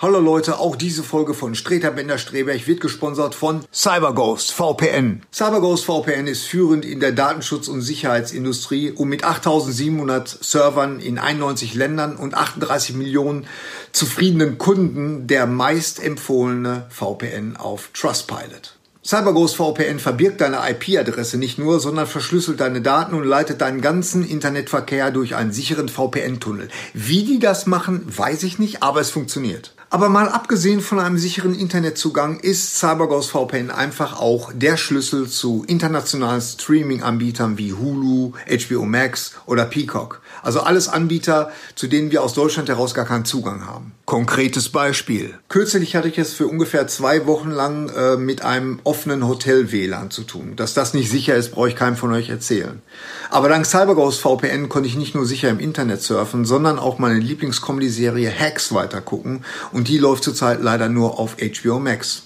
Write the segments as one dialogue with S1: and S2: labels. S1: Hallo Leute, auch diese Folge von Streter Bender-Streberg wird gesponsert von CyberGhost VPN. CyberGhost VPN ist führend in der Datenschutz- und Sicherheitsindustrie und mit 8700 Servern in 91 Ländern und 38 Millionen zufriedenen Kunden der meistempfohlene VPN auf Trustpilot. CyberGhost VPN verbirgt deine IP-Adresse nicht nur, sondern verschlüsselt deine Daten und leitet deinen ganzen Internetverkehr durch einen sicheren VPN-Tunnel. Wie die das machen, weiß ich nicht, aber es funktioniert. Aber mal abgesehen von einem sicheren Internetzugang ist CyberGhost VPN einfach auch der Schlüssel zu internationalen Streaming-Anbietern wie Hulu, HBO Max oder Peacock. Also alles Anbieter, zu denen wir aus Deutschland heraus gar keinen Zugang haben. Konkretes Beispiel. Kürzlich hatte ich es für ungefähr zwei Wochen lang äh, mit einem offenen Hotel-WLAN zu tun. Dass das nicht sicher ist, brauche ich keinem von euch erzählen. Aber dank CyberGhost VPN konnte ich nicht nur sicher im Internet surfen, sondern auch meine Lieblingscomedy-Serie Hacks weitergucken. Und die läuft zurzeit leider nur auf HBO Max.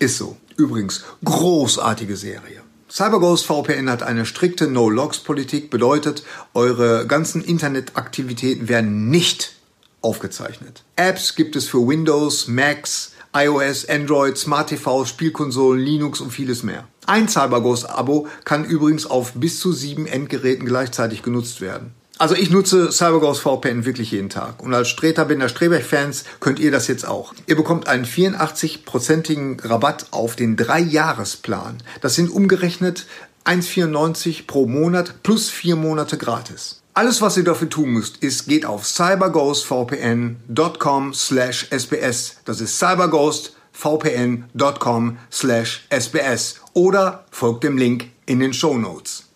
S1: Ist so. Übrigens, großartige Serie. CyberGhost VPN hat eine strikte No-Logs-Politik, bedeutet, eure ganzen Internetaktivitäten werden nicht aufgezeichnet. Apps gibt es für Windows, Macs, iOS, Android, Smart TV, Spielkonsolen, Linux und vieles mehr. Ein CyberGhost-Abo kann übrigens auf bis zu sieben Endgeräten gleichzeitig genutzt werden. Also ich nutze CyberGhost VPN wirklich jeden Tag. Und als Streter bin der Strebech-Fans könnt ihr das jetzt auch. Ihr bekommt einen 84-prozentigen Rabatt auf den Drei-Jahres-Plan. Das sind umgerechnet 1,94 pro Monat plus vier Monate gratis. Alles, was ihr dafür tun müsst, ist, geht auf cyberghostvpn.com slash sbs. Das ist cyberghostvpn.com slash sbs. Oder folgt dem Link in den Show Notes.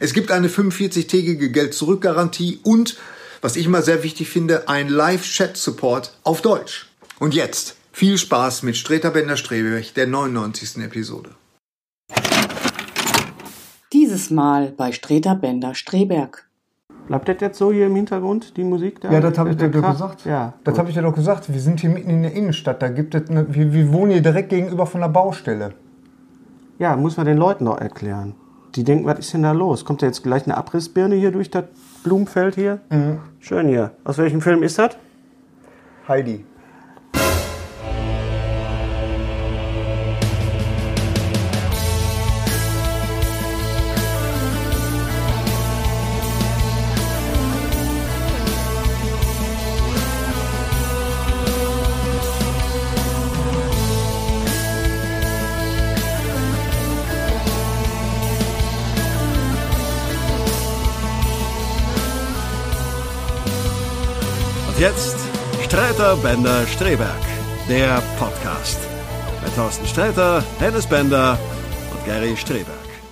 S1: Es gibt eine 45-tägige Geld-Zurück-Garantie und, was ich mal sehr wichtig finde, ein Live-Chat-Support auf Deutsch. Und jetzt viel Spaß mit Streter Bender-Strebech, der 99. Episode.
S2: Dieses Mal bei Streter Bender Streberg.
S3: Bleibt das jetzt so hier im Hintergrund, die Musik da?
S1: Ja, das habe ich dir
S3: Der
S1: doch
S3: Krach?
S1: gesagt.
S3: Ja.
S1: Das habe ich dir doch gesagt. Wir sind hier mitten in der Innenstadt. Da gibt es eine, wir, wir wohnen hier direkt gegenüber von der Baustelle.
S3: ja, muss man den Leuten noch erklären. Die denken, was ist denn da los? Kommt da jetzt gleich eine Abrissbirne hier durch das Blumenfeld hier? Schön hier. Aus welchem Film ist das?
S1: Heidi.
S4: Und jetzt Streiter Bender Streberg, der Podcast. Mit Thorsten Streiter, Hennes Bender und Gary Streberg.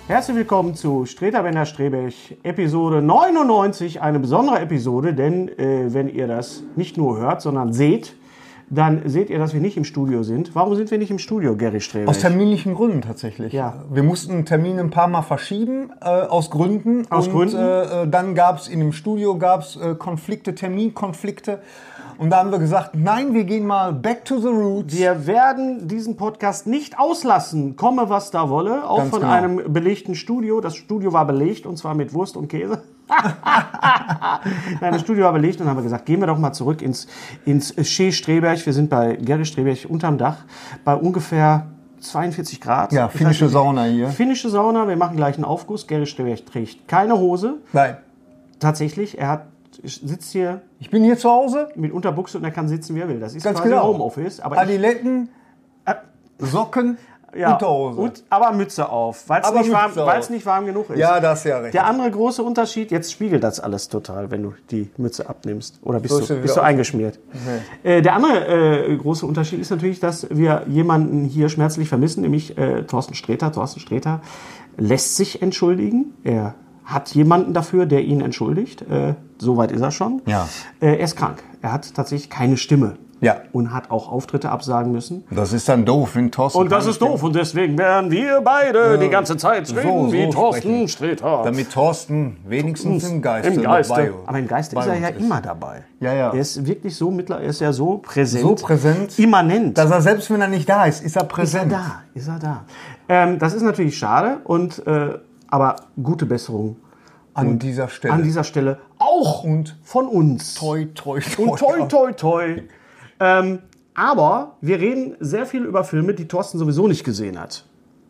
S3: Herzlich willkommen zu Streter Bender Strebech, Episode 99. Eine besondere Episode, denn äh, wenn ihr das nicht nur hört, sondern seht, dann seht ihr, dass wir nicht im Studio sind. Warum sind wir nicht im Studio, Gary Strebech?
S1: Aus terminlichen Gründen tatsächlich.
S3: Ja.
S1: Wir mussten einen Termin ein paar Mal verschieben, äh, aus Gründen.
S3: Aus
S1: und,
S3: Gründen?
S1: Äh, äh, dann gab es in dem Studio gab's, äh, Konflikte, Terminkonflikte. Und da haben wir gesagt, nein, wir gehen mal back to the roots.
S3: Wir werden diesen Podcast nicht auslassen, komme was da wolle, auch
S1: Ganz
S3: von
S1: genau.
S3: einem belegten Studio. Das Studio war belegt und zwar mit Wurst und Käse. Nein, das Studio war belegt und haben wir gesagt, gehen wir doch mal zurück ins, ins Schee Streberch. Wir sind bei Gerry Streberch unterm Dach bei ungefähr 42 Grad.
S1: Ja,
S3: Ich
S1: finnische
S3: weiß nicht,
S1: Sauna hier.
S3: Finnische Sauna, wir machen gleich einen Aufguss. Gerry Streberch trägt keine Hose.
S1: Nein.
S3: Tatsächlich, er hat, sitzt hier
S1: Ich bin hier zu Hause,
S3: mit Unterbuchse und er kann sitzen, wie er will. Das ist
S1: ganz
S3: quasi
S1: genau.
S3: Homeoffice. Aber ich, Äh.
S1: Adiletten, Socken,
S3: ja,
S1: Unterhose.
S3: Und, aber Mütze auf, weil es
S1: Aber
S3: nicht, warm-
S1: Mütze auf.
S3: weil's nicht warm genug ist.
S1: ja, das ist ja recht.
S3: Der andere große Unterschied, jetzt spiegelt das alles total, wenn du die Mütze abnimmst. Oder bist
S1: So ist
S3: du,
S1: sie wieder
S3: bist du
S1: auf.
S3: eingeschmiert. Äh, der andere äh, große Unterschied ist natürlich, dass wir jemanden hier schmerzlich vermissen, nämlich äh, Thorsten Sträter. Thorsten Sträter lässt sich entschuldigen. Er hat jemanden dafür, der ihn entschuldigt. Äh, Soweit ist er schon.
S1: Ja.
S3: Äh, er ist krank. Er hat tatsächlich keine Stimme.
S1: Ja.
S3: Und hat auch Auftritte absagen müssen.
S1: Das ist dann doof, wenn Thorsten.
S3: Und das
S1: kann
S3: ist
S1: nicht- Äh,
S3: doof. Und deswegen werden wir beide die ganze Zeit reden
S1: so
S3: wie Thorsten
S1: sprechen.
S3: Sträter. Hm,
S1: Damit Thorsten wenigstens im Geiste.
S3: Im
S1: noch
S3: Geiste.
S1: bei uns-
S3: Aber im Geiste
S1: bei
S3: ist er
S1: uns
S3: ja immer dabei.
S1: Ja, ja.
S3: Er ist wirklich so mittler, er ist ja so präsent.
S1: So präsent.
S3: Immanent.
S1: Dass er selbst, wenn er nicht da ist, ist er
S3: ist er
S1: präsent.
S3: da, ist er da. Ähm, das ist natürlich schade und äh, aber gute Besserung
S1: An dieser Stelle.
S3: an dieser Stelle auch
S1: Und
S3: von uns.
S1: toi, toi, toi.
S3: und toi, toi, toi. Ähm, aber wir reden sehr viel über Filme, die Thorsten sowieso nicht gesehen hat.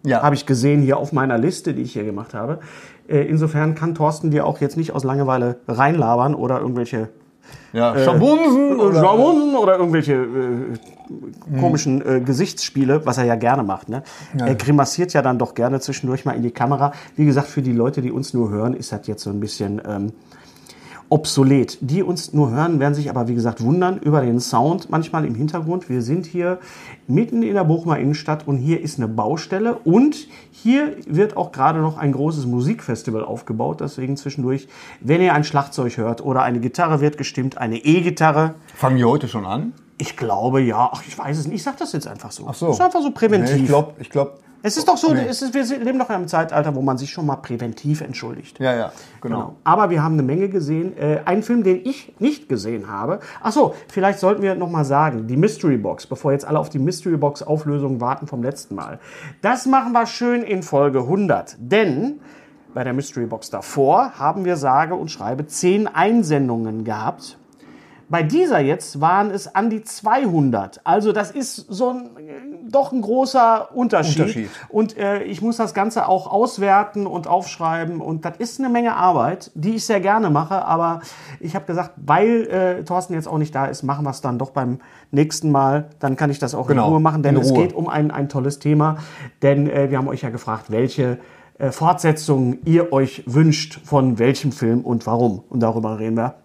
S1: Ja.
S3: Habe ich gesehen hier auf meiner Liste, die ich hier gemacht habe. Äh, insofern kann Thorsten dir auch jetzt nicht aus Langeweile reinlabern oder irgendwelche
S1: ja.
S3: äh,
S1: Schabunsen.
S3: oder, oder irgendwelche äh, komischen äh, Gesichtsspiele, was er ja gerne macht. Ne? Er grimassiert ja dann doch gerne zwischendurch mal in die Kamera. Wie gesagt, für die Leute, die uns nur hören, ist das jetzt so ein bisschen ähm, obsolet. Die uns nur hören, werden sich aber, wie gesagt, wundern über den Sound manchmal im Hintergrund. Wir sind hier mitten in der Bochumer Innenstadt und hier ist eine Baustelle und hier wird auch gerade noch ein großes Musikfestival aufgebaut. Deswegen zwischendurch, wenn ihr ein Schlagzeug hört oder eine Gitarre wird gestimmt, eine E-Gitarre,
S1: Fangen wir heute schon an?
S3: ich glaube ja, ach, ich weiß es nicht, ich sag das jetzt einfach so.
S1: Ach so.
S3: Das ist einfach so präventiv.
S1: Nee, ich glaube, ich glaub,
S3: es ist doch so,
S1: Nee.
S3: es ist, wir leben doch in einem Zeitalter, wo man sich schon mal präventiv entschuldigt.
S1: ja, ja, genau.
S3: Genau. Aber wir haben eine Menge gesehen. Äh, einen Film, den ich nicht gesehen habe. Achso, vielleicht sollten wir nochmal sagen, die Mystery Box, bevor jetzt alle auf die Mystery Box Auflösung warten vom letzten Mal. Das machen wir schön in Folge 100. Denn bei der Mystery Box davor haben wir sage und schreibe 10 Einsendungen gehabt. Bei dieser jetzt waren es an die 200. Also das ist so ein, äh, doch ein großer Unterschied.
S1: Unterschied.
S3: Und äh, ich muss das Ganze auch auswerten und aufschreiben. Und das ist eine Menge Arbeit, die ich sehr gerne mache. Aber ich habe gesagt, weil äh, Thorsten jetzt auch nicht da ist, machen wir es dann doch beim nächsten Mal. Dann kann ich das auch
S1: Genau,
S3: in Ruhe machen, denn
S1: in
S3: es
S1: Ruhe.
S3: geht um ein, ein tolles Thema. Denn äh, wir haben euch ja gefragt, welche äh, Fortsetzungen ihr euch wünscht von welchem Film und warum. Und darüber reden wir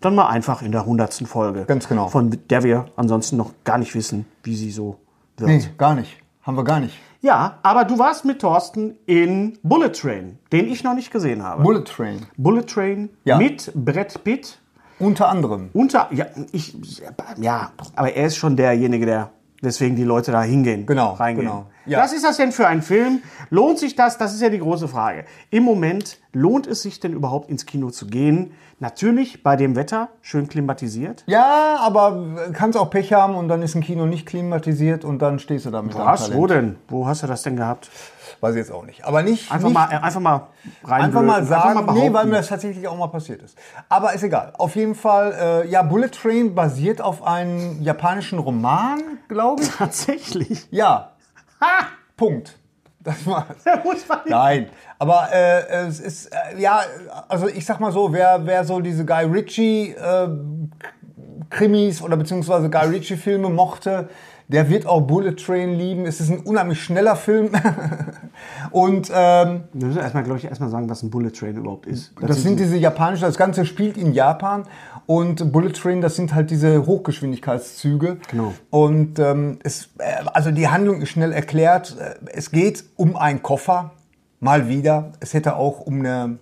S3: dann mal einfach in der hundertsten Folge.
S1: Ganz genau.
S3: Von der wir ansonsten noch gar nicht wissen, wie sie so wird.
S1: Nee, gar nicht. Haben wir gar nicht.
S3: Ja, aber du warst mit Thorsten in Bullet Train, den ich noch nicht gesehen habe.
S1: Bullet Train.
S3: Bullet Train
S1: Ja.
S3: mit Brett Pitt
S1: Unter anderem.
S3: unter. Ja, ich, ja, aber er ist schon derjenige, der. Deswegen die Leute da hingehen.
S1: Genau,
S3: Reingehen.
S1: genau. Ja.
S3: Was ist das denn für ein Film? Lohnt sich das? Das ist ja die große Frage. Im Moment lohnt es sich denn überhaupt ins Kino zu gehen? Natürlich bei dem Wetter, schön klimatisiert.
S1: Ja, aber kannst auch Pech haben und dann ist ein Kino nicht klimatisiert und dann stehst du damit am
S3: Was?
S1: Talent.
S3: Wo denn? Wo hast du das denn gehabt?
S1: Weiß ich jetzt auch nicht. Aber nicht
S3: Einfach
S1: nicht,
S3: mal, äh, einfach mal rein.
S1: Einfach mal sagen, nee, weil
S3: behaupten.
S1: mir das tatsächlich auch mal passiert ist. Aber ist egal. Auf jeden Fall, äh, ja, Bullet Train basiert auf einem japanischen Roman, glaube ich.
S3: tatsächlich.
S1: Ja. Punkt. Das war's.
S3: Da muss man nicht-
S1: Nein, aber äh, es ist, äh, ja, also ich sag mal so, wer, wer so diese Guy Ritchie äh, Krimis oder beziehungsweise Guy Ritchie Filme mochte, der wird auch Bullet Train lieben. Es ist ein unheimlich schneller Film und ähm,
S3: Wir müssen erstmal, glaube ich, erstmal sagen, was ein Bullet Train überhaupt ist.
S1: das sind diese japanischen, das Ganze spielt in Japan und Bullet Train, das sind halt diese Hochgeschwindigkeitszüge.
S3: Genau.
S1: Und ähm, es, äh, also die Handlung ist schnell erklärt. Äh, Es geht um einen Koffer, mal wieder. Es hätte auch um eine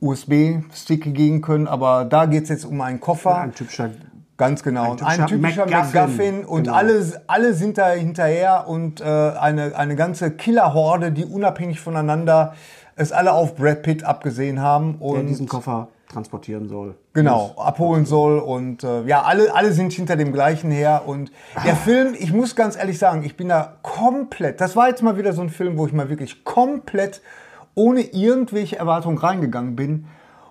S1: USB-Stick gehen können, aber da geht es jetzt um einen Koffer.
S3: ein typischer
S1: Ganz genau. Ein
S3: Ein
S1: typischer,
S3: typischer MacGuffin.
S1: MacGuffin und
S3: Genau.
S1: alle, alle sind da hinterher und äh, eine, eine ganze Killerhorde, die unabhängig voneinander es alle auf Brad Pitt abgesehen haben
S3: der
S1: und
S3: diesen Koffer transportieren soll.
S1: genau abholen soll und äh, ja alle alle sind hinter dem gleichen her und der Film ich muss ganz ehrlich sagen ich bin da komplett das war jetzt mal wieder so ein Film wo ich mal wirklich komplett ohne irgendwelche Erwartungen reingegangen bin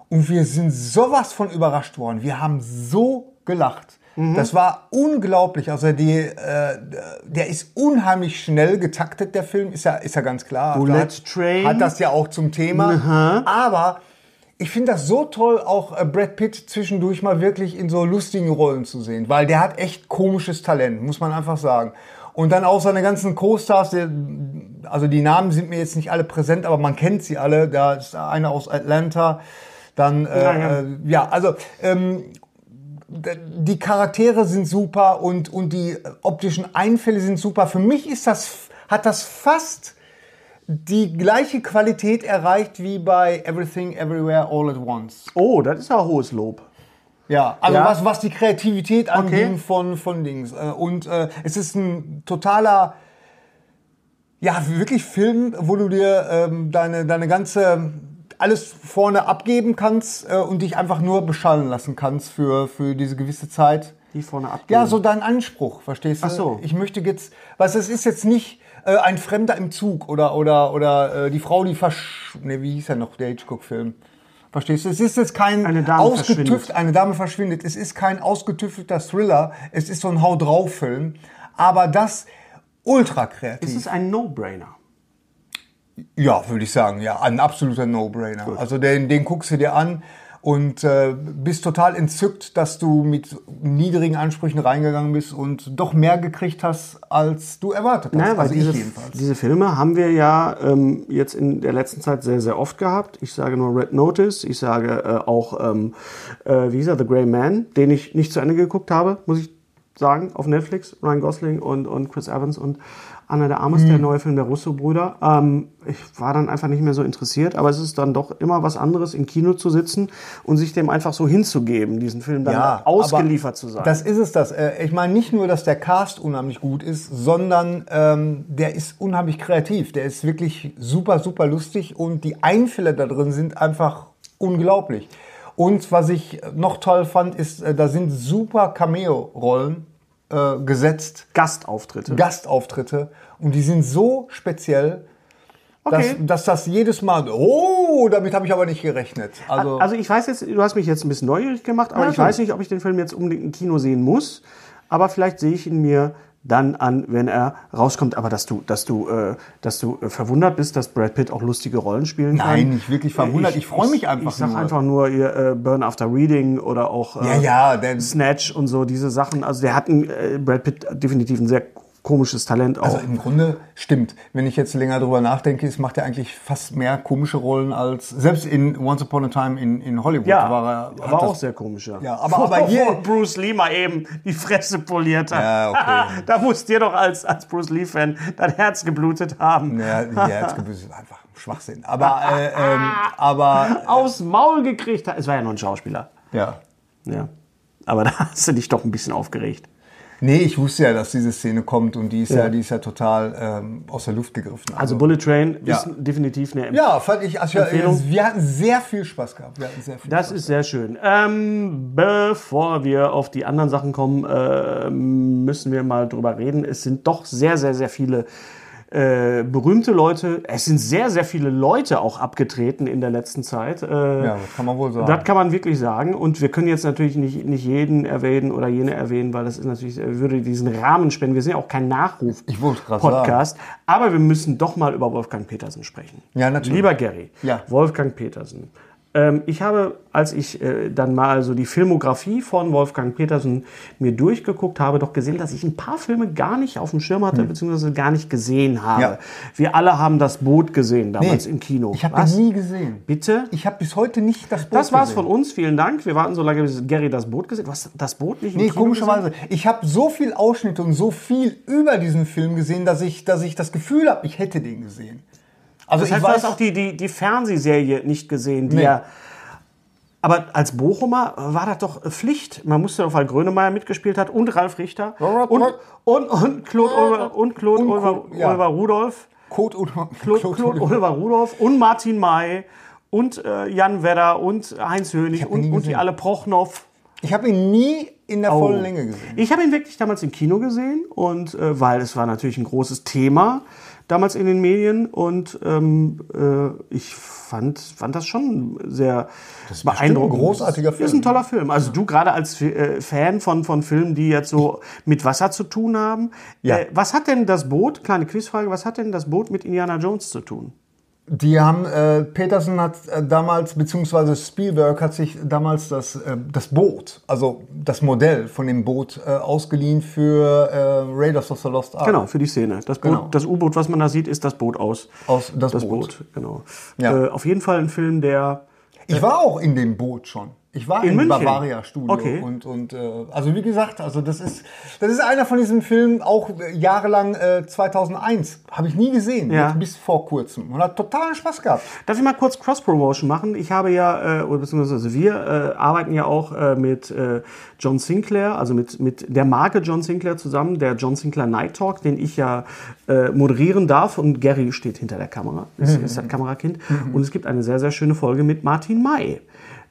S1: Und wir sind sowas von überrascht worden. Wir haben so gelacht. Das war unglaublich. Also die, äh, der ist unheimlich schnell getaktet, der Film, ist ja, ist ja ganz klar.
S3: Bullet
S1: hat,
S3: Train.
S1: Hat das ja auch zum Thema. Aber ich finde das so toll, auch äh, Brad Pitt zwischendurch mal wirklich in so lustigen Rollen zu sehen, weil der hat echt komisches Talent, muss man einfach sagen. Und dann auch seine ganzen Co-Stars, der- also die Namen sind mir jetzt nicht alle präsent, aber man kennt sie alle. Da ist einer aus Atlanta, dann äh,
S3: Ja, ja.
S1: Äh, ja, also ähm, die Charaktere sind super und, und die optischen Einfälle sind super. Für mich ist das, hat das fast die gleiche Qualität erreicht wie bei Everything Everywhere All at Once.
S3: Oh, das ist ja hohes Lob.
S1: Ja, also
S3: Ja.
S1: Was, was die Kreativität anging
S3: Okay.
S1: von, von Dings. Äh, Und äh, es ist ein totaler, ja, wirklich Film, wo du dir ähm, deine, deine ganze, alles vorne abgeben kannst äh, und dich einfach nur beschallen lassen kannst für, für diese gewisse Zeit.
S3: Die vorne abgeben.
S1: Ja, so dein Anspruch, verstehst du?
S3: Ach so.
S1: Ich möchte jetzt, was es ist jetzt nicht äh, ein Fremder im Zug oder oder oder äh, die Frau, die versch, ne, wie hieß er noch der Hitchcock-Film? Verstehst du? Es ist jetzt kein
S3: Eine Dame
S1: ausgetüft,
S3: verschwindet.
S1: eine Dame verschwindet. Es ist kein ausgetüftelter Thriller. Es ist so ein Hau drauf Film, aber das ultra kreativ.
S3: Es ist ein No-Brainer.
S1: Ja, würde ich sagen, ja, ein absoluter No-Brainer. Also den, den guckst du dir an und äh, bist total entzückt, dass du mit niedrigen Ansprüchen reingegangen bist und doch mehr gekriegt hast, als du erwartet hast.
S3: Naja, weil
S1: also
S3: diese,
S1: ich jedenfalls.
S3: diese Filme haben wir ja ähm, jetzt in der letzten Zeit sehr, sehr oft gehabt. Ich sage nur Red Notice, ich sage äh, auch, ähm, äh, wie hieß er, The Grey Man, den ich nicht zu Ende geguckt habe, muss ich sagen, auf Netflix. Ryan Gosling und, und Chris Evans und Anna de Armas,
S1: Hm.
S3: der neue Film der Russo-Brüder. Ähm, ich war dann einfach nicht mehr so interessiert, aber es ist dann doch immer was anderes, im Kino zu sitzen und sich dem einfach so hinzugeben, diesen Film dann ausgeliefert
S1: aber
S3: zu sein.
S1: Das ist es, das. Äh, Ich meine nicht nur, dass der Cast unheimlich gut ist, sondern ähm, der ist unheimlich kreativ. Der ist wirklich super, super lustig und die Einfälle da drin sind einfach unglaublich. Und was ich noch toll fand, ist, äh, da sind super Cameo-Rollen äh, gesetzt,
S3: Gastauftritte.
S1: Gastauftritte und die sind so speziell,
S3: Okay.
S1: dass, dass das jedes Mal, oh, damit habe ich aber nicht gerechnet. Also,
S3: Also ich weiß jetzt, du hast mich jetzt ein bisschen neugierig gemacht, aber
S1: Ja,
S3: ich
S1: natürlich.
S3: weiß nicht, ob ich den Film jetzt unbedingt im Kino sehen muss. Aber vielleicht sehe ich ihn mir dann an, wenn er rauskommt. Aber dass du, dass du, äh, dass du äh, verwundert bist, dass Brad Pitt auch lustige Rollen spielen kann. Äh,
S1: Nein, nicht wirklich verwundert. Ich freue mich einfach
S3: Ich sag
S1: nur.
S3: einfach nur ihr, äh, Burn After Reading oder auch äh,
S1: Ja, ja, denn-
S3: Snatch und so diese Sachen. Also der hat ein, äh, Brad Pitt definitiv ein sehr komisches Talent auch.
S1: Also im Grunde stimmt. Wenn ich jetzt länger drüber nachdenke, es macht er eigentlich fast mehr komische Rollen als selbst in Once Upon a Time in, in Hollywood
S3: ja,
S1: war er. hat
S3: war
S1: das-
S3: auch sehr komisch.
S1: Ja, aber- aber hier-
S3: Wo Bruce Lee mal eben die Fresse poliert hat.
S1: Ja, okay.
S3: da muss dir doch als, als Bruce Lee-Fan dein Herz geblutet haben.
S1: Ja, ja, jetzt gebüßt einfach Schwachsinn. Aber äh, ähm, aber
S3: Aufs Maul gekriegt hat. Es war ja nur ein Schauspieler.
S1: ja.
S3: Ja. Aber da hast du dich doch ein bisschen aufgeregt.
S1: Nee, ich wusste ja, dass diese Szene kommt und die ist ja,
S3: Ja.
S1: die ist ja total ähm, aus der Luft gegriffen.
S3: Also Bullet Train
S1: Ja.
S3: ist definitiv eine Empfehlung.
S1: ja, fand ich. Also,
S3: Empfehlung?
S1: wir hatten sehr viel Spaß gehabt. Wir hatten sehr viel
S3: Das
S1: Spaß.
S3: ist sehr schön. Ähm, bevor wir auf die anderen Sachen kommen, äh, müssen wir mal drüber reden. Es sind doch sehr, sehr, sehr viele äh, berühmte Leute. Es sind sehr, sehr viele Leute auch abgetreten in der letzten Zeit. Äh,
S1: Ja, das kann man wohl sagen.
S3: das kann man wirklich sagen. Und wir können jetzt natürlich nicht, nicht jeden erwähnen oder jene erwähnen, weil das ist natürlich, äh, würde diesen Rahmen spenden. Wir sind ja auch kein Nachruf.
S1: Ich wollte gerade
S3: Podcast. Aber wir müssen doch mal über Wolfgang Petersen sprechen.
S1: Ja, natürlich.
S3: Lieber Gary,
S1: Ja.
S3: Wolfgang Petersen. Ähm, ich habe, als ich äh, dann mal so die Filmografie von Wolfgang Petersen mir durchgeguckt habe, doch gesehen, dass ich ein paar Filme gar nicht auf dem Schirm hatte, beziehungsweise gar nicht gesehen habe.
S1: Hm. Ja.
S3: Wir alle haben das Boot gesehen damals im Kino.
S1: Ich habe
S3: Was?
S1: den nie gesehen.
S3: Bitte?
S1: Ich habe bis heute nicht das Boot
S3: Das war's
S1: gesehen.
S3: von uns, vielen Dank. Wir warten so lange, bis Gary das Boot gesehen hat. Was, das Boot nicht im
S1: Nee,
S3: Kino
S1: komischerweise. Ich habe so viel Ausschnitte und so viel über diesen Film gesehen, dass ich, dass ich das Gefühl habe, ich hätte den gesehen. Also
S3: Das heißt,
S1: ich
S3: du
S1: weiß
S3: hast auch die, die, die Fernsehserie nicht gesehen, die
S1: Nee.
S3: ja. Aber als Bochumer war das doch Pflicht. Man musste doch, weil Grönemeyer mitgespielt hat und Ralf Richter und, und, und Claude, Ulver, und Claude
S1: Und
S3: Ulver,
S1: Claude, ja.
S3: Ulver Rudolph.
S1: Claude Ulmer.
S3: Claude, Claude Ulver Rudolph und Martin May und äh, Jan Wedder und Heinz Hönig
S1: hab
S3: und,
S1: ihn nie
S3: und die
S1: gesehen.
S3: alle Prochnow.
S1: Ich habe ihn nie in der
S3: Oh.
S1: vollen Länge gesehen.
S3: Ich habe ihn wirklich damals im Kino gesehen und äh, weil es war natürlich ein großes Thema. damals in den Medien und ähm, äh, ich fand, fand das schon sehr beeindruckend.
S5: bestimmt ein großartiger
S3: Ist
S5: Film.
S3: ein toller Film. Also du gerade als äh, Fan von, von Filmen, die jetzt so mit Wasser zu tun haben.
S5: Ja.
S3: Äh, was hat denn das Boot, kleine Quizfrage, was hat denn das Boot mit Indiana Jones zu tun?
S1: Die haben, äh, Peterson hat äh, damals, beziehungsweise Spielberg hat sich damals das, äh, das Boot, also das Modell von dem Boot äh, ausgeliehen für äh, Raiders of the Lost Ark.
S3: Genau, für die Szene. Das Boot-
S1: Genau.
S3: das U-Boot, was man da sieht, ist das Boot aus.
S1: Aus- das
S3: Boot.
S1: Boot.
S3: genau.
S1: Ja.
S3: Äh, auf jeden Fall ein Film, der
S1: Ich war auch in dem Boot schon. Ich war
S3: In
S1: in im
S3: München?
S1: Bavaria Studio
S3: Okay.
S1: und und äh, also wie gesagt, also das ist das ist einer von diesen Filmen auch äh, jahrelang äh, 2001 habe ich nie gesehen
S3: Ja.
S1: jetzt bis vor kurzem und hat totalen Spaß gehabt.
S3: Darf ich mal kurz Cross-Promotion machen? Ich habe ja, äh, oder beziehungsweise wir äh, arbeiten ja auch äh, mit äh, John Sinclair, also mit, mit der Marke John Sinclair zusammen, der John Sinclair Night Talk, den ich ja äh, moderieren darf. Und Gary steht hinter der Kamera, ist,
S1: Mhm.
S3: ist das Kamerakind. Und es gibt eine sehr, sehr schöne Folge mit Martin May.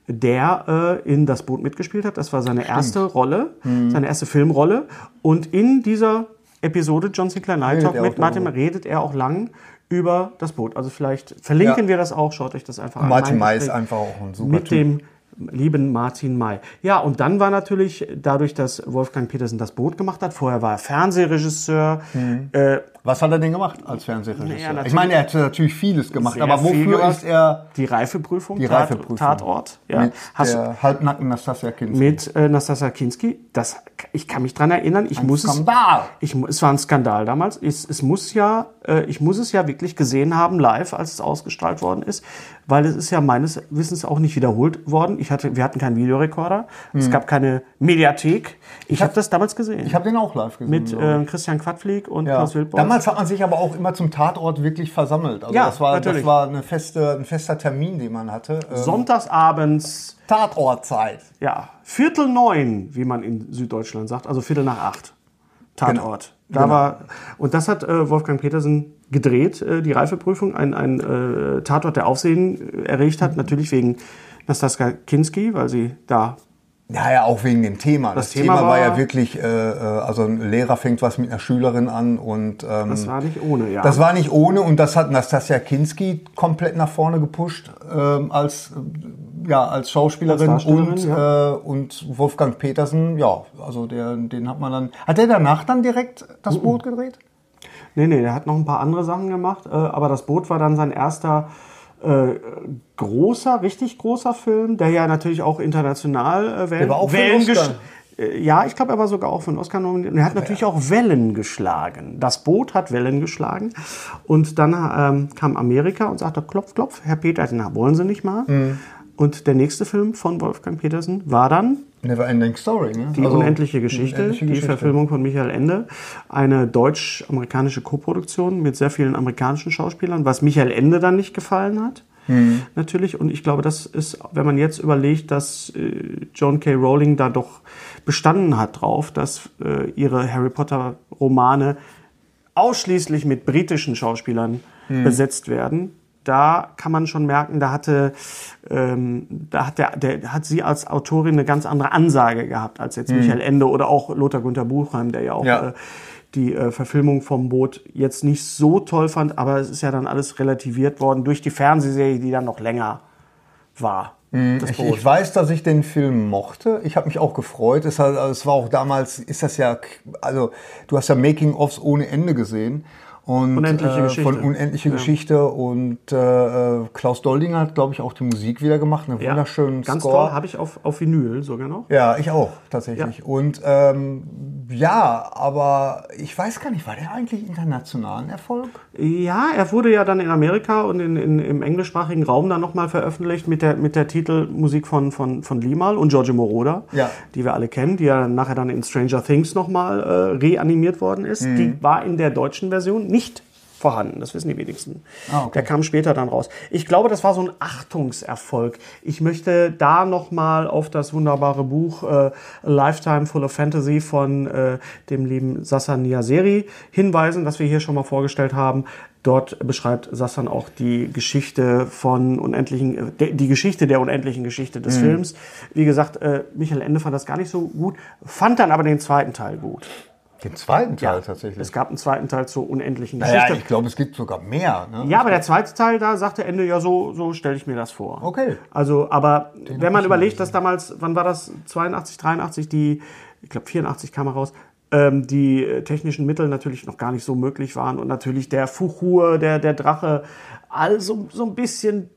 S3: der äh, in Das Boot mitgespielt hat. Das war seine erste Rolle,
S1: Mhm.
S3: seine erste Filmrolle. Und in dieser Episode John Sinclair Night Talk
S1: er
S3: mit
S1: auch
S3: Martin redet er auch lang über das Boot. Also vielleicht verlinken
S1: Ja.
S3: wir das auch, schaut euch das einfach an.
S1: Martin
S3: Mein
S1: May ist
S3: Gespräch
S1: einfach auch ein super
S3: Mit
S1: Typ.
S3: dem lieben Martin May. Ja, und dann war natürlich, dadurch, dass Wolfgang Petersen das Boot gemacht hat, vorher war er Fernsehregisseur, äh,
S1: Was hat er denn gemacht als Fernsehregisseur?
S3: Naja,
S1: ich meine, er hat natürlich vieles gemacht, aber
S3: sehr viel
S1: wofür
S3: gemacht.
S1: ist er
S3: die Reifeprüfung,
S1: Die
S3: Tat-
S1: Reifeprüfung.
S3: Tatort. Ja.
S1: mit
S3: Hast,
S1: der halbnackten Nastasia Kinski?
S3: mit äh, Nastasia Kinski. Das, ich kann mich dran erinnern, ich muss
S1: Skandal.
S3: es. Ich, mu- es war ein Skandal damals. Es, es muss ja, äh, ich muss es ja wirklich gesehen haben live, als es ausgestrahlt worden ist, weil es ist ja meines Wissens auch nicht wiederholt worden. Ich hatte, wir hatten keinen Videorekorder, es gab keine Mediathek. Ich habe das damals gesehen
S1: Mhm. Ich habe den auch live gesehen.
S3: mit
S1: so.
S3: äh, Christian Quadflieg und
S1: Ja.
S3: Klaus Wilborg.
S1: Damals hat man sich aber auch immer zum Tatort wirklich versammelt. Also
S3: Ja,
S1: das war,
S3: natürlich.
S1: das war eine feste, ein fester Termin, den man hatte. Ähm,
S3: Sonntagsabends,
S1: Tatortzeit.
S3: ja, Viertel neun, wie man in Süddeutschland sagt, also Viertel nach acht. Tatort. Da
S1: Genau,
S3: war, und das hat äh, Wolfgang Petersen gedreht, äh, die Reifeprüfung, ein, ein äh, Tatort, der Aufsehen äh, erregt hat, natürlich wegen Nastaska Kinski, weil sie da
S1: Ja, ja, auch wegen dem Thema. Das, Thema,
S3: Thema
S1: war
S3: war-
S1: ja wirklich, äh, äh, also ein Lehrer fängt was mit einer Schülerin an und ähm,
S3: das war nicht ohne, ja.
S1: Das war nicht ohne und das hat Nastasia Kinski komplett nach vorne gepusht ähm, als, äh, ja, als Schauspielerin
S3: Als Darstellerin,
S1: und,
S3: ja.
S1: äh, und Wolfgang Petersen, ja, also der, den hat man dann. Hat der danach dann direkt das Boot gedreht?
S3: nee, nee, er hat noch ein paar andere Sachen gemacht, äh, aber das Boot war dann sein erster äh, großer, richtig großer Film, der ja natürlich auch international äh, Wellen,
S1: Der war auch für den
S3: Wellen
S1: Oscar.
S3: gesch- Äh, Ja, ich glaube, er war sogar auch für einen Oscar nominiert. Und er hat natürlich auch Wellen geschlagen. Das Boot hat Wellen geschlagen. Und dann ähm, kam Amerika und sagte, klopf, klopf, Herr Petersen, na, wollen Sie nicht mal?
S1: Mhm.
S3: Und der nächste Film von Wolfgang Petersen war dann
S1: Never Ending Story, ne?
S3: die Also unendliche Geschichte,
S1: Unendliche
S3: die halt
S1: Geschichte.
S3: Verfilmung von Michael Ende, eine deutsch-amerikanische Koproduktion mit sehr vielen amerikanischen Schauspielern, was Michael Ende dann nicht gefallen hat.
S1: Hm.
S3: Natürlich, und ich glaube, das ist, wenn man jetzt überlegt, dass äh, John K. Rowling da doch bestanden hat drauf, dass äh, ihre Harry Potter-Romane ausschließlich mit britischen Schauspielern
S1: Hm.
S3: besetzt werden. Da kann man schon merken, da hatte, ähm, da hat, der, der, hat sie als Autorin eine ganz andere Ansage gehabt als jetzt Michael Ende oder auch Lothar Gunther Buchheim, der ja auch
S1: Hm. Ja.
S3: Äh, die äh, Verfilmung vom Boot jetzt nicht so toll fand, aber es ist ja dann alles relativiert worden durch die Fernsehserie, die dann noch länger war. Das
S1: Hm. Ich, ich weiß, dass ich den Film mochte. Ich habe mich auch gefreut. Es, hat, es war auch damals, ist das ja, also du hast ja Making-ofs ohne Ende gesehen. Und,
S3: Unendliche
S1: äh,
S3: Geschichte.
S1: Von Unendliche Geschichte. Und äh, Klaus Doldinger hat, glaube ich, auch die Musik wieder gemacht. Einen wunderschönen
S3: Ganz
S1: Score.
S3: toll, habe ich auf, auf Vinyl sogar noch.
S1: Ja, ich auch, tatsächlich. Und ähm, ja, aber ich weiß gar nicht, war der eigentlich internationalen Erfolg?
S3: Ja, er wurde ja dann in Amerika und in, in, im englischsprachigen Raum dann nochmal veröffentlicht mit der, mit der Titelmusik von, von, von Limal und Giorgio Moroder,
S1: Ja.
S3: die wir alle kennen, die ja dann nachher dann in Stranger Things nochmal äh, reanimiert worden ist.
S1: Mhm.
S3: Die war in der deutschen Version nicht vorhanden, das wissen die wenigsten.
S1: Ah, okay.
S3: Der kam später dann raus. Ich glaube, das war so ein Achtungserfolg. Ich möchte da nochmal auf das wunderbare Buch äh, A Lifetime Full of Fantasy von äh, dem lieben Sassan Niaseri hinweisen, das wir hier schon mal vorgestellt haben. Dort beschreibt Sassan auch die Geschichte von unendlichen, äh, de- die Geschichte der unendlichen Geschichte
S1: Mhm.
S3: des Films. Wie gesagt, äh, Michael Ende fand das gar nicht so gut, fand dann aber den zweiten Teil gut.
S1: Den zweiten Teil
S3: Ja,
S1: tatsächlich.
S3: Es gab einen zweiten Teil zur unendlichen
S1: Naja,
S3: Geschichte.
S1: ich glaube, es gibt sogar mehr. Ne?
S3: Ja, aber der zweite Teil, da sagte Ende, ja, so, so stelle ich mir das vor.
S1: Okay.
S3: Also, aber wenn man überlegt, dass damals, wann war das, 82, 83, die, ich glaube 84 kam er raus, ähm, die äh, technischen Mittel natürlich noch gar nicht so möglich waren und natürlich der Fuchur, der, der Drache, also so ein bisschen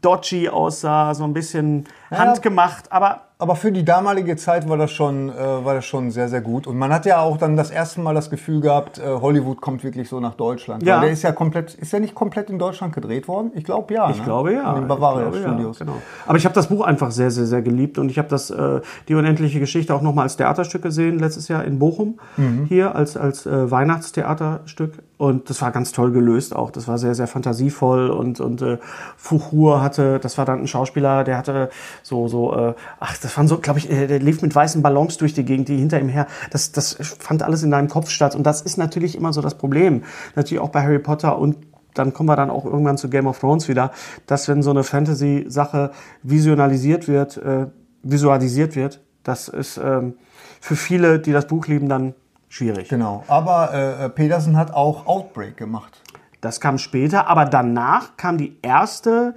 S3: dodgy aussah, so ein bisschen handgemacht, aber
S1: Aber für die damalige Zeit war das schon, äh, war das schon sehr, sehr gut. Und man hat ja auch dann das erste Mal das Gefühl gehabt, äh, Hollywood kommt wirklich so nach Deutschland.
S3: Ja.
S1: Weil der ist ja komplett, ist der nicht komplett in Deutschland gedreht worden? Ich glaube ja. ne?
S3: Ich glaube ja.
S1: In den Bavaria
S3: Ich glaube,
S1: Studios.
S3: Ja, genau. Aber ich habe das Buch einfach sehr, sehr, sehr geliebt und ich habe das äh, die unendliche Geschichte auch nochmal als Theaterstück gesehen letztes Jahr in Bochum
S1: Mhm.
S3: hier als als äh, Weihnachtstheaterstück und das war ganz toll gelöst auch. Das war sehr, sehr fantasievoll und und äh, Fuchur hatte, das war dann ein Schauspieler, der hatte so so äh, ach, das waren so, glaube ich, äh, der lief mit weißen Ballons durch die Gegend, die hinter ihm her. Das das fand alles in deinem Kopf statt und das ist natürlich immer so das Problem. Natürlich auch bei Harry Potter und dann kommen wir dann auch irgendwann zu Game of Thrones wieder, dass wenn so eine Fantasy-Sache visionalisiert wird, äh, visualisiert wird, das ist ähm, für viele, die das Buch lieben, dann schwierig.
S1: Genau. Aber äh, äh, Peterson hat auch Outbreak gemacht.
S3: Das kam später, aber danach kam die erste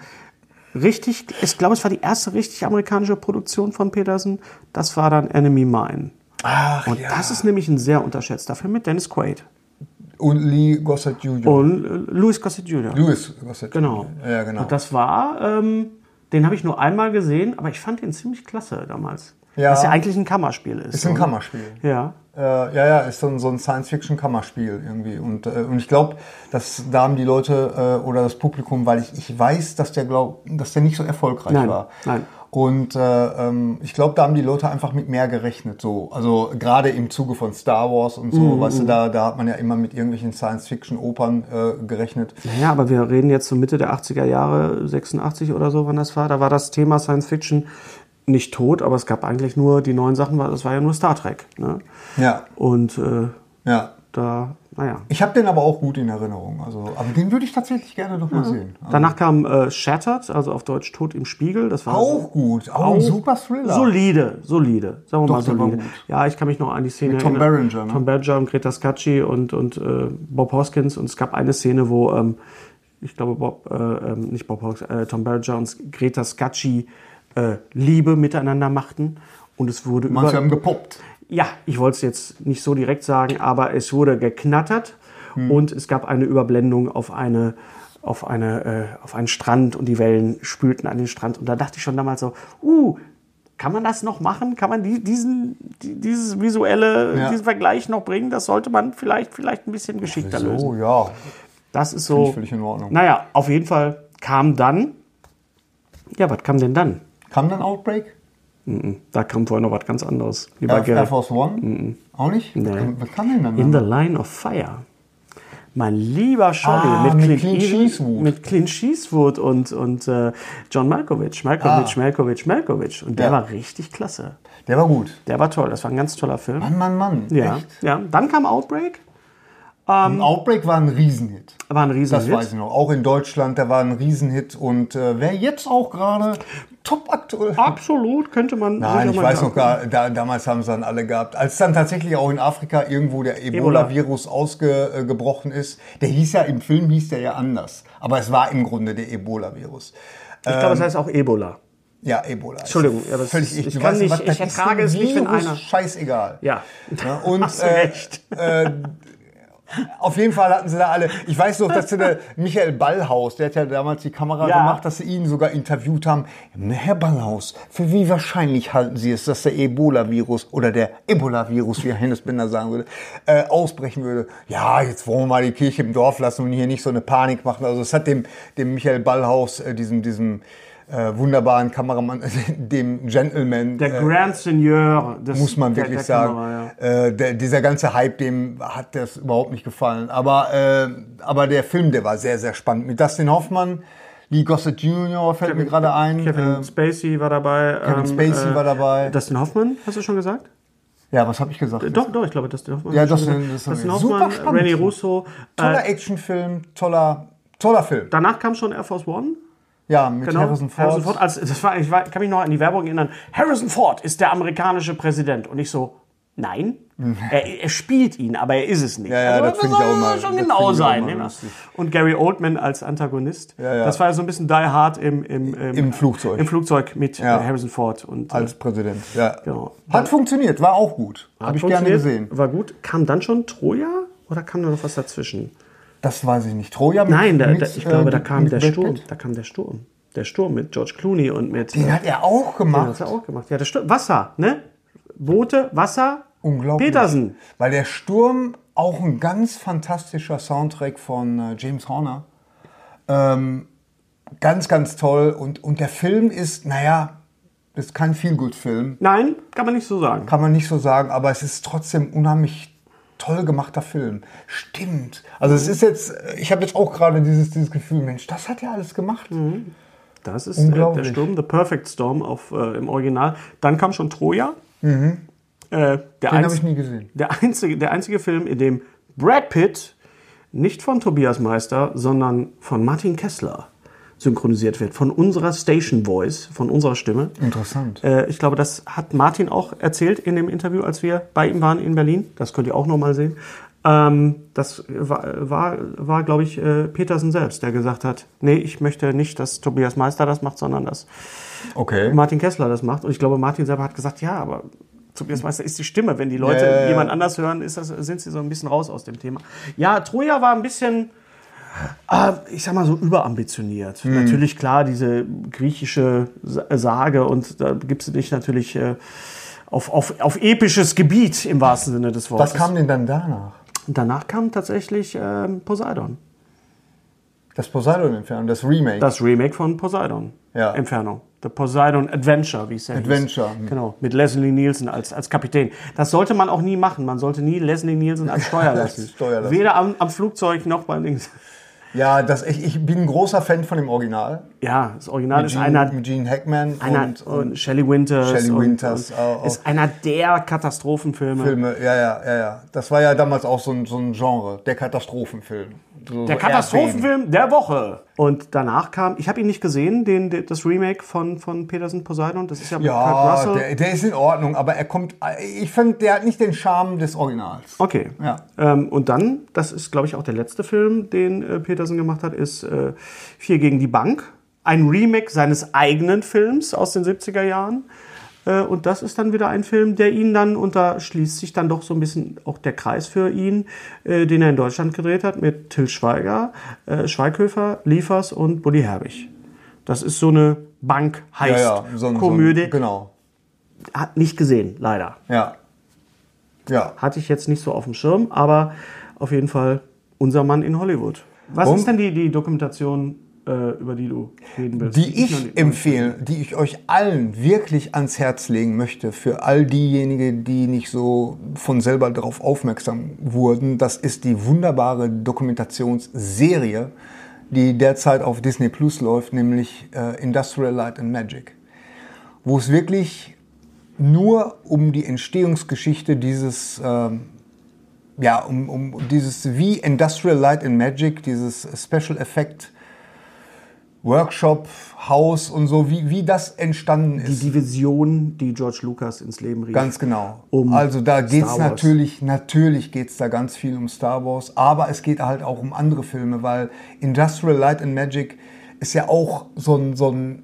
S3: richtig, ich glaube, es war die erste richtig amerikanische Produktion von Peterson, das war dann Enemy Mine.
S1: Ach
S3: Und das ist nämlich ein sehr unterschätzter Film mit Dennis Quaid
S1: Und Lee Gossett Jr.
S3: und äh, Louis Gossett Jr.
S1: Louis Gossett.
S3: Genau.
S1: Ja, genau.
S3: Und das war, ähm, den habe ich nur einmal gesehen, aber ich fand den ziemlich klasse damals.
S1: Ja.
S3: Was ja eigentlich ein Kammerspiel ist.
S1: Ist ein
S3: oder?
S1: Kammerspiel.
S3: Ja.
S1: Äh, ja, ja, ist so ein, so ein Science-Fiction-Kammerspiel irgendwie. Und, äh, und ich glaube, dass da haben die Leute äh, oder das Publikum, weil ich, ich weiß, dass der, glaub, dass der nicht so erfolgreich
S3: Nein,
S1: war.
S3: nein.
S1: Und äh, ähm, ich glaube, da haben die Leute einfach mit mehr gerechnet. So. Also gerade im Zuge von Star Wars und so,
S3: Mhm,
S1: weißt du, da, da hat man ja immer mit irgendwelchen Science-Fiction-Opern äh, gerechnet.
S3: Naja, aber wir reden jetzt so Mitte der 80er Jahre, 86 oder so, wann das war. Da war das Thema Science Fiction nicht tot, aber es gab eigentlich nur die neuen Sachen, weil das war ja nur Star Trek. Ne?
S1: Ja,
S3: Und äh,
S1: ja.
S3: da, naja.
S1: Ich habe den aber auch gut in Erinnerung. Also, aber den würde ich tatsächlich gerne noch mal sehen.
S3: Danach kam äh, Shattered, also auf Deutsch Tod im Spiegel. Das war
S1: Auch gut, auch, ein super Thriller.
S3: Solide, solide. Sagen wir
S1: Doch,
S3: mal
S1: der war
S3: solide.
S1: gut.
S3: Ja, ich kann mich noch an die Szene
S1: Mit Tom
S3: erinnern.
S1: Berenger, ne?
S3: Tom Berenger und Greta Scacchi und, und äh, Bob Hoskins. Und es gab eine Szene, wo, ähm, ich glaube, Bob, äh, ähm, nicht Bob Hoskins, äh, Tom Berenger und Greta Scacchi äh, Liebe miteinander machten. Und es wurde
S1: Manche
S3: über...
S1: haben gepoppt.
S3: Ja, ich wollte es jetzt nicht so direkt sagen, aber es wurde geknattert
S1: Hm.
S3: und es gab eine Überblendung auf eine auf eine äh, auf einen Strand und die Wellen spülten an den Strand und da dachte ich schon damals so, uh, kann man das noch machen? Kann man die, diesen die, dieses visuelle
S1: Ja.
S3: diesen Vergleich noch bringen? Das sollte man vielleicht vielleicht ein bisschen geschickter lösen.
S1: So, ja,
S3: Das ist so
S1: ich völlig in Ordnung.
S3: Naja, auf jeden Fall kam dann ja, was kam denn dann?
S1: Kam dann Outbreak?
S3: Da kam vorher noch was ganz anderes. Lieber
S1: Air,
S3: Gerrit.
S1: Air Force One? Auch nicht?
S3: Nee.
S1: Was kam denn dann?
S3: Mhm. In the Line of Fire. Mein lieber Scholli
S1: Ah,
S3: mit,
S1: mit
S3: Clint
S1: Clint
S3: Eastwood-
S1: Eastwood.
S3: mit Clint Eastwood und, und äh, John Malkovich. Malkovich, Malkovich, Malkovich. Und der
S1: Ah. Ja.
S3: war richtig klasse.
S1: Der war gut.
S3: Der war toll. Das war ein ganz toller Film.
S1: Mann, Mann, Mann.
S3: ja.
S1: Echt?
S3: ja. Dann kam Outbreak.
S1: Und Outbreak war ein Riesenhit.
S3: War ein riesen
S1: Das weiß ich noch. Auch in Deutschland, da war ein Riesenhit. Und äh, wer jetzt auch gerade top
S3: Ah,
S1: aktuell.
S3: Absolut, könnte man
S1: Nein,
S3: sicher
S1: ich
S3: mal
S1: weiß
S3: sagen.
S1: noch gar, da, damals haben sie dann alle gehabt. Als dann tatsächlich auch in Afrika irgendwo der Ebola-Virus ausgebrochen ist, der hieß ja, im Film hieß der ja anders. Aber es war im Grunde der Ebola-Virus.
S3: Ich glaube, es
S1: ähm,
S3: heißt auch Ebola.
S1: Ja, Ebola.
S3: Entschuldigung,
S1: Ist
S3: ja, aber es-
S1: völlig
S3: ich
S1: ich
S3: kann
S1: weiß
S3: nicht-
S1: was,
S3: ich
S1: das ist
S3: ertrage
S1: dem
S3: es nicht, wenn
S1: Virus
S3: einer-
S1: Scheißegal.
S3: Ja.
S1: Ne? Und
S3: Hast du
S1: äh,
S3: recht.
S1: Äh, auf jeden Fall hatten sie da alle. Ich weiß noch, dass sie der Michael Ballhaus, der hat ja damals die Kamera
S3: Ja.
S1: gemacht, dass sie ihn sogar interviewt haben. Herr Ballhaus, für wie wahrscheinlich halten Sie es, dass der Ebola-Virus oder der Ebola-Virus, wie Herr Hennes Binder sagen würde, äh, ausbrechen würde? Ja, jetzt wollen wir mal die Kirche im Dorf lassen und hier nicht so eine Panik machen. Also es hat dem, dem Michael Ballhaus, äh, diesem, diesem äh, wunderbaren Kameramann, dem Gentleman,
S3: Der Grand Seigneur. Des,
S1: äh, muss man
S3: der-
S1: wirklich
S3: der
S1: sagen.
S3: Kamera, ja.
S1: äh, der, dieser ganze Hype, dem hat das überhaupt nicht gefallen. Aber, äh, aber der Film, der war sehr, sehr spannend. Mit Dustin Hoffmann, Lee Gossett Jr. fällt mir gerade ein.
S3: Kevin
S1: äh,
S3: Spacey war dabei. ähm, äh,
S1: Kevin Spacey war dabei.
S3: Dustin Hoffmann, hast du schon gesagt?
S1: ja, was habe ich gesagt?
S3: Äh, Doch, doch, ich glaube, das Hoffmann.
S1: Ja,
S3: hat schon
S1: Dustin-
S3: gesagt.
S1: das haben
S3: Dustin
S1: wir. Super
S3: Hoffmann,
S1: spannend.
S3: René Russo. Äh,
S1: Toller Actionfilm, toller, toller Film.
S3: danach kam schon Air Force One.
S1: Ja, mit
S3: genau.
S1: Harrison Ford.
S3: als, das war, ich war, kann mich noch an die Werbung erinnern. Harrison Ford ist der amerikanische Präsident. Und ich so, Nein, er, er spielt ihn, aber er ist es nicht. Also,
S1: Ja, ja, das finde ich
S3: soll
S1: auch mal-
S3: schon
S1: das finde
S3: genau
S1: ich auch
S3: sein.
S1: mal
S3: ne?
S1: lustig.
S3: Und Gary Oldman als Antagonist. Das war ja so ein bisschen Die Hard im, im,
S1: Im Flugzeug.
S3: Im Flugzeug mit
S1: Ja.
S3: äh, Harrison Ford. Und, äh,
S1: als Präsident. Ja.
S3: Genau.
S1: Hat funktioniert, war auch gut. Habe
S3: hat
S1: ich gerne
S3: funktioniert,
S1: gesehen.
S3: War gut. Kam dann schon Troja oder kam da noch was dazwischen?
S1: Das weiß ich nicht. Troja mit,
S3: Nein, da,
S1: mit,
S3: da, ich glaube,
S1: äh,
S3: da kam
S1: mit
S3: der
S1: Brad
S3: Sturm.
S1: Pitt.
S3: Da kam der Sturm. Der Sturm mit George Clooney und mit.
S1: Den
S3: äh,
S1: hat er auch
S3: den
S1: gemacht.
S3: hat er auch gemacht. Ja, der Sturm. Wasser, ne? Boote, Wasser.
S1: Unglaublich.
S3: Petersen.
S1: Weil der Sturm auch ein ganz fantastischer Soundtrack von äh, James Horner. Ähm, ganz, ganz toll. Und, und der Film ist, naja, das ist kein Feel-Good-Film.
S3: Nein, kann man nicht so sagen.
S1: Kann man nicht so sagen, aber es ist trotzdem unheimlich toll gemachter Film. Stimmt. Also es ist jetzt, ich habe jetzt auch gerade dieses, dieses Gefühl, Mensch, das hat er alles gemacht.
S3: Mhm. Das ist äh, der
S1: Unglaublich.
S3: Sturm, The Perfect Storm auf, äh, im Original. Dann kam schon Troja. Äh, der
S1: Mhm. Den
S3: einz-
S1: habe ich nie gesehen.
S3: Der einzige, der einzige Film, in dem Brad Pitt nicht von Tobias Meister, sondern von Martin Kessler synchronisiert wird. Von unserer Station Voice, von unserer Stimme.
S1: Interessant.
S3: Äh, ich glaube, das hat Martin auch erzählt in dem Interview, als wir bei ihm waren in Berlin. Das könnt ihr auch nochmal sehen. Ähm, das war, war, war glaube ich, äh, Petersen selbst, der gesagt hat, nee, ich möchte nicht, dass Tobias Meister das macht, sondern dass
S1: Okay.
S3: Martin Kessler das macht. Und ich glaube, Martin selber hat gesagt, ja, aber Tobias Meister ist die Stimme. Wenn die Leute
S1: Ja, ja, ja.
S3: jemand anders hören, ist das, sind sie so ein bisschen raus aus dem Thema. Ja, Troja war ein bisschen, äh, ich sag mal so, überambitioniert.
S1: Hm.
S3: Natürlich, klar, diese griechische Sa- Sage und da gibst du dich natürlich äh, auf, auf, auf episches Gebiet im wahrsten Sinne des Wortes.
S1: Was kam denn dann danach?
S3: Und danach kam tatsächlich ähm, Poseidon.
S1: Das Poseidon-Entfernung, das Remake.
S3: Das Remake von Poseidon.
S1: Ja.
S3: Entfernung. The Poseidon Adventure, wie es ja
S1: Adventure,
S3: Hieß.
S1: hm.
S3: Genau, mit Leslie Nielsen als, als Kapitän. Das sollte man auch nie machen. Man sollte nie Leslie Nielsen als Steuer lassen.
S1: Als Steuer lassen.
S3: Weder am, am Flugzeug noch beim Dings.
S1: ja, das, ich, ich bin ein großer Fan von dem Original.
S3: Ja, das Original ist
S1: Gene-
S3: einer,
S1: mit Gene Hackman
S3: einer
S1: und,
S3: und,
S1: und
S3: Shelley Winters.
S1: Shelley
S3: und-
S1: Winters, oh,
S3: Und,
S1: auch- auch.
S3: Ist einer der Katastrophenfilme.
S1: Filme. Ja, ja, ja, ja. Das war ja damals auch so ein, so ein Genre, der Katastrophenfilm. So-
S3: Der
S1: so
S3: Katastrophenfilm der Woche. Und danach kam, ich habe ihn nicht gesehen, den, den, das Remake von, von Peterson Poseidon. Das ist ja mit Kurt
S1: Ja,
S3: Russell.
S1: der, der ist in Ordnung, aber er kommt. Ich finde, der hat nicht den Charme des Originals.
S3: Okay.
S1: Ja.
S3: Ähm, und dann, das ist, glaube ich, auch der letzte Film, den äh, Petersen gemacht hat, ist äh, Vier gegen die Bank. Ein Remake seines eigenen Films aus den 70er Jahren. Äh, und das ist dann wieder ein Film, der ihn dann, und da schließt sich dann doch so ein bisschen auch der Kreis für ihn, äh, den er in Deutschland gedreht hat mit Till Schweiger, äh, Schweighöfer, Liefers und Bully Herbig. Das ist so
S1: Ja, ja, so
S3: eine
S1: ein- so ein-
S3: Bank-Heist-Komödie.
S1: Genau.
S3: Hat nicht gesehen, leider.
S1: Ja. Ja.
S3: Hatte ich jetzt nicht so auf dem Schirm, aber auf jeden Fall unser Mann in Hollywood. Was
S1: Und-
S3: ist denn die, die Dokumentation, äh, über die du reden willst?
S1: die
S3: noch nicht-
S1: ich empfehle, die ich euch allen wirklich ans Herz legen möchte, für all diejenigen, die nicht so von selber darauf aufmerksam wurden, das ist die wunderbare Dokumentationsserie, die derzeit auf Disney Plus läuft, nämlich äh, Industrial Light and Magic, wo es wirklich nur um die Entstehungsgeschichte dieses ähm, ja, um, um dieses wie Industrial Light and Magic, dieses Special Effect Workshop, Haus und so, wie, wie das entstanden
S3: die
S1: ist.
S3: Division, die George Lucas ins Leben rief.
S1: ganz genau.
S3: Um
S1: also da geht's
S3: Star Wars.
S1: natürlich, natürlich geht's da ganz viel um Star Wars, aber es geht halt auch um andere Filme, weil Industrial Light and Magic ist ja auch so ein, so ein,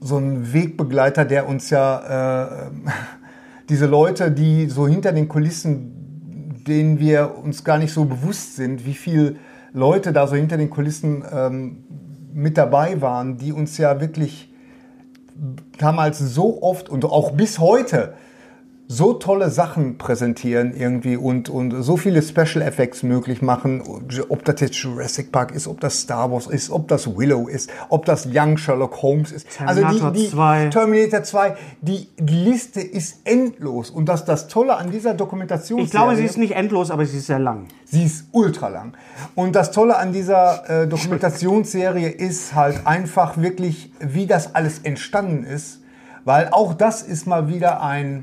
S1: so ein Wegbegleiter, der uns ja äh, diese Leute, die so hinter den Kulissen denen wir uns gar nicht so bewusst sind, wie viel Leute da so hinter den Kulissen ähm, mit dabei waren, die uns ja wirklich damals so oft und auch bis heute so tolle Sachen präsentieren irgendwie und, und so viele Special Effects möglich machen, ob das jetzt Jurassic Park ist, ob das Star Wars ist, ob das Willow ist, ob das Young Sherlock Holmes ist. Also
S3: Terminator
S1: die, die
S3: 2.
S1: Terminator 2, die, die Liste ist endlos und das das Tolle an dieser Dokumentation
S3: Ich glaube, sie ist nicht endlos, aber sie ist sehr lang.
S1: Sie ist ultra lang. Und das Tolle an dieser äh, Dokumentationsserie ist halt einfach wirklich, wie das alles entstanden ist. Weil auch das ist mal wieder ein,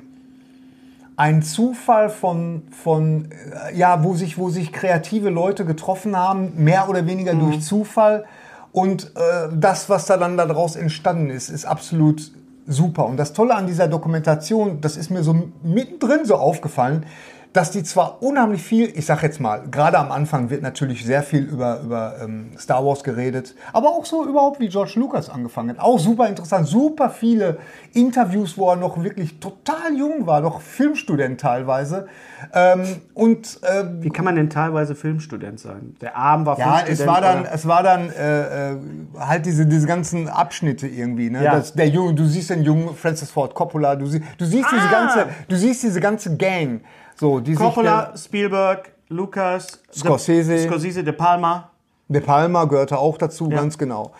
S1: ein Zufall von, von äh, ja, wo sich, wo sich kreative Leute getroffen haben, mehr oder weniger durch Zufall. Und äh, das, was da dann daraus entstanden ist, ist absolut super. Und das Tolle an dieser Dokumentation, das ist mir so mittendrin so aufgefallen, dass die zwar unheimlich viel, ich sag jetzt mal, gerade am Anfang wird natürlich sehr viel über, über ähm, Star Wars geredet, aber auch so überhaupt wie George Lucas angefangen hat. Auch super interessant, super viele Interviews, wo er noch wirklich total jung war, noch Filmstudent teilweise. Ähm, und ähm,
S3: Wie kann man denn teilweise Filmstudent sein? Der Arm war
S1: ja,
S3: Filmstudent.
S1: es war dann,
S3: oder-
S1: es war dann äh, äh, halt diese, diese ganzen Abschnitte irgendwie. Ne?
S3: Ja.
S1: Das, der Junge, du siehst den jungen Francis Ford Coppola, du, sie, du siehst
S3: Ah!
S1: diese ganze, du siehst diese ganze Gang. So, die Sich,
S3: Coppola, Spielberg, Lucas,
S1: Scorsese.
S3: De, Scorsese, De Palma.
S1: De Palma gehörte auch dazu, ganz genau.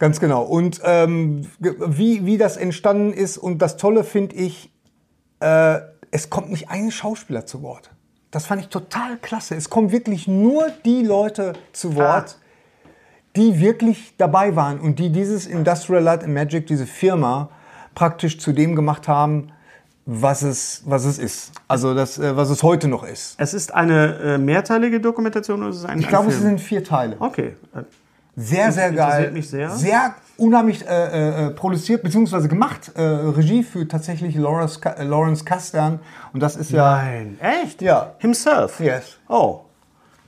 S1: Ganz genau. Und ähm, ge- wie, wie das entstanden ist und das Tolle finde ich, äh, es kommt nicht ein Schauspieler zu Wort. Das fand ich total klasse. Es kommen wirklich nur die Leute zu
S3: Ah.
S1: Wort, die wirklich dabei waren und die dieses Industrial Light and Magic, diese Firma, praktisch zu dem gemacht haben, was es, was es ist. Also das, äh, was es heute noch ist.
S3: Es ist eine äh, mehrteilige Dokumentation oder ist es ein
S1: Ich glaube,
S3: ein
S1: es
S3: Film?
S1: sind vier Teile.
S3: Okay. Äh,
S1: Sehr, sehr geil.
S3: interessiert mich sehr.
S1: unheimlich äh, äh, produziert bzw. gemacht. Äh, Regie für tatsächlich Lawrence, Ka- äh, Lawrence Kasdan. Und das ist ja.
S3: Nein. Echt?
S1: Ja.
S3: Himself?
S1: Yes.
S3: Oh.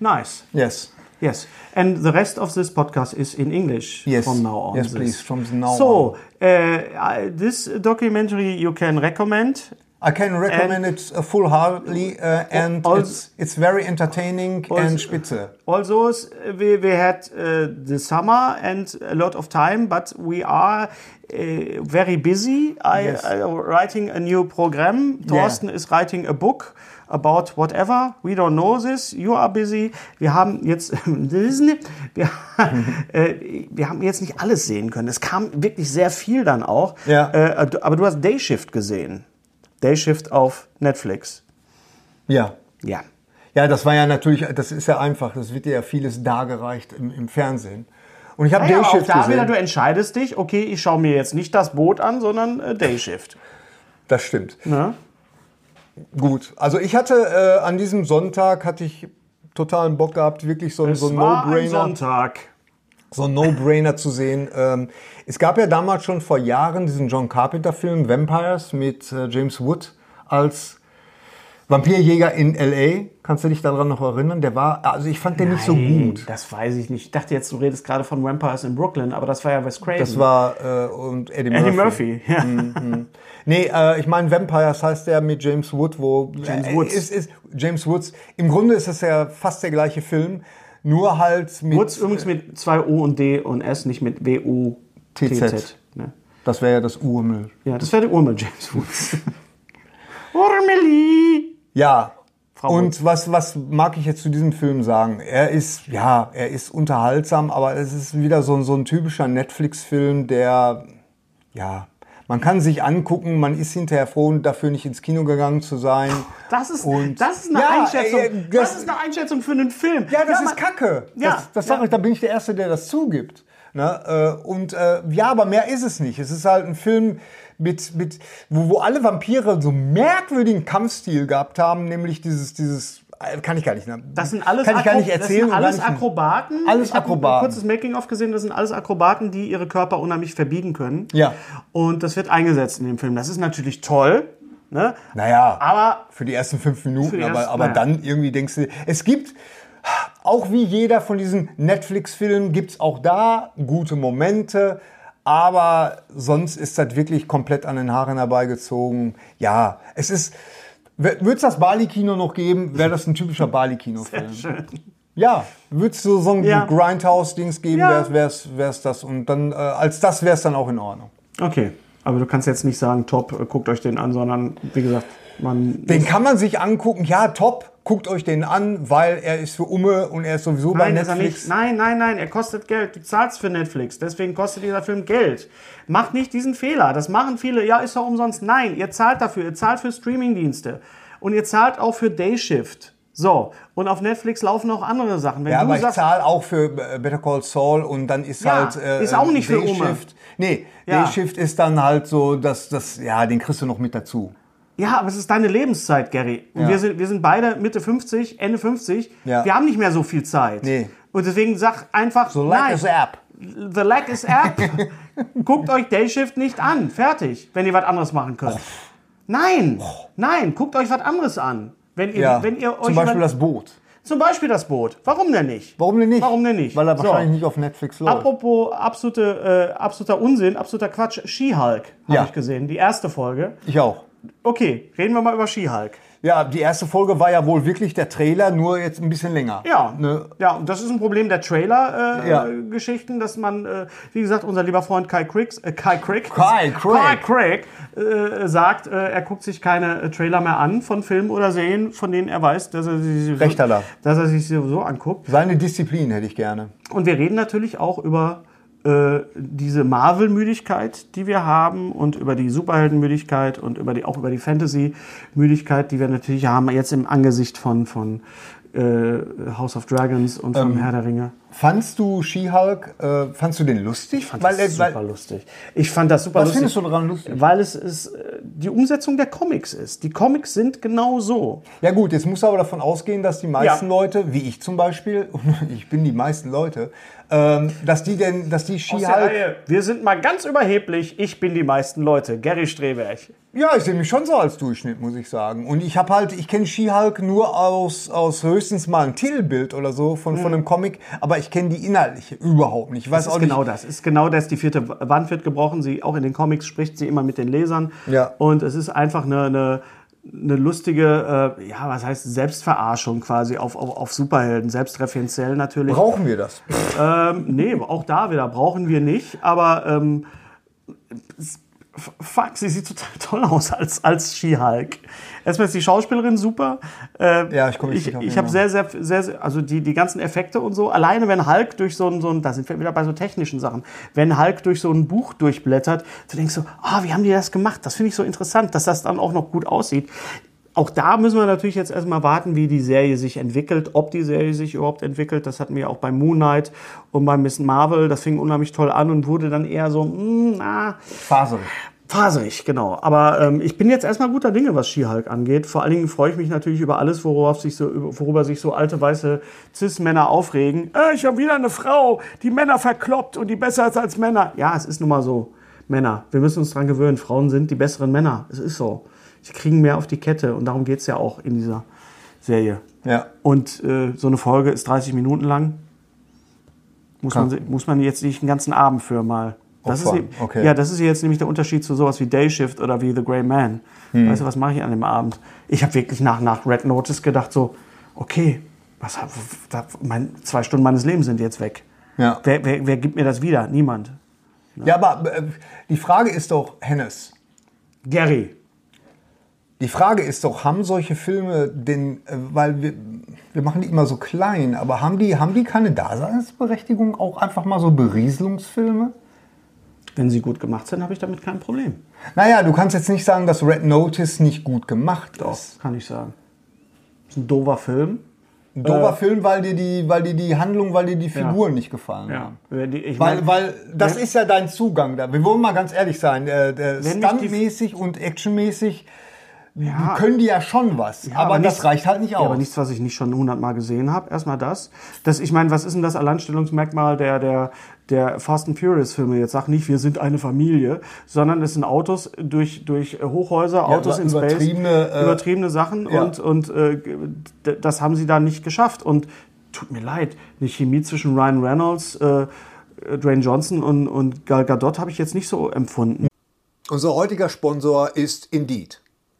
S3: Nice.
S1: Yes.
S3: Yes. And the rest of this podcast is in English
S1: Yes.
S3: from now on.
S1: Yes,
S3: this.
S1: please, from now
S3: so, uh, I- this documentary you can recommend.
S1: I can recommend it uh, full heartedly uh, and
S3: Also-
S1: it's, it's very entertaining
S3: Also-
S1: and spitze.
S3: Also, s- we, we had uh, the summer and a lot of time, but we are uh, very busy. I,
S1: Yes.
S3: I writing a new program. Thorsten is writing a book about whatever. We don't know this. You are busy. Wir haben jetzt Disney. Wir, äh, wir haben jetzt nicht alles sehen können. Es kam wirklich sehr viel dann auch.
S1: Ja.
S3: Äh, du- aber du hast Day Shift gesehen. Day Shift auf Netflix.
S1: Ja.
S3: Ja.
S1: Ja, das war ja natürlich, das ist ja einfach. Das wird dir ja vieles dargereicht im, im Fernsehen. Und ich habe
S3: Naja,
S1: Day
S3: Ah aber auch
S1: Shift
S3: da
S1: gesehen.
S3: wieder, du entscheidest dich, okay, ich schaue mir jetzt nicht das Boot an, sondern äh, Dayshift.
S1: das stimmt.
S3: Ne?
S1: Gut, also ich hatte äh, an diesem Sonntag hatte ich totalen Bock gehabt, wirklich so, ein-
S3: Es
S1: so ein
S3: war ein
S1: No-Brainer,
S3: Sonntag.
S1: so ein No-Brainer zu sehen. Ähm, es gab ja damals schon vor Jahren diesen John Carpenter-Film Vampires mit äh, James Wood als Vampirjäger in L.A. Kannst du dich daran noch erinnern? Der war, also ich fand den nicht so gut.
S3: Das weiß ich nicht. Ich dachte jetzt, du redest gerade von Vampires in Brooklyn, aber das war ja Wes Craven.
S1: Das war äh, und Eddie Murphy. Mhm.
S3: Eddie Murphy. Ja.
S1: Nee, äh, ich meine Vampires heißt der mit James Wood, wo
S3: James
S1: äh,
S3: Woods.
S1: Ist, ist, James Woods. Im Grunde ist das ja fast der gleiche Film, nur halt mit
S3: Woods übrigens mit zwei O und D und S, nicht mit W, O, T,
S1: TZ.
S3: Z. Ne?
S1: Das wäre ja das Urmel.
S3: Ja, das wäre der Urmel James Woods. Urmeli!
S1: Ja.
S3: Frau
S1: und was, was mag ich jetzt zu diesem Film sagen? Er ist, ja, er ist unterhaltsam, aber es ist wieder so, ein- so ein typischer Netflix-Film, der, ja, man kann sich angucken, man ist hinterher froh, dafür nicht ins Kino gegangen zu sein.
S3: Das ist,
S1: Und-
S3: das ist eine
S1: Ja,
S3: Einschätzung.
S1: äh,
S3: das,
S1: das-
S3: ist eine Einschätzung für einen Film.
S1: Ja, das
S3: man-
S1: ist Kacke.
S3: Ja,
S1: das das
S3: ja.
S1: sag ich, da bin ich der Erste, der das zugibt. Ne? Äh, Und äh, ja, aber mehr ist es nicht. Es ist halt ein Film, mit, mit, wo, wo alle Vampire so einen merkwürdigen Kampfstil gehabt haben, nämlich dieses, dieses äh, kann ich gar nicht. Ne?
S3: Das sind alles,
S1: kann ich gar
S3: Akro-
S1: nicht erzählen. und
S3: das sind alles
S1: gar nicht,
S3: Akrobaten.
S1: Alles
S3: ich hab Ein
S1: Akrobaten.
S3: kurzes Making-of gesehen, das sind alles Akrobaten, die ihre Körper unheimlich verbiegen können.
S1: Ja.
S3: Und das wird eingesetzt in dem Film. Das ist natürlich toll. Ne?
S1: Naja,
S3: Aber-
S1: für die ersten fünf Minuten,
S3: Für die
S1: aber,
S3: ersten-
S1: aber
S3: naja.
S1: dann irgendwie denkst du, es gibt, auch wie jeder von diesen Netflix-Filmen, gibt es auch da gute Momente, aber sonst ist das wirklich komplett an den Haaren herbeigezogen. Ja, es ist, würde es das Bali-Kino noch geben, wäre das ein typischer Bali-Kino-Film.
S3: Schön.
S1: Ja, würde es so, so ein
S3: Ja.
S1: Grindhouse-Dings geben,
S3: Ja.
S1: wäre es wär's das. Und dann, äh, als das wäre es dann auch in Ordnung.
S3: Okay. Aber du kannst jetzt nicht sagen, top, äh, guckt euch den an, sondern wie gesagt, man.
S1: Den kann man sich angucken. Ja, top. Guckt euch den an, weil er ist für Umme und er ist sowieso bei
S3: Nein, ist er
S1: Netflix.
S3: nicht. Nein, nein, nein, er kostet Geld. Du zahlst für Netflix. Deswegen kostet dieser Film Geld. Macht nicht diesen Fehler. Das machen viele. Ja, ist doch umsonst. Nein, ihr zahlt dafür. Ihr zahlt für Streamingdienste. Und ihr zahlt auch für Dayshift. So. Und auf Netflix laufen auch andere Sachen. Wenn
S1: ja,
S3: du
S1: aber ich
S3: sagst,
S1: zahle auch für äh, Better Call Saul und dann ist
S3: Ja,
S1: halt äh,
S3: ist auch nicht für
S1: Day
S3: Umme.
S1: Shift. Nee,
S3: Ja.
S1: Day Shift ist dann halt so, dass das ja, den kriegst du noch mit dazu.
S3: ja, aber es ist deine Lebenszeit, Gary. Und
S1: Ja.
S3: wir, sind, wir sind beide Mitte 50, Ende 50.
S1: Ja.
S3: Wir haben nicht mehr so viel Zeit.
S1: Nee.
S3: Und deswegen sag einfach,
S1: So like
S3: nein,
S1: this app.
S3: the lag is app. Guckt euch Dayshift nicht an. Fertig. Wenn ihr was anderes machen könnt. Nein, nein, guckt euch was anderes an. Wenn ihr,
S1: Ja,
S3: wenn ihr euch
S1: zum Beispiel
S3: über-
S1: das Boot.
S3: zum Beispiel das Boot. Warum denn nicht?
S1: Warum denn nicht?
S3: Warum denn nicht?
S1: Weil er
S3: So.
S1: wahrscheinlich nicht auf Netflix läuft.
S3: Apropos absolute, äh, absoluter Unsinn, absoluter Quatsch. She-Hulk habe
S1: Ja.
S3: ich gesehen, die erste Folge.
S1: ich auch.
S3: Okay, reden wir mal über She-Hulk.
S1: Ja, die erste Folge war ja wohl wirklich der Trailer, nur jetzt ein bisschen länger.
S3: Ja,
S1: Ne?
S3: ja, und das ist ein Problem der
S1: Ja.
S3: Trailer-Geschichten, dass man, äh, wie gesagt, unser lieber Freund Kai Cricks, äh, Kai Crick,
S1: Kai Crick.
S3: Kai Crick äh, sagt, äh, er guckt sich keine äh, Trailer mehr an von Filmen oder Serien, von denen er weiß, dass er sie sowieso-
S1: Recht hat er.
S3: dass er sich sowieso anguckt.
S1: Seine Disziplin hätte ich gerne.
S3: Und wir reden natürlich auch über äh, diese Marvel-Müdigkeit, die wir haben und über die Superhelden-Müdigkeit und über die, auch über die Fantasy-Müdigkeit, die wir natürlich haben, jetzt im Angesicht von, von äh, House of Dragons und
S1: Ähm,
S3: von Herr der Ringe.
S1: Fandst du She-Hulk, äh, fandst du den lustig?
S3: Ich fand das super lustig. Ich fand das super
S1: was
S3: lustig.
S1: findest du daran lustig?
S3: Weil es ist, äh, die Umsetzung der Comics ist. Die Comics sind genau so.
S1: Ja gut, jetzt muss aber davon ausgehen, dass die meisten
S3: Ja.
S1: Leute, wie ich zum Beispiel, ich bin die meisten Leute, ähm, dass die denn, dass die She-Hulk...
S3: Wir sind mal ganz überheblich. Ich bin die meisten Leute. Gary Streberg.
S1: Ja, ich sehe mich schon so als Durchschnitt, muss ich sagen. Und ich habe halt, ich kenne She-Hulk nur aus, aus höchstens mal ein Titelbild oder so von, von einem Comic, aber ich kenne die inhaltliche überhaupt nicht. Ich weiß
S3: Das
S1: auch
S3: ist
S1: nicht,
S3: genau das. Ist genau das. Die vierte Wand wird gebrochen. Sie auch in den Comics spricht sie immer mit den Lesern.
S1: Ja.
S3: Und es ist einfach eine, eine, eine lustige, äh, ja, was heißt Selbstverarschung quasi auf, auf, auf Superhelden, selbstreferenziell natürlich.
S1: brauchen wir das?
S3: ähm, nee, auch da wieder brauchen wir nicht. Aber ähm, s- f- fuck, sie sieht total toll aus als als She-Hulk. Erstmal ist die Schauspielerin super. Äh,
S1: Ja, ich komme
S3: ich,
S1: nicht auf den
S3: ich habe
S1: Namen.
S3: sehr, sehr, sehr, sehr, also die, die ganzen Effekte und so. Alleine, wenn Hulk durch so ein, so ein, da sind wir wieder bei so technischen Sachen, wenn Hulk durch so ein Buch durchblättert, du denkst so, ah, wie haben die das gemacht? Das finde ich so interessant, dass das dann auch noch gut aussieht. Auch da müssen wir natürlich jetzt erstmal warten, wie die Serie sich entwickelt, ob die Serie sich überhaupt entwickelt. Das hatten wir auch bei Moon Knight und bei Miss Marvel. Das fing unheimlich toll an und wurde dann eher so, mm, na,
S1: Faserig.
S3: Faserig, genau. Aber ähm, ich bin jetzt erstmal guter Dinge, was She-Hulk angeht. Vor allen Dingen freue ich mich natürlich über alles, worauf sich so, über- worüber sich so alte weiße Cis-Männer aufregen. Äh, ich habe wieder eine Frau, die Männer verkloppt und die besser ist als Männer. Ja, es ist nun mal so. Männer, wir müssen uns dran gewöhnen. Frauen sind die besseren Männer. Es ist so. Sie kriegen mehr auf die Kette und darum geht's ja auch in dieser Serie.
S1: Ja.
S3: Und äh, so eine Folge ist 30 Minuten lang. Muss man, si- muss man jetzt nicht den ganzen Abend für mal. Das ist,
S1: Opfern,
S3: eben-
S1: Oh, okay.
S3: Ja, das ist jetzt nämlich der Unterschied zu sowas wie Day Shift oder wie The Grey Man.
S1: Hm.
S3: Weißt du, was mache ich an dem Abend? Ich habe wirklich nach, nach Red Notice gedacht, so, okay, was, hab- da, mein, zwei Stunden meines Lebens sind jetzt weg.
S1: Ja.
S3: Wer, wer, wer gibt mir das wieder? Niemand.
S1: Ja, aber äh, die Frage ist doch, Hennes,
S3: Gary.
S1: die Frage ist doch, haben solche Filme denn, äh, weil wir, wir machen die immer so klein, aber haben die, haben die keine Daseinsberechtigung, auch einfach mal so Berieselungsfilme?
S3: Wenn sie gut gemacht sind, habe ich damit kein Problem.
S1: Naja, du kannst jetzt nicht sagen, dass Red Notice nicht gut gemacht ist.
S3: Kann ich sagen. Ist ein doofer Film.
S1: Ein
S3: äh,
S1: Dober Film, weil dir, die, weil dir die Handlung, weil dir die Figuren nicht gefallen haben.
S3: Wenn die- Ich
S1: Weil,
S3: mein-
S1: weil das
S3: wenn-
S1: ist ja dein Zugang da. Wir wollen mal ganz ehrlich sein. Äh, äh,
S3: Wenn mich die-
S1: Stuntmäßig und actionmäßig
S3: Ja.
S1: können die ja schon was. aber,
S3: aber
S1: das
S3: nichts-
S1: reicht halt nicht
S3: Ja,
S1: aus.
S3: aber nichts, was ich nicht schon hundertmal gesehen habe. Erstmal das. das ich meine, was ist denn das Alleinstellungsmerkmal der, der, der Fast and Furious Filme? Jetzt sag nicht, wir sind eine Familie, sondern es sind Autos durch, durch Hochhäuser, Autos
S1: über-
S3: in Space.
S1: übertriebene, äh,
S3: übertriebene Sachen
S1: ja.
S3: und, und äh, d- das haben sie da nicht geschafft. Und tut mir leid, eine Chemie zwischen Ryan Reynolds, äh, Dwayne Johnson und, und Gal Gadot habe ich jetzt nicht so empfunden.
S5: Unser heutiger Sponsor ist Indeed.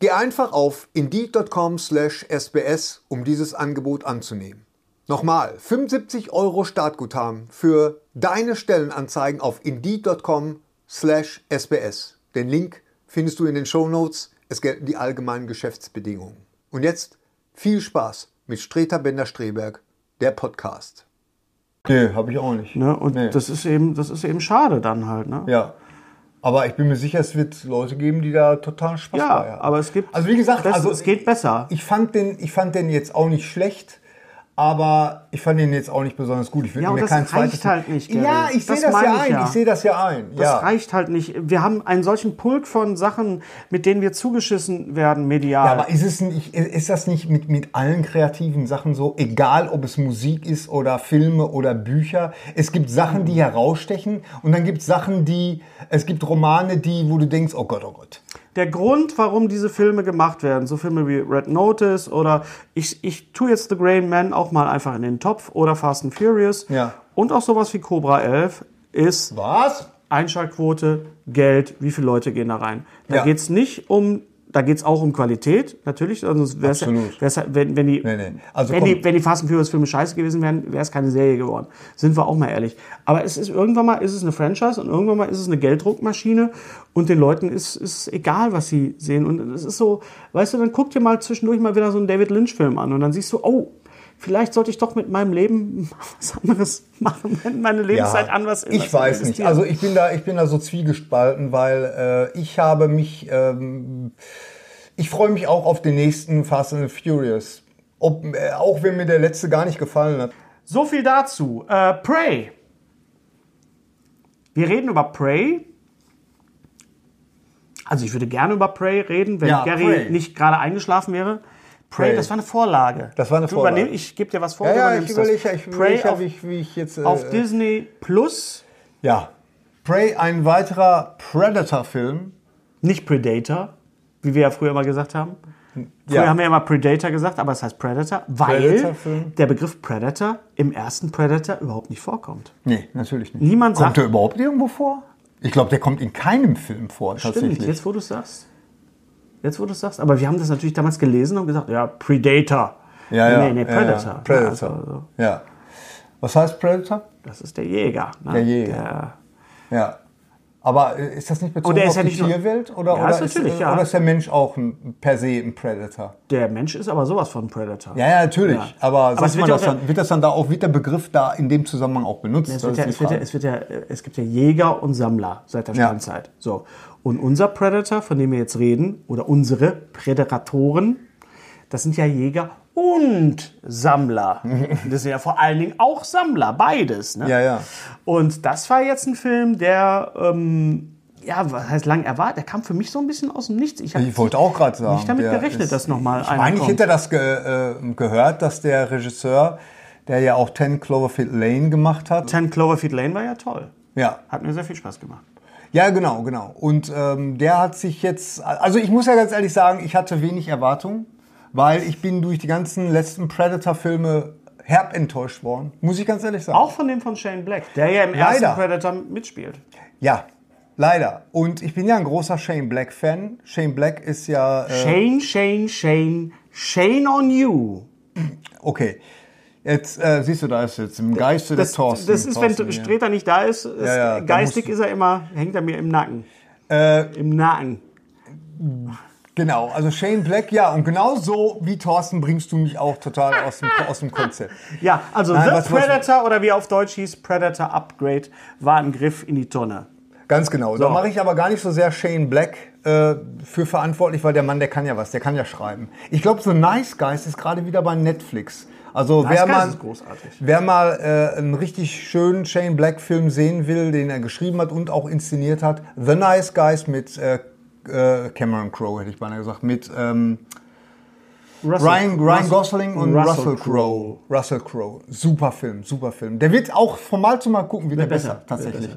S5: Geh einfach auf indeed.com/sbs, um dieses Angebot anzunehmen. Nochmal, 75 Euro Startguthaben für deine Stellenanzeigen auf indeed.com/sbs. Den Link findest du in den Shownotes. Es gelten die allgemeinen Geschäftsbedingungen. Und jetzt viel Spaß mit Streter Bender-Streberg, der Podcast.
S1: Nee, habe ich auch nicht.
S3: Ne? Und
S1: Nee.
S3: das ist eben, das ist eben schade dann halt. Ne?
S1: Ja. Aber ich bin mir sicher, es wird Leute geben, die da total Spaß
S3: Ja,
S1: bei haben.
S3: aber es gibt-
S1: Also wie gesagt,
S3: das-
S1: also
S3: es geht besser.
S1: Ich fand den, ich fand den jetzt auch nicht schlecht, aber ich fand den jetzt auch nicht besonders gut. Ich würde
S3: Ja, und
S1: mir
S3: das
S1: kein
S3: reicht
S1: zweites.
S3: halt nicht, Gary.
S1: Ja, ich
S3: Das
S1: sehe das,
S3: meine
S1: ja
S3: ich
S1: ein.
S3: ja.
S1: Ich sehe das ja ein.
S3: Das
S1: ja.
S3: reicht halt nicht. Wir haben einen solchen Pulk von Sachen, mit denen wir zugeschissen werden, medial.
S1: Ja, aber ist, es nicht, ist das nicht mit, mit allen kreativen Sachen so, egal ob es Musik ist oder Filme oder Bücher? Es gibt Sachen, die herausstechen und dann gibt es Sachen, die, es gibt Romane, die, wo du denkst, oh Gott, oh Gott.
S3: der Grund, warum diese Filme gemacht werden, so Filme wie Red Notice oder ich, ich tue jetzt The Grey Man auch mal einfach in den Topf oder Fast and Furious
S1: Ja.
S3: und auch sowas wie Cobra 11 ist
S1: Was?
S3: Einschaltquote, Geld, wie viele Leute gehen da rein. Da
S1: Ja.
S3: geht's nicht um, da geht's auch um Qualität, natürlich. Also sonst wär's,
S1: Absolut.
S3: Wär's, wenn, wenn, die,
S1: Nee, nee. Also
S3: wenn,
S1: komm.
S3: die, wenn die Fast and Furious Filme scheiße gewesen wären, wäre es keine Serie geworden. Sind wir auch mal ehrlich. Aber es ist irgendwann mal ist es eine Franchise und irgendwann mal ist es eine Gelddruckmaschine und den Leuten ist ist egal, was sie sehen. Und es ist so, weißt du, dann guck dir mal zwischendurch mal wieder so einen David Lynch-Film an und dann siehst du, oh, Vielleicht sollte ich doch mit meinem Leben was anderes machen, wenn meine Lebenszeit an was ist.
S1: Ich weiß nicht. Also ich bin da, ich bin da so zwiegespalten, weil äh, ich habe mich, ähm, ich freue mich auch auf den nächsten Fast and Furious. Ob, äh, auch wenn mir der letzte gar nicht gefallen hat.
S3: So viel dazu. Äh, Prey. Wir reden über Prey. Also ich würde gerne über Prey reden, wenn
S1: Ja,
S3: Gary
S1: Prey.
S3: nicht gerade eingeschlafen wäre. Prey,
S1: Prey.
S3: das war eine Vorlage.
S1: Das war eine
S3: du
S1: Vorlage.
S3: Übernehm, ich gebe dir was vor.
S1: Ja,
S3: du
S1: ja, ich
S3: übernimmst
S1: überlege, ja,
S3: das.
S1: ich
S3: Prey
S1: überlege, ja,
S3: auf,
S1: wie, ich- wie ich jetzt. Äh,
S3: auf Disney Plus,
S1: ja. Prey, ein weiterer Predator-Film.
S3: nicht Predator, wie wir ja früher immer gesagt haben. Früher
S1: Ja.
S3: haben wir immer Predator gesagt, aber es heißt Predator, weil
S1: Predator-Film.
S3: der Begriff Predator im ersten Predator überhaupt nicht vorkommt.
S1: Nee, natürlich nicht.
S3: Niemand
S1: kommt
S3: sagt-
S1: der überhaupt irgendwo vor? Ich glaube, der kommt in keinem Film vor,
S3: Stimmt,
S1: tatsächlich.
S3: jetzt wo du es sagst. Jetzt wo du es sagst. Aber wir haben das natürlich damals gelesen und gesagt, ja, Predator.
S1: ja, ja.
S3: Nee, nee,
S1: ja,
S3: Predator.
S1: Ja,
S3: Ja,
S1: Predator.
S3: also, also,
S1: ja. Was heißt Predator?
S3: das ist der Jäger. Ne?
S1: Der Jäger.
S3: Der,
S1: Ja. Aber äh, ist das nicht bezogen
S3: Oder ist
S1: auf
S3: ja
S1: die
S3: nicht nur-
S1: Tierwelt? Oder,
S3: Ja,
S1: oder,
S3: ist
S1: ist,
S3: natürlich,
S1: äh,
S3: ja.
S1: oder ist der Mensch auch ein, per se ein Predator?
S3: der Mensch ist aber sowas von Predator.
S1: Ja, ja, natürlich.
S3: Ja.
S1: Aber,
S3: Aber es
S1: sagt
S3: wird
S1: man
S3: ja
S1: das
S3: auch-
S1: dann, wird das dann da auch, wird der Begriff da in dem Zusammenhang auch benutzt?
S3: Es,
S1: Das
S3: wird ja,
S1: ist die
S3: es, wird ja,
S1: Frage.
S3: es, wird ja, äh, es gibt ja Jäger und Sammler seit der
S1: Ja.
S3: Steinzeit. So. Und unser Predator, von dem wir jetzt reden, oder unsere Prädatoren, das sind ja Jäger und Sammler. Das sind ja vor allen Dingen auch Sammler, beides. Ne?
S1: Ja, ja.
S3: Und das war jetzt ein Film, der, ähm, ja, was heißt lang erwartet, der kam für mich so ein bisschen aus dem Nichts. Ich, hab
S1: Ich wollte auch gerade sagen.
S3: nicht damit
S1: der
S3: gerechnet,
S1: ist-
S3: dass nochmal
S1: Ich
S3: einer
S1: meine, ich
S3: kommt.
S1: hätte das ge äh, gehört, dass der Regisseur, der ja auch 10 Cloverfield Lane gemacht hat.
S3: 10 Cloverfield Lane war ja toll.
S1: Ja,
S3: Hat mir sehr viel Spaß gemacht.
S1: ja, genau, genau. Und ähm, der hat sich jetzt, also ich muss ja ganz ehrlich sagen, ich hatte wenig Erwartungen, weil ich bin durch die ganzen letzten Predator-Filme herb enttäuscht worden. Muss ich ganz ehrlich sagen.
S3: Auch von dem von Shane Black, der ja im
S1: Leider.
S3: ersten Predator mitspielt.
S1: Ja, leider. Und ich bin ja ein großer Shane Black Fan. Shane Black ist ja äh,
S3: Shane, Shane, Shane, Shane on you.
S1: okay. Jetzt äh, siehst du, da ist jetzt im Geiste
S3: Das,
S1: des Thorsten.
S3: das ist, wenn
S1: Thorsten hier.
S3: Streter nicht da ist, ist
S1: ja, da Äh,
S3: geistig
S1: musst
S3: ist er immer, hängt er mir im Nacken. Im Nacken.
S1: Genau, also Shane Black, ja, und genau so wie Thorsten bringst du mich auch total aus dem, aus dem Konzept.
S3: Ja, also
S1: Nein,
S3: The
S1: was- was-
S3: Predator oder wie er auf Deutsch hieß, Predator Upgrade war ein Griff in die Tonne.
S1: Ganz genau.
S3: So.
S1: Da mache ich aber gar nicht so sehr Shane Black äh, für verantwortlich, weil der Mann, der kann ja was, der kann ja schreiben. Ich glaube, so Nice Guys ist gerade wieder bei Netflix. Also
S3: Nice
S1: wer
S3: Guys
S1: mal,
S3: ist großartig.
S1: wer mal äh, einen richtig schönen Shane Black Film sehen will, den er geschrieben hat und auch inszeniert hat, The Nice Guys mit äh, äh, Cameron Crowe hätte ich beinahe gesagt, mit ähm,
S3: Russell-
S1: Ryan, Ryan
S3: Russell-
S1: Gosling und
S3: Russell
S1: Russell Crowe. Russell Crowe, super Film, super Film. Der wird auch von Mal zu Mal gucken, wird der besser,
S3: besser,
S1: tatsächlich.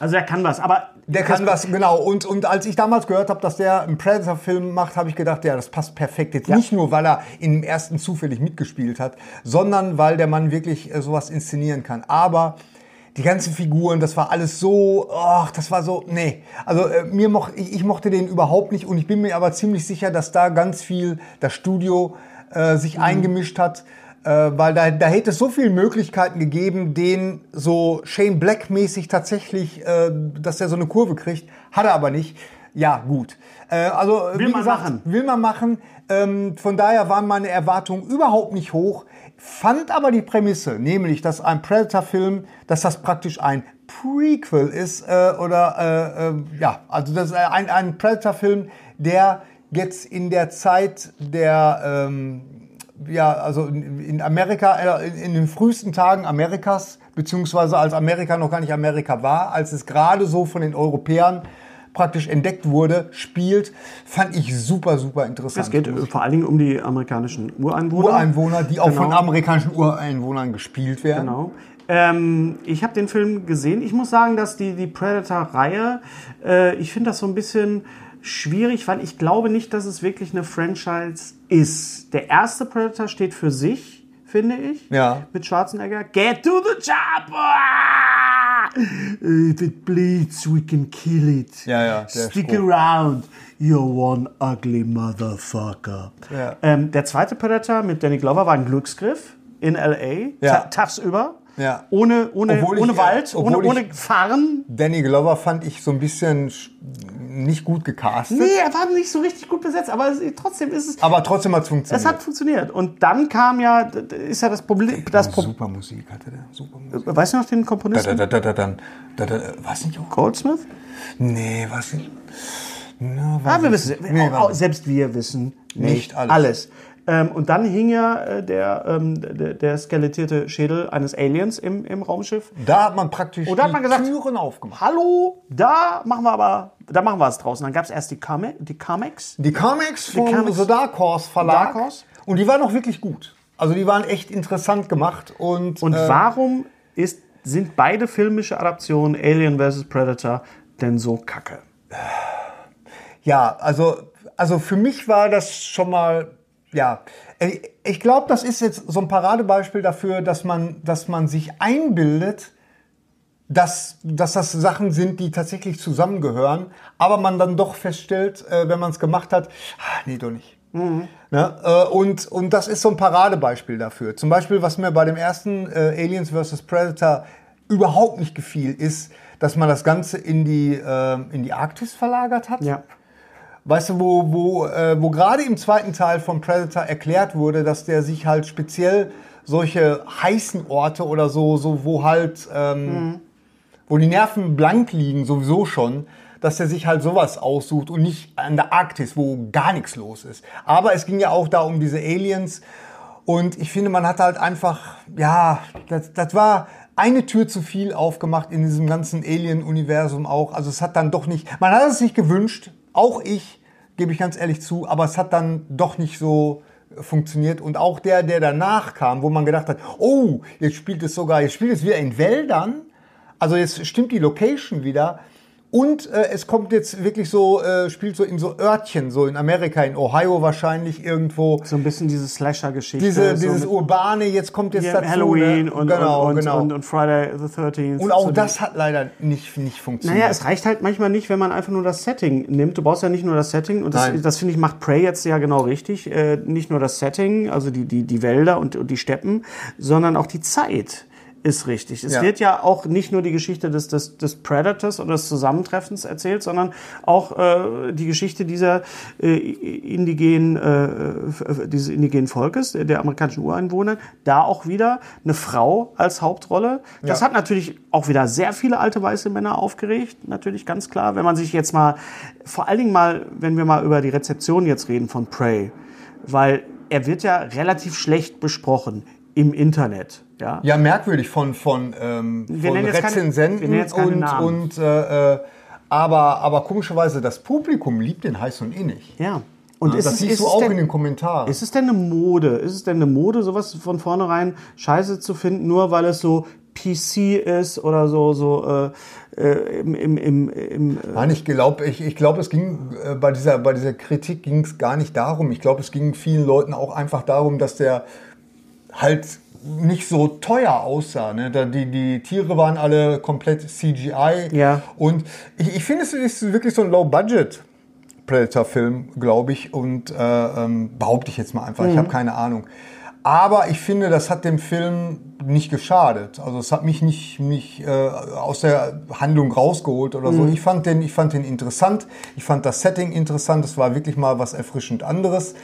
S3: Also er kann was, aber
S1: Der kann was, genau. Und, und als ich damals gehört habe, dass der einen Predator-Film macht, habe ich gedacht, ja, das passt perfekt. Jetzt nicht nur, weil er im ersten zufällig mitgespielt hat, sondern weil der Mann wirklich äh, sowas inszenieren kann. Aber die ganzen Figuren, das war alles so, ach, das war so, nee. Also äh, mir moch, ich, ich mochte den überhaupt nicht und ich bin mir aber ziemlich sicher, dass da ganz viel das Studio äh, sich
S3: Mhm.
S1: eingemischt hat, äh, weil da, da hätte es so viele Möglichkeiten gegeben, den so Shane Black-mäßig tatsächlich, äh, dass der so eine Kurve kriegt, hat er aber nicht. Ja, gut. Äh, also
S3: Will
S1: wie
S3: man
S1: gesagt,
S3: machen.
S1: will man machen. Ähm, von daher waren meine Erwartungen überhaupt nicht hoch, fand aber die Prämisse, nämlich, dass ein Predator-Film, dass das praktisch ein Prequel ist äh, oder äh, äh, ja, also das ist ein, ein Predator-Film, der jetzt in der Zeit der ähm, ja, also in in Amerika, äh, in, in den frühesten Tagen Amerikas, beziehungsweise als Amerika noch gar nicht Amerika war, als es gerade so von den Europäern praktisch entdeckt wurde, spielt, fand ich super, super interessant.
S3: Es geht äh, vor allen Dingen um die amerikanischen Ureinwohner.
S1: Ureinwohner, die auch
S3: Genau.
S1: von amerikanischen Ureinwohnern gespielt werden.
S3: Genau. Ähm, ich habe den Film gesehen. Ich muss sagen, dass die, die Predator-Reihe, äh, ich finde das so ein bisschen schwierig, weil ich glaube nicht, dass es wirklich eine Franchise ist. Der erste Predator steht für sich, finde ich.
S1: Ja.
S3: Mit Schwarzenegger. Get to the chopper! If it bleeds, we can kill it.
S1: Ja, ja, der
S3: Stick
S1: Spruch.
S3: around, you're one ugly motherfucker.
S1: Ja.
S3: Ähm, der zweite Predator mit Danny Glover war ein Glücksgriff in L.A.
S1: Ja.
S3: Ta- Tagsüber.
S1: Ja.
S3: Ohne, ohne,
S1: Obwohl ich-
S3: ohne Wald,
S1: äh,
S3: ohne,
S1: obwohl ich-
S3: ohne Farn.
S1: Danny Glover fand ich so ein bisschen sch- nicht gut gecastet,
S3: Nee, er war nicht so richtig gut besetzt, aber es, trotzdem ist es.
S1: aber trotzdem hat's funktioniert.
S3: Es hat funktioniert. Und dann kam ja, d- d- ist ja das Problem. Das Pro
S1: Genau, super Musik hatte der, super Musik.
S3: weißt du noch den
S1: Da,
S3: Komponisten?
S1: da, da, da, da, dann, da, da, da, was nicht auch?
S3: Goldsmith?
S1: Nee, was nicht. Na, was
S3: Ah, wir wissen,
S1: Nee,
S3: auch, auch,
S1: warte.
S3: selbst wir wissen nicht,
S1: Nicht
S3: alles.
S1: alles.
S3: Ähm, und dann hing ja äh, der, ähm, der, der skelettierte Schädel eines Aliens im, im Raumschiff.
S1: Da hat man praktisch
S3: Oder hat man gesagt-
S1: Türen aufgemacht.
S3: Hallo, da machen wir aber, da machen wir es draus. Und dann gab es erst die, Comi die Comics.
S1: Die Comics vom
S3: Comics-
S1: The Dark Horse Verlag.
S3: Dark Horse.
S1: Und die waren auch wirklich gut. Also die waren echt interessant gemacht. Und,
S3: Und
S1: äh,
S3: warum ist, sind beide filmische Adaptionen Alien vs. Predator denn so kacke?
S1: ja, also, also für mich war das schon mal, ja. Ich- Ich glaube, das ist jetzt so ein Paradebeispiel dafür, dass man, dass man sich einbildet, dass, dass das Sachen sind, die tatsächlich zusammengehören, aber man dann doch feststellt, äh, wenn man es gemacht hat, ah, nee, doch nicht. Ne? Äh, und, und das ist so ein Paradebeispiel dafür. Zum Beispiel, was mir bei dem ersten äh, Aliens vs. Predator überhaupt nicht gefiel, ist, dass man das Ganze in die, äh, in die Arktis verlagert hat.
S3: Ja.
S1: Weißt du, wo, wo, äh, wo gerade im zweiten Teil von Predator erklärt wurde, dass der sich halt speziell solche heißen Orte oder so, so wo halt, ähm, wo die Nerven blank liegen, sowieso schon, dass er sich halt sowas aussucht und nicht an der Arktis, wo gar nichts los ist. Aber es ging ja auch da um diese Aliens und ich finde, man hat halt einfach, ja, das, das war eine Tür zu viel aufgemacht in diesem ganzen Alien-Universum auch. Also es hat dann doch nicht, man hat es sich gewünscht, auch ich, gebe ich ganz ehrlich zu, aber es hat dann doch nicht so funktioniert und auch der, der danach kam, wo man gedacht hat, oh, jetzt spielt es sogar, jetzt spielt es wieder in Wäldern, also jetzt stimmt die Location wieder. Und äh, es kommt jetzt wirklich so, äh, spielt so in so Örtchen, so in Amerika, in Ohio wahrscheinlich irgendwo.
S3: So ein bisschen diese Slasher-Geschichte.
S1: Diese,
S3: so
S1: dieses
S3: mit
S1: Urbane, jetzt kommt jetzt
S3: hier
S1: dazu.
S3: Halloween
S1: ne?
S3: und,
S1: genau,
S3: und, und,
S1: genau.
S3: und, und Friday the 13th.
S1: Und auch
S3: So die-
S1: das hat leider nicht, nicht funktioniert.
S3: Naja, es reicht halt manchmal nicht, wenn man einfach nur das Setting nimmt. Du brauchst ja nicht nur das Setting. Und das,
S1: Nein.
S3: das finde ich, macht Prey jetzt ja genau richtig. Äh, nicht nur das Setting, also die, die, die Wälder und, und die Steppen, sondern auch die Zeit ist richtig. Es
S1: Ja.
S3: wird ja auch nicht nur die Geschichte des, des, des Predators oder des Zusammentreffens erzählt, sondern auch äh, die Geschichte dieser äh, indigenen, äh, f- f- dieses indigenen Volkes, der, der amerikanischen Ureinwohner. Da auch wieder eine Frau als Hauptrolle. Das
S1: Ja.
S3: hat natürlich auch wieder sehr viele alte weiße Männer aufgeregt, natürlich ganz klar. Wenn man sich jetzt mal, vor allen Dingen mal, wenn wir mal über die Rezeption jetzt reden von Prey, weil er wird ja relativ schlecht besprochen im Internet. Ja,
S1: ja, merkwürdig von, von, ähm, von
S3: nennen jetzt keine- wir
S1: Rezensenten
S3: nennen jetzt keine Namen.
S1: und, und äh, äh, aber, aber komischerweise, das Publikum liebt den heiß und innig.
S3: ja. Und ist
S1: das
S3: es-
S1: siehst
S3: ist
S1: du
S3: es
S1: auch
S3: denn-
S1: in den Kommentaren.
S3: Ist es denn eine Mode? Ist es denn eine Mode, sowas von vornherein scheiße zu finden, nur weil es so PC ist oder so, so äh, äh, im, im, im, im
S1: Äh, Mann, ich glaube, ich, ich glaub, es ging äh, bei dieser, bei dieser Kritik ging es gar nicht darum. Ich glaube, es ging vielen Leuten auch einfach darum, dass der halt nicht so teuer aussah. Ne? Da die, die Tiere waren alle komplett CGI.
S3: Ja.
S1: Und ich, ich finde, es ist wirklich so ein Low-Budget. Predator-Film, glaube ich, und äh, ähm, behaupte ich jetzt mal einfach, ich habe
S3: Mhm.
S1: keine Ahnung. Aber ich finde, das hat dem Film nicht geschadet. Also es hat mich nicht, nicht äh, aus der Handlung rausgeholt oder
S3: Mhm.
S1: so. Ich fand, den, ich fand den interessant, ich fand das Setting interessant, es war wirklich mal was erfrischend anderes.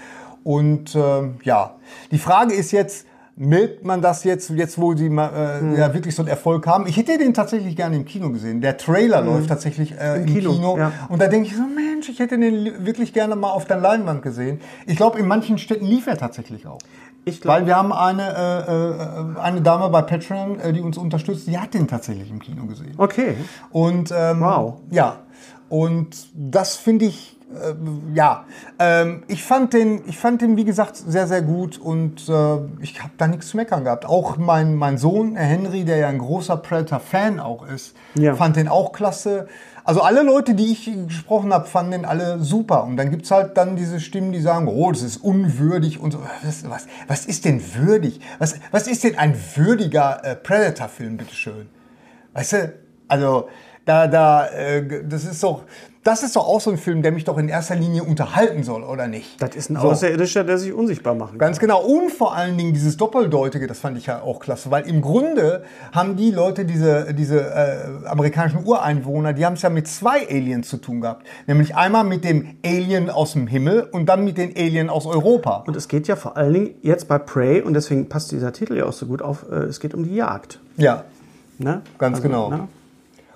S1: Und ähm, ja, die Frage ist jetzt, Meldet man das jetzt, jetzt wo die ma- äh,
S3: Mhm.
S1: ja wirklich so einen Erfolg haben? Ich hätte den tatsächlich gerne im Kino gesehen. Der Trailer läuft tatsächlich äh, im Kino.
S3: Mhm. Kino, ja.
S1: Und da denke ich so, Mensch, ich hätte den li- wirklich gerne mal auf der Leinwand gesehen. Ich glaube, in manchen Städten lief er tatsächlich auch.
S3: Ich glaub-
S1: Weil wir haben eine, äh, äh, eine Dame bei Patreon, äh, die uns unterstützt, die hat den tatsächlich im Kino gesehen.
S3: Okay.
S1: Und ähm,
S3: Wow.
S1: ja, und das finde ich, äh, ja, ähm, ich fand den, ich fand den wie gesagt sehr sehr gut und äh, ich habe da nichts zu meckern gehabt. Auch mein mein Sohn der Henry, der ja ein großer Predator Fan auch ist,
S3: Ja.
S1: fand den auch klasse. Also alle Leute, die ich gesprochen habe, fanden den alle super. Und dann gibt's halt dann diese Stimmen, die sagen, oh, das ist unwürdig und so. Was, was, was ist denn würdig? Was, was ist denn ein würdiger äh, Predator-Film, bitteschön? Weißt du, also da, da, äh, das ist doch, das ist doch auch so ein Film, der mich doch in erster Linie unterhalten soll, oder nicht?
S3: Das ist ein
S1: so.
S3: Außerirdischer, der sich unsichtbar machen kann.
S1: Ganz genau. Und vor allen Dingen dieses Doppeldeutige, das fand ich ja auch klasse, weil im Grunde haben die Leute, diese, diese äh, amerikanischen Ureinwohner, die haben es ja mit zwei Aliens zu tun gehabt. Nämlich einmal mit dem Alien aus dem Himmel und dann mit den Alien aus Europa.
S3: Und es geht ja vor allen Dingen jetzt bei Prey, und deswegen passt dieser Titel ja auch so gut auf, äh, es geht um die Jagd.
S1: Ja,
S3: Ne?
S1: Ganz genau.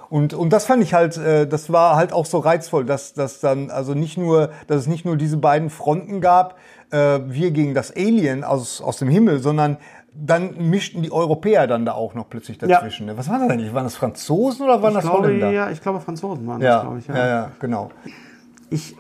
S1: Und, und das fand ich halt, äh, das war halt auch so reizvoll, dass, dass dann, also nicht nur, dass es nicht nur diese beiden Fronten gab, äh, wir gegen das Alien aus, aus dem Himmel, sondern dann mischten die Europäer dann da auch noch plötzlich dazwischen. Ne? Was waren das eigentlich? Waren das Franzosen oder waren
S3: Ich
S1: das
S3: glaube,
S1: Holländer?
S3: ja, ich glaube, Franzosen waren das,
S1: ja,
S3: glaube ich.
S1: ja, ja, genau.
S3: ich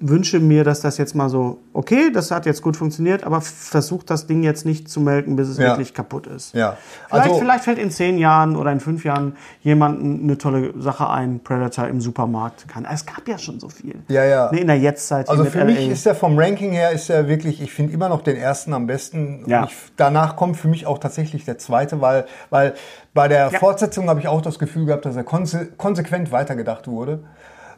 S3: wünsche mir, dass das jetzt mal so, okay, das hat jetzt gut funktioniert, aber versucht das Ding jetzt nicht zu melken, bis es
S1: Ja.
S3: wirklich kaputt ist.
S1: Ja.
S3: Vielleicht,
S1: Also-
S3: vielleicht fällt in zehn Jahren oder in fünf Jahren jemandem eine tolle Sache ein, Predator im Supermarkt kann. Es gab ja schon so viel.
S1: Ja, ja.
S3: Nee, in der Jetztzeit hier
S1: Also
S3: mit
S1: für
S3: LA.
S1: mich ist er vom Ranking her ist er wirklich, ich finde immer noch den ersten am besten.
S3: Ja.
S1: Ich, danach kommt für mich auch tatsächlich der zweite, weil, weil bei der
S3: Ja.
S1: Fortsetzung habe ich auch das Gefühl gehabt, dass er konse konsequent weitergedacht wurde.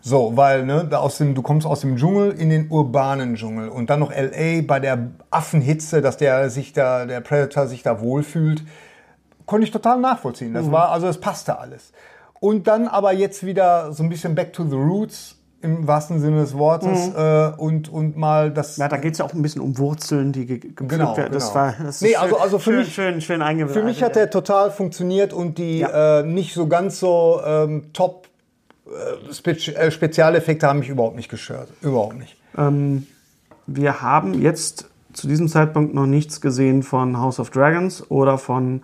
S1: So, weil ne, da aus dem, du kommst aus dem Dschungel in den urbanen Dschungel und dann noch LA bei der Affenhitze, dass der sich da, der Predator sich da wohlfühlt konnte ich total nachvollziehen.
S3: Mhm.
S1: Das war, also es passte alles. Und dann aber jetzt wieder so ein bisschen back to the roots im wahrsten Sinne des Wortes äh, und, und mal das.
S3: ja, Mhm. da geht es ja auch ein bisschen um Wurzeln, die ge- gepflückt
S1: Genau,
S3: werden. Das
S1: genau.
S3: war das ist
S1: Nee, also- also für
S3: schön,
S1: mich-
S3: schön, schön eingebaut.
S1: Für mich hat der total funktioniert und die
S3: Ja.
S1: äh, nicht so ganz so ähm, top äh, Spez- äh, Spezialeffekte haben mich überhaupt nicht gestört. Überhaupt nicht.
S3: Ähm, wir haben jetzt zu diesem Zeitpunkt noch nichts gesehen von House of Dragons oder von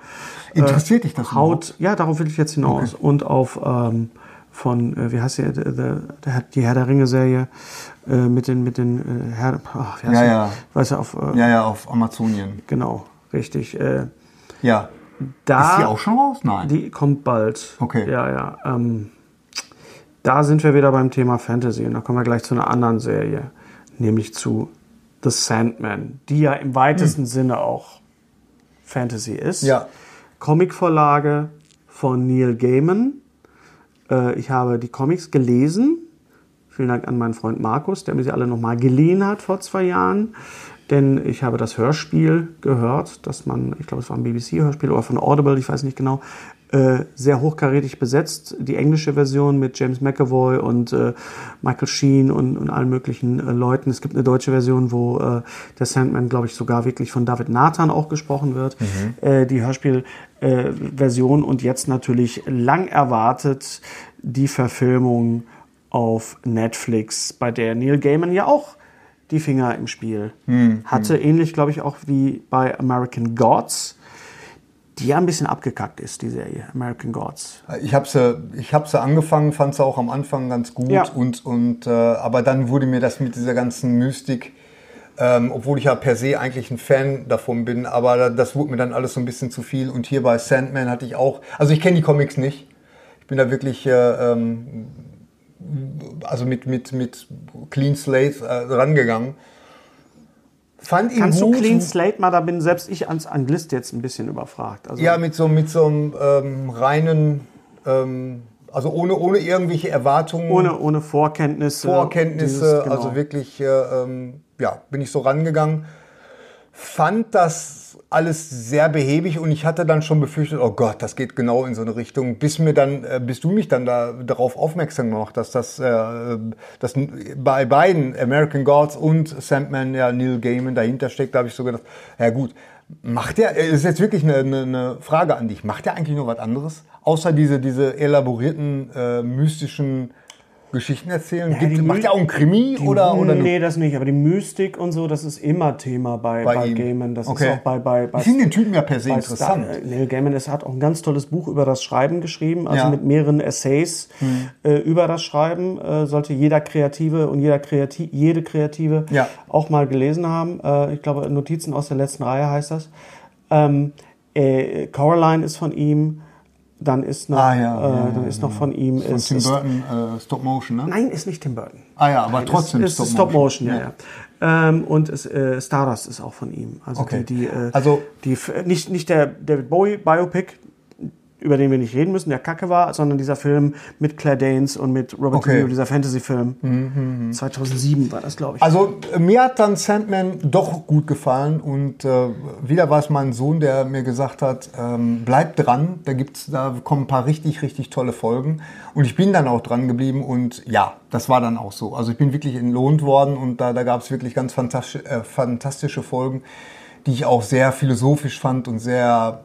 S1: Interessiert dich das
S3: Äh, Haut. Ja, darauf will ich jetzt hinaus. Und auf ähm, von, äh, wie heißt die, the, the, der- die Herr der Ringe-Serie äh, mit den, mit den äh, Herr, ach, wie heißt
S1: Ja,
S3: der?
S1: ja.
S3: Weißt du, auf, äh,
S1: Ja, ja, auf Amazonien.
S3: genau, richtig. Äh,
S1: Ja.
S3: da,
S1: Ist die auch schon raus? Nein.
S3: Ah, die kommt bald.
S1: Okay.
S3: Ja, ja. Ähm, da sind wir wieder beim Thema Fantasy und da kommen wir gleich zu einer anderen Serie, nämlich zu The Sandman, die ja im weitesten Sinne auch Fantasy ist.
S1: Hm. Ja.
S3: Comicvorlage von Neil Gaiman. Äh, ich habe die Comics gelesen. Vielen Dank an meinen Freund Markus, der mir sie alle nochmal geliehen hat vor zwei Jahren. Denn ich habe das Hörspiel gehört, dass man, ich glaube, es war ein BBC-Hörspiel oder von Audible, ich weiß nicht genau, äh, sehr hochkarätig besetzt. Die englische Version mit James McAvoy und äh, Michael Sheen und, und allen möglichen äh, Leuten. Es gibt eine deutsche Version, wo äh, der Sandman, glaube ich, sogar wirklich von David Nathan auch gesprochen wird. Äh, die Hörspielversion und jetzt natürlich lang erwartet die Verfilmung auf Netflix, bei der Neil Gaiman ja auch die Finger im Spiel
S1: Hm,
S3: hatte. Ähnlich, glaube ich, auch wie bei American Gods, die ja ein bisschen abgekackt ist, die Serie American Gods.
S1: Ich habe sie, ich hab sie angefangen, fand sie auch am Anfang ganz gut
S3: Ja.
S1: und und äh, aber dann wurde mir das mit dieser ganzen Mystik, ähm, obwohl ich ja per se eigentlich ein Fan davon bin, aber da- das wurde mir dann alles so ein bisschen zu viel. Und hier bei Sandman hatte ich auch, also ich kenne die Comics nicht. Ich bin da wirklich äh, ähm, also mit, mit, mit Clean Slate äh, rangegangen. fand ihn
S3: Kannst
S1: gut.
S3: du Clean Slate mal, da bin selbst ich als Anglist jetzt ein bisschen überfragt. Also,
S1: Ja, mit so, mit so einem ähm, reinen, ähm, also ohne, ohne irgendwelche Erwartungen,
S3: ohne, ohne Vorkenntnisse.
S1: Vorkenntnisse,
S3: Dieses- genau.
S1: also wirklich, äh, ähm, ja, bin ich so rangegangen. Fand das alles sehr behäbig und ich hatte dann schon befürchtet, oh Gott, das geht genau in so eine Richtung, bis mir dann, äh, bis du mich dann da darauf aufmerksam gemacht hast, dass, äh, dass bei beiden American Gods und Sandman ja Neil Gaiman dahinter steckt, da habe ich so gedacht, ja gut, macht der, äh, ist jetzt wirklich eine, eine, eine Frage an dich, macht der eigentlich noch was anderes? Außer diese, diese elaborierten, äh, mystischen Geschichten erzählen?
S3: die
S1: Gibt, macht
S3: Mü-
S1: er auch einen Krimi oder, oder eine-
S3: nee, das nicht. Aber die Mystik und so, das ist immer Thema bei, bei,
S1: ihm?
S3: Gaiman. Das
S1: Okay.
S3: ist auch bei, bei, bei
S1: Ich finde den Typen ja per se
S3: bei
S1: interessant.
S3: Star- äh, Neil Gaiman ist, hat auch ein ganz tolles Buch über das Schreiben geschrieben, also
S1: Ja. Hm.
S3: mit mehreren Essays äh, über das Schreiben. Äh, sollte jeder Kreative und jeder Kreati jede Kreative
S1: Ja.
S3: auch mal gelesen haben. Äh, ich glaube, Notizen aus der letzten Reihe heißt das. Ähm, äh, Coraline ist von ihm. Dann ist noch,
S1: Ah, ja,
S3: äh,
S1: ja,
S3: dann ist noch von ihm.
S1: Von
S3: ist,
S1: Tim
S3: ist,
S1: Burton äh, Stop Motion, ne?
S3: nein, ist nicht Tim Burton.
S1: Ah ja, aber trotzdem
S3: Es ist Stop Motion, ja. ja. Ähm, und es, äh, Stardust ist auch von ihm. Also
S1: Okay.
S3: die, die, äh,
S1: Also-
S3: die f- nicht, nicht der David Bowie Biopic, über den wir nicht reden müssen, der Kacke war, sondern dieser Film mit Claire Danes und mit Robert
S1: Okay. Mhm,
S3: De Niro, dieser Fantasy-Film. 2007 war das, glaube ich.
S1: Also äh, mir hat dann Sandman doch gut gefallen und äh, wieder war es mein Sohn, der mir gesagt hat, ähm, bleib dran, da gibt's, da kommen ein paar richtig, richtig tolle Folgen und ich bin dann auch dran geblieben und ja, das war dann auch so. Also ich bin wirklich entlohnt worden und da, da gab's wirklich ganz fantastische, äh, fantastische Folgen, die ich auch sehr philosophisch fand und sehr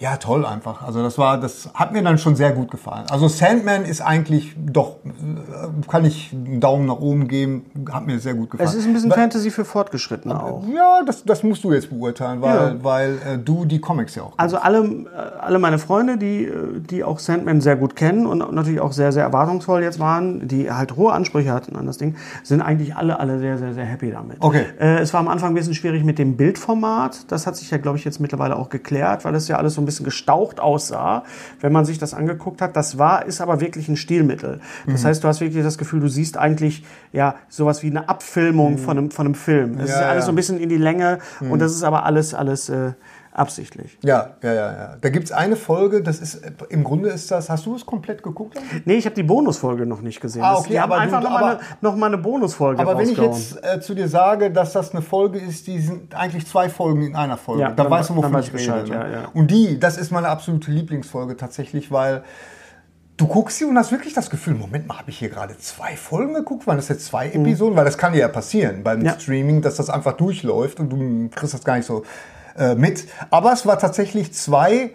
S1: ja, toll einfach. Also das war, das hat mir dann schon sehr gut gefallen. Also Sandman ist eigentlich doch, äh, kann ich einen Daumen nach oben geben, hat mir sehr gut gefallen.
S3: es ist ein bisschen
S1: Weil-
S3: Fantasy für Fortgeschrittene auch.
S1: Ja, das, das musst du jetzt beurteilen, weil,
S3: Ja.
S1: weil äh, du die Comics ja auch
S3: Also alle, äh, alle meine Freunde, die, äh, die auch Sandman sehr gut kennen und natürlich auch sehr, sehr erwartungsvoll jetzt waren, die halt hohe Ansprüche hatten an das Ding, sind eigentlich alle, alle sehr, sehr, sehr happy damit.
S1: Okay.
S3: Äh, es war am Anfang ein bisschen schwierig mit dem Bildformat. Das hat sich ja, glaube ich, jetzt mittlerweile auch geklärt, weil das ja alles so ein bisschen gestaucht aussah, wenn man sich das angeguckt hat. Das war, ist aber wirklich ein Stilmittel.
S1: Mhm.
S3: Das heißt, du hast wirklich das Gefühl, du siehst eigentlich ja sowas wie eine Abfilmung von, einem, von einem
S1: Mhm.
S3: Film. Es
S1: Ja,
S3: ist alles
S1: ja. Mhm.
S3: so ein bisschen in die Länge und das ist aber alles, alles äh, absichtlich.
S1: Ja, ja, ja, ja. Da gibt's eine Folge, das ist, im Grunde ist das, hast du es komplett geguckt?
S3: Nee, ich habe die Bonusfolge noch nicht gesehen.
S1: Ah,
S3: Das-
S1: okay,
S3: die haben
S1: aber du-
S3: einfach noch mal
S1: aber-
S3: eine, noch mal eine Bonusfolge
S1: Aber wenn ich
S3: rausgehauen.
S1: jetzt äh, zu dir sage, dass das eine Folge ist, die sind eigentlich zwei Folgen in einer Folge,
S3: Ja,
S1: dann,
S3: dann-
S1: weißt du, wovon
S3: dann weiß
S1: ich
S3: ich Bescheid,
S1: rede. ne?
S3: ja, ja.
S1: Und die, das ist meine absolute Lieblingsfolge tatsächlich, weil du guckst sie und hast wirklich das Gefühl, Moment mal, habe ich hier gerade zwei Folgen geguckt? Waren das jetzt zwei Episoden? Weil das kann dir ja passieren beim
S3: Mhm. Ja.
S1: Streaming, dass das einfach durchläuft und du kriegst das gar nicht so äh, mit. Aber es war tatsächlich zwei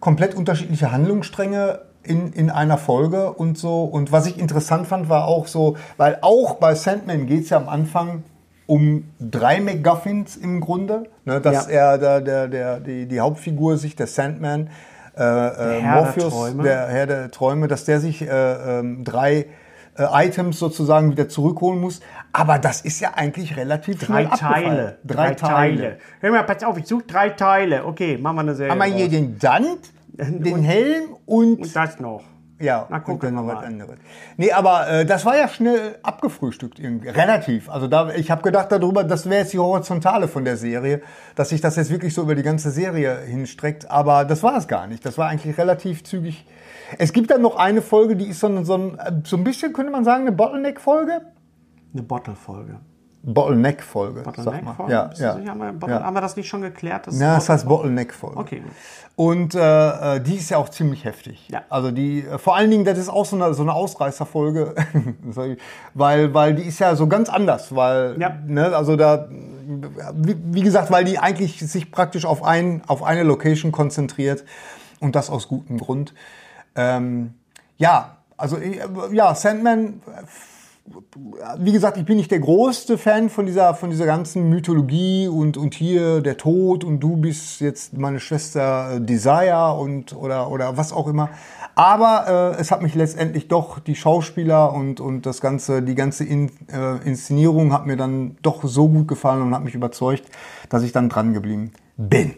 S1: komplett unterschiedliche Handlungsstränge in, in einer Folge und so. Und was ich interessant fand, war auch so, weil auch bei Sandman geht es ja am Anfang um drei McGuffins im Grunde, ne, dass er da, der, der, die, die Hauptfigur sich, der Sandman, äh, äh,
S3: Herr der
S1: Morpheus,
S3: Träume.
S1: der Herr der Träume, dass der sich äh, ähm, drei äh, Items sozusagen wieder zurückholen muss. Aber das ist ja eigentlich relativ
S3: drei
S1: schnell abgefallen.
S3: Teile.
S1: Drei, Teile.
S3: Hör mal, pass auf, ich suche drei Teile. Okay, machen wir eine Serie.
S1: Einmal hier
S3: draus.
S1: den Dant, den Helm und
S3: Und das noch.
S1: Ja,
S3: Na, gucken
S1: und dann
S3: wir
S1: noch was
S3: mal.
S1: anderes. Nee, aber äh, das war ja schnell abgefrühstückt, irgendwie. relativ. Also da, ich habe gedacht darüber, das wäre jetzt die Horizontale von der Serie, dass sich das jetzt wirklich so über die ganze Serie hinstreckt. Aber das war es gar nicht. Das war eigentlich relativ zügig. Es gibt dann noch eine Folge, die ist so, ein- so, ein, äh, so ein bisschen, könnte man sagen, eine Bottleneck-Folge.
S3: Eine Bottle-Folge.
S1: Bottleneck-Folge, sag mal.
S3: Bottleneck-Folge?
S1: Ja,
S3: Bist du
S1: ja.
S3: sicher? Haben wir, Bottle
S1: ja.
S3: haben wir das nicht schon geklärt? dass-
S1: Ja, das heißt Bottleneck-Folge.
S3: Okay, gut.
S1: Und äh, äh, die ist ja auch ziemlich heftig.
S3: Ja.
S1: Also die, äh, vor allen Dingen, das ist auch so eine, so eine Ausreißerfolge, Sorry. weil, weil die ist ja so ganz anders, weil,
S3: Ja.
S1: ne, also da, wie, wie gesagt, weil die eigentlich sich praktisch auf, ein, auf eine Location konzentriert und das aus gutem Grund. Ähm, ja, also äh, ja, Sandman wie gesagt, ich bin nicht der größte Fan von dieser, von dieser ganzen Mythologie und, und hier der Tod und du bist jetzt meine Schwester äh, Desire und oder, oder was auch immer. Aber äh, es hat mich letztendlich doch die Schauspieler und, und das ganze, die ganze In, äh, Inszenierung hat mir dann doch so gut gefallen und hat mich überzeugt, dass ich dann dran geblieben bin.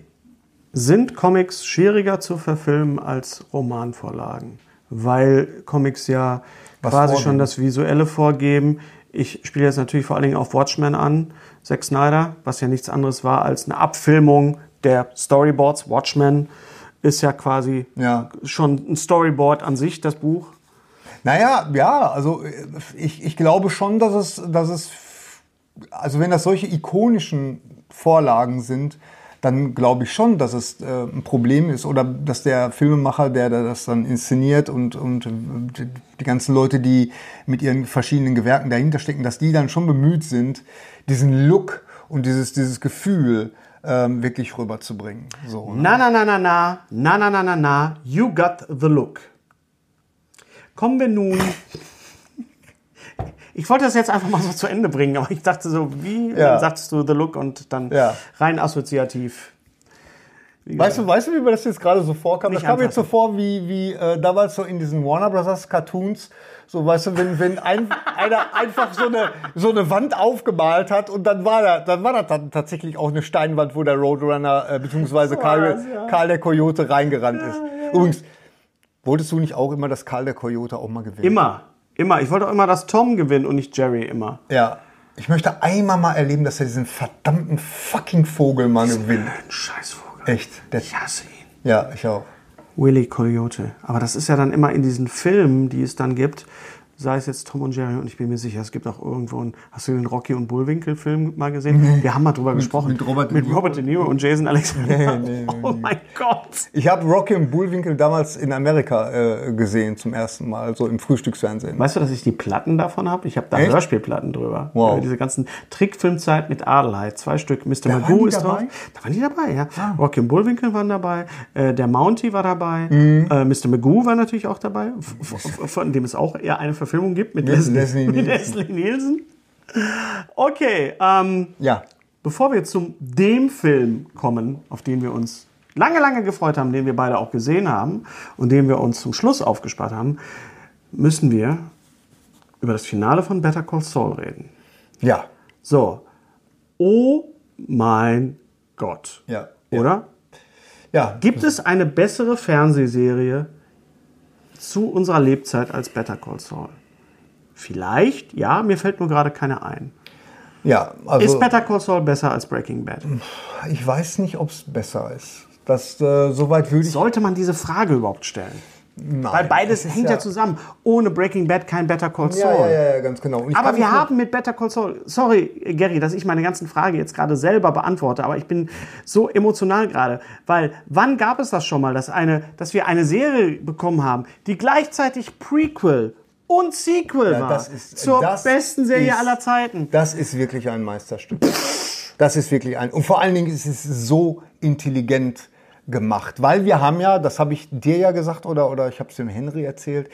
S3: Sind Comics schwieriger zu verfilmen als Romanvorlagen? Weil Comics ja
S1: Was
S3: quasi
S1: vorgeben.
S3: schon das Visuelle vorgeben. Ich spiele jetzt natürlich vor allen Dingen auf Watchmen an, Zack Snyder, was ja nichts anderes war als eine Abfilmung der Storyboards. Watchmen ist ja quasi
S1: Ja.
S3: schon ein Storyboard an sich, das Buch.
S1: Naja, ja, also äh, ich, ich glaube schon, dass es, dass es, also wenn das solche ikonischen Vorlagen sind, dann glaube ich schon, dass es äh, ein Problem ist oder dass der Filmemacher, der da das dann inszeniert und, und die- die ganzen Leute, die mit ihren verschiedenen Gewerken dahinter stecken, dass die dann schon bemüht sind, diesen Look und dieses, dieses Gefühl ähm, wirklich rüberzubringen. So, ne?
S3: Na, na, na, na, na, na, na, na, na, na, you got the look. Kommen wir nun. Ich wollte das jetzt einfach mal so zu Ende bringen, aber ich dachte so, wie
S1: Ja.
S3: dann sagtest du the look und dann
S1: Ja.
S3: rein assoziativ.
S1: Weißt du, weißt du, wie mir das jetzt gerade so vorkam?
S3: Nicht
S1: das kam mir jetzt so
S3: anfassen.
S1: vor, wie, wie äh, damals so in diesen Warner Brothers Cartoons. So, weißt du, wenn, wenn ein, einer einfach so eine, so eine Wand aufgemalt hat und dann war da, dann war da dann tatsächlich auch eine Steinwand, wo der Roadrunner äh, bzw. Karl,
S3: war's, ja.
S1: Karl der Coyote reingerannt ist. Übrigens, wolltest du nicht auch immer, dass Karl der Coyote auch mal gewinnt?
S3: Immer, immer. Ich wollte auch immer, dass Tom gewinnt und nicht Jerry immer.
S1: Ja. Ich möchte einmal mal erleben, dass er diesen verdammten fucking Vogel mal gewinnt.
S3: Scheißvogel.
S1: Echt. Der,
S3: Ich hasse ihn.
S1: ja, ich auch.
S3: Willy Coyote. Aber das ist ja dann immer in diesen Filmen, die es dann gibt, sei es jetzt Tom und Jerry und ich bin mir sicher, es gibt auch irgendwo einen, hast du den Rocky und Bullwinkel Film mal gesehen? Wir haben mal drüber gesprochen.
S1: mit Robert De
S3: mit
S1: Niro.
S3: Robert De Niro und Jason Alexander.
S1: Nee, nee,
S3: oh mein Gott.
S1: Ich habe Rocky und Bullwinkel damals in Amerika äh, gesehen zum ersten Mal, so im Frühstücksfernsehen.
S3: Weißt du, dass ich die Platten davon habe? Ich habe da
S1: Echt?
S3: Hörspielplatten drüber.
S1: Wow.
S3: Über Diese ganzen Trickfilmzeit mit Adelheid. Zwei Stück. Mr. Magoo
S1: waren die
S3: ist
S1: dabei? Ah.
S3: drauf. Da waren die dabei, ja. Rocky und Bullwinkel waren dabei. Äh, der Mountie war dabei.
S1: Mhm.
S3: Äh, Mr. Magoo war natürlich auch dabei. f- f- Von dem es auch eher eine Verfilmung gibt mit
S1: Mit
S3: Leslie,
S1: Leslie
S3: mit
S1: Nielsen.
S3: Leslie Nielsen. Okay, ähm,
S1: Ja.
S3: bevor wir zu dem Film kommen, auf den wir uns lange, lange gefreut haben, den wir beide auch gesehen haben und den wir uns zum Schluss aufgespart haben, müssen wir über das Finale von Better Call Saul reden.
S1: Ja.
S3: So. Oh mein Gott.
S1: Ja.
S3: Oder?
S1: Ja.
S3: Gibt es eine bessere Fernsehserie zu unserer Lebzeit als Better Call Saul? Vielleicht, ja, mir fällt nur gerade keine ein.
S1: Ja.
S3: Ist
S1: Also
S3: Better Call Saul besser als Breaking Bad?
S1: ich weiß nicht, ob es besser ist. Das äh, soweit würde ich.
S3: Sollte man diese Frage überhaupt stellen?
S1: Nein.
S3: Weil beides
S1: Es ist
S3: hängt ja,
S1: ja
S3: zusammen. Ohne Breaking Bad kein Better Call Saul.
S1: Ja, ja, ja, ja, ganz genau. Und ich
S3: Aber
S1: kann
S3: wir
S1: mich nur-
S3: haben mit Better Call Saul, sorry Gary, dass ich meine ganzen Frage jetzt gerade selber beantworte, aber ich bin so emotional gerade, weil wann gab es das schon mal, dass, eine, dass wir eine Serie bekommen haben, die gleichzeitig Prequel und Sequel war
S1: das ist-
S3: zur
S1: das
S3: besten Serie
S1: ist-
S3: aller Zeiten?
S1: Das ist wirklich ein Meisterstück. Das ist wirklich ein. Und vor allen Dingen ist es so intelligent gemacht, weil wir haben ja, das habe ich dir ja gesagt oder, oder ich habe es dem Henry erzählt,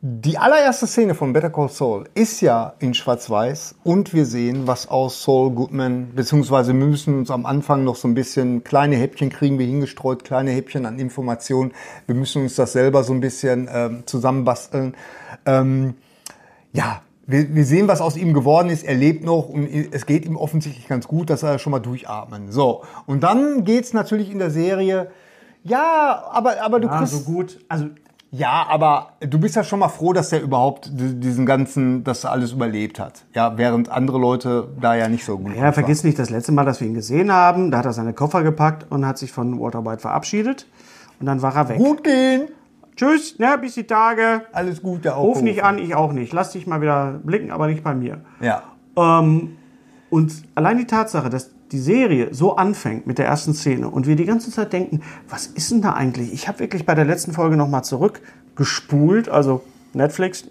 S1: die allererste Szene von Better Call Saul ist ja in Schwarz-Weiß und wir sehen, was aus Saul Goodman, beziehungsweise wir müssen uns am Anfang noch so ein bisschen, kleine Häppchen kriegen wir hingestreut, kleine Häppchen an Informationen, wir müssen uns das selber so ein bisschen ähm, zusammenbasteln. Ähm, ja, wir, wir sehen, was aus ihm geworden ist. Er lebt noch und es geht ihm offensichtlich ganz gut, dass er schon mal durchatmen. So, und dann geht's natürlich in der Serie. Ja, aber, aber du
S3: Ah,
S1: kriegst.
S3: so gut. Also
S1: Ja, aber du bist ja schon mal froh, dass er überhaupt di- diesen ganzen, dass er alles überlebt hat. Ja, während andere Leute da ja nicht so gut
S3: Ja, vergiss nicht, das letzte Mal, dass wir ihn gesehen haben, da hat er seine Koffer gepackt und hat sich von Walter White verabschiedet. Und dann war er weg.
S1: Gut gehen,
S3: Tschüss, ne, bis die Tage.
S1: alles gut, der
S3: Ruf nicht an, ich auch nicht. Lass dich mal wieder blicken, aber nicht bei mir.
S1: Ja.
S3: Ähm, und allein die Tatsache, dass die Serie so anfängt mit der ersten Szene und wir die ganze Zeit denken, was ist denn da eigentlich? Ich habe wirklich bei der letzten Folge nochmal zurückgespult, also Netflix.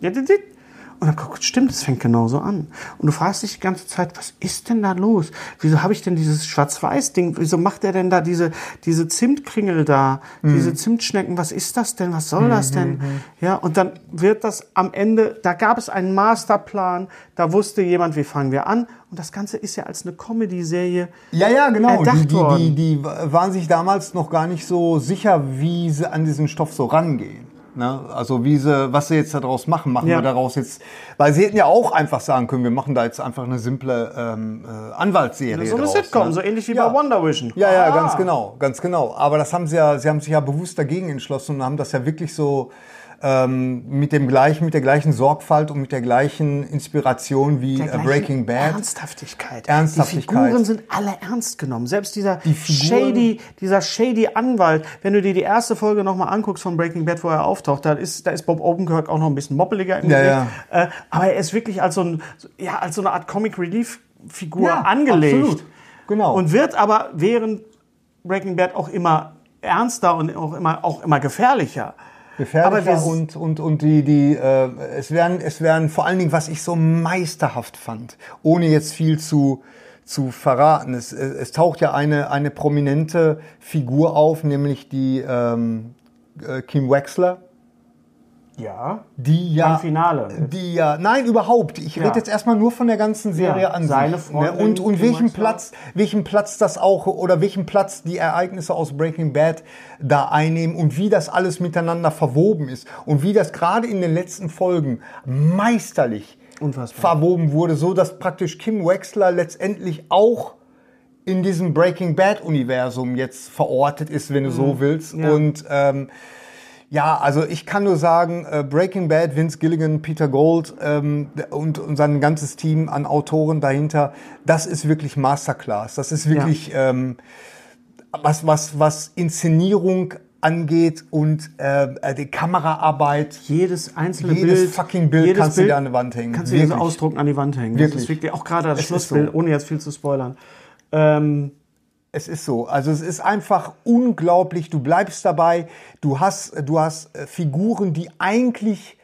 S3: Und hab geguckt, stimmt, es fängt genauso an. Und du fragst dich die ganze Zeit, was ist denn da los? Wieso habe ich denn dieses Schwarz-Weiß-Ding? Wieso macht er denn da diese, diese Zimtkringel da? Diese
S1: Mhm.
S3: Zimtschnecken, was ist das denn? Was soll das denn? Ja, und dann wird das am Ende, da gab es einen Masterplan, da wusste jemand, wie fangen wir an? Und das Ganze ist ja als eine Comedy-Serie.
S1: Ja, ja, genau. Die,
S3: erdacht
S1: die, die,
S3: worden.
S1: die waren sich damals noch gar nicht so sicher, wie sie an diesen Stoff so rangehen. Ne? Also wie sie, was sie jetzt daraus machen, machen
S3: Ja.
S1: wir daraus jetzt. Weil sie hätten ja auch einfach sagen können, wir machen da jetzt einfach eine simple ähm, äh, Anwaltsserie.
S3: So eine
S1: draus,
S3: Sitcom,
S1: ne?
S3: so ähnlich wie
S1: Ja.
S3: bei Wonder Vision.
S1: Ja, ja,
S3: Ah.
S1: ganz genau, ganz genau. Aber das haben sie ja, sie haben sich ja bewusst dagegen entschlossen und haben das ja wirklich so ähm, mit, dem gleichen, mit der gleichen Sorgfalt und mit der gleichen Inspiration wie
S3: Der
S1: äh,
S3: gleichen
S1: Breaking Bad.
S3: Ernsthaftigkeit.
S1: Ernsthaftigkeit.
S3: Die Figuren sind alle ernst genommen. Selbst dieser
S1: Figuren-
S3: shady, dieser shady Anwalt, wenn du dir die erste Folge nochmal anguckst von Breaking Bad, wo er auftaucht, da ist, da ist Bob Odenkirk auch noch ein bisschen moppeliger im
S1: Ja,
S3: Gesicht. Äh, aber er ist wirklich als so, ein, ja, als so eine Art Comic Relief Figur
S1: Ja,
S3: angelegt.
S1: absolut. Genau.
S3: Und wird aber während Breaking Bad auch immer ernster und auch immer, auch immer gefährlicher. Aber wir
S1: Gefährlicher
S3: s-
S1: und, und, und die, die äh, es werden, es werden vor allen Dingen, was ich so meisterhaft fand, ohne jetzt viel zu, zu verraten. Es, es, es taucht ja eine, eine prominente Figur auf, nämlich die ähm, äh, Kim Wexler,
S3: Ja.
S1: die ja.
S3: Beim Finale.
S1: Die ja, nein, überhaupt. Ich
S3: Ja.
S1: rede jetzt erstmal nur von der ganzen Serie
S3: Ja,
S1: an
S3: seine
S1: sich. ne?
S3: Freundin
S1: Und, und
S3: Kim
S1: welchen
S3: Wexler.
S1: Platz, welchen Platz das auch oder welchen Platz die Ereignisse aus Breaking Bad da einnehmen und wie das alles miteinander verwoben ist und wie das gerade in den letzten Folgen meisterlich
S3: Unfassbar.
S1: verwoben wurde, so dass praktisch Kim Wexler letztendlich auch in diesem Breaking Bad Universum jetzt verortet ist, wenn du so willst.
S3: Mhm. Ja.
S1: Und ähm, ja, also ich kann nur sagen, äh, Breaking Bad, Vince Gilligan, Peter Gold ähm, und, und sein ganzes Team an Autoren dahinter, das ist wirklich Masterclass. Das ist wirklich, ähm, was, was, was Inszenierung angeht und äh, äh, die Kameraarbeit.
S3: Jedes einzelne
S1: Jedes
S3: Bild.
S1: fucking Bild kannst du dir an die Wand hängen.
S3: Kannst du dir so
S1: Wirklich.
S3: ausdrucken an die Wand hängen. Das
S1: Wirklich.
S3: ist wirklich auch gerade das
S1: Es ist
S3: Schlussbild,
S1: so.
S3: ohne jetzt viel zu spoilern. Ähm,
S1: Es ist so. Also es ist einfach unglaublich. Du bleibst dabei. Du hast, du hast äh, Figuren, die eigentlich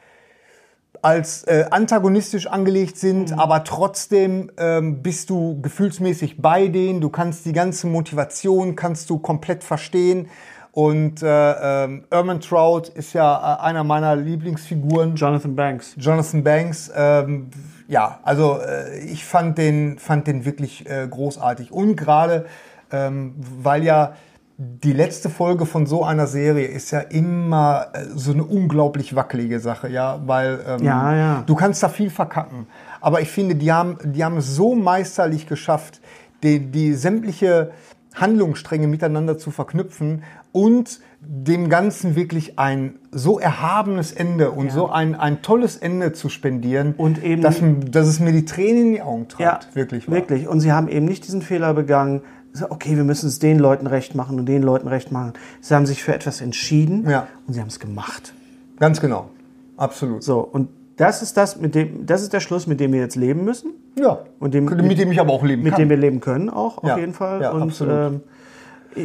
S1: als äh, antagonistisch angelegt sind, aber trotzdem ähm, bist du gefühlsmäßig bei denen. Du kannst die ganze Motivation kannst du komplett verstehen. Und äh, ähm, Ermentrout ist ja äh, einer meiner Lieblingsfiguren.
S3: Jonathan Banks.
S1: Jonathan Banks, ähm, ja, also äh, ich fand den, fand den wirklich äh, großartig. Und gerade, ähm, weil ja die letzte Folge von so einer Serie ist ja immer äh, so eine unglaublich wackelige Sache, ja, weil ähm,
S3: Ja, ja.
S1: du kannst da viel verkacken. Aber ich finde, die haben, die haben es so meisterlich geschafft, die, die sämtliche Handlungsstränge miteinander zu verknüpfen und dem Ganzen wirklich ein so erhabenes Ende und so ein, ein tolles Ende zu spendieren,
S3: Und eben-
S1: dass, dass es mir die Tränen in die Augen treibt. wirklich. wahr.
S3: Wirklich. Und sie haben eben nicht diesen Fehler begangen, so, okay, wir müssen es den Leuten recht machen und den Leuten recht machen. Sie haben sich für etwas entschieden
S1: Ja.
S3: und sie haben es gemacht.
S1: Ganz genau. Absolut.
S3: So, und das ist das, mit dem, das ist der Schluss, mit dem wir jetzt leben müssen.
S1: Ja.
S3: Und dem-
S1: mit dem ich aber auch leben
S3: Mit
S1: kann.
S3: dem wir leben können auch, auf
S1: Ja,
S3: jeden Fall.
S1: ja,
S3: und
S1: absolut.
S3: Ähm,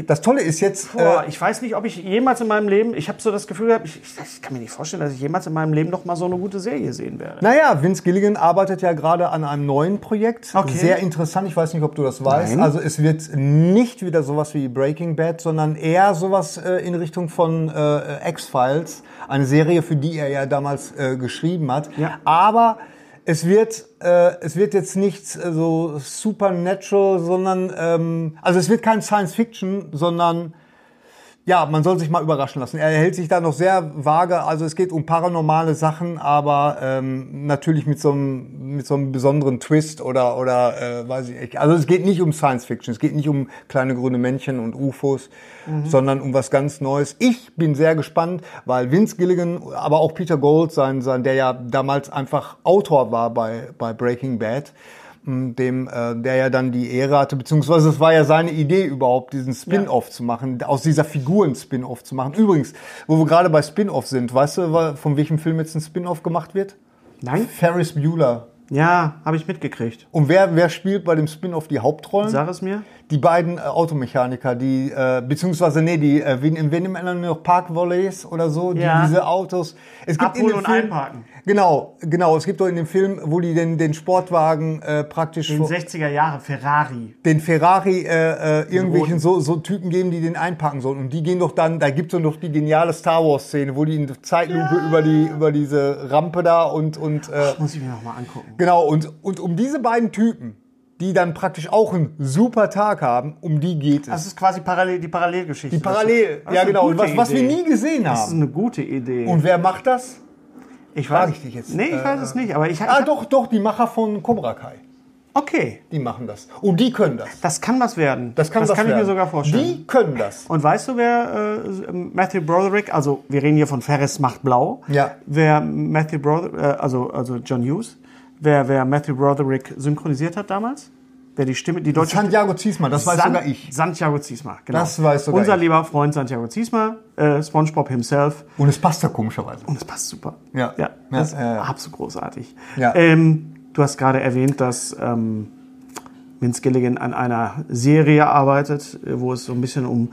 S1: das Tolle ist jetzt,
S3: Boah,
S1: äh,
S3: ich weiß nicht, ob ich jemals in meinem Leben, ich habe so das Gefühl gehabt, ich, ich, ich kann mir nicht vorstellen, dass ich jemals in meinem Leben noch mal so eine gute Serie sehen werde.
S1: Naja, Vince Gilligan arbeitet ja gerade an einem neuen Projekt.
S3: Okay.
S1: Sehr interessant, ich weiß nicht, ob du das weißt.
S3: Nein.
S1: Also es wird nicht wieder sowas wie Breaking Bad, sondern eher sowas äh, in Richtung von äh, X-Files. Eine Serie, für die er ja damals äh, geschrieben hat.
S3: Ja.
S1: Aber es wird, äh, es wird jetzt nichts äh, so supernatural, sondern, ähm, also es wird kein Science-Fiction, sondern ja, man soll sich mal überraschen lassen. Er hält sich da noch sehr vage. Also es geht um paranormale Sachen, aber ähm, natürlich mit so einem mit so einem besonderen Twist oder oder äh, weiß ich nicht. Also es geht nicht um Science Fiction, es geht nicht um kleine grüne Männchen und UFOs, sondern um was ganz Neues. Ich bin sehr gespannt, weil Vince Gilligan, aber auch Peter Gold, sein sein, der ja damals einfach Autor war bei bei Breaking Bad dem, äh, der ja dann die Ehre hatte, beziehungsweise es war ja seine Idee überhaupt, diesen Spin-Off zu machen, aus dieser Figuren-Spin-Off zu machen. Übrigens, wo wir gerade bei Spin-Off sind, weißt du, wa- von welchem Film jetzt ein Spin-Off gemacht wird?
S3: Nein?
S1: Ferris Bueller.
S3: Ja, habe ich mitgekriegt.
S1: Und wer, wer spielt bei dem Spin-Off die Hauptrollen?
S3: Sag es mir.
S1: Die beiden äh, Automechaniker, die, äh, beziehungsweise, nee, die, äh, wen, in wen nennen noch Parkvolleys oder so, die,
S3: Ja.
S1: diese Autos. Es gibt
S3: Abholen
S1: in dem
S3: und
S1: Film,
S3: einparken.
S1: Genau, genau. Es gibt doch in dem Film, wo die den, den Sportwagen äh, praktisch
S3: In
S1: vor-
S3: 60er Jahre Ferrari.
S1: den Ferrari äh, äh, irgendwelchen
S3: roten.
S1: so, so Typen geben, die den einpacken sollen. Und die gehen doch dann, da gibt's doch noch die geniale Star Wars-Szene, wo die in Zeitlupe über, die, über diese Rampe da und, und äh,
S3: Muss ich mir noch mal angucken.
S1: genau, und, und um diese beiden Typen, die dann praktisch auch einen super Tag haben, um die geht es.
S3: Das ist quasi parallel, die Parallelgeschichte. Die
S1: Parallel, ja genau, und was, was wir nie gesehen
S3: Das ist
S1: haben.
S3: eine gute Idee.
S1: Und wer macht das?
S3: ich äh,
S1: frag ich dich jetzt.
S3: Nee, ich weiß es nicht, aber ich, ich
S1: Ah,
S3: hab-
S1: doch, doch, die Macher von Cobra Kai.
S3: Okay,
S1: Die machen das. Und die können das.
S3: das kann was werden.
S1: Das kann, was
S3: kann ich
S1: werden.
S3: mir sogar vorstellen.
S1: Die können das.
S3: Und weißt du, wer äh, Matthew Broderick, also wir reden hier von Ferris macht blau.
S1: Ja.
S3: Wer Matthew Broderick, äh, also, also John Hughes, wer, wer Matthew Broderick synchronisiert hat damals? Wer die Stimme, die deutsche
S1: Santiago Ziesmann, das weiß
S3: San-
S1: sogar ich.
S3: Santiago Ziesma, genau.
S1: Das weiß sogar
S3: Unser
S1: ich.
S3: lieber Freund Santiago Ziesma, äh, SpongeBob himself.
S1: Und es passt ja komischerweise.
S3: Und es passt super.
S1: Ja.
S3: ja,
S1: Ja,
S3: das ist
S1: ja, ja.
S3: absolut großartig.
S1: Ja.
S3: Ähm, du hast gerade erwähnt, dass ähm, Vince Gilligan an einer Serie arbeitet, äh, wo es so ein bisschen um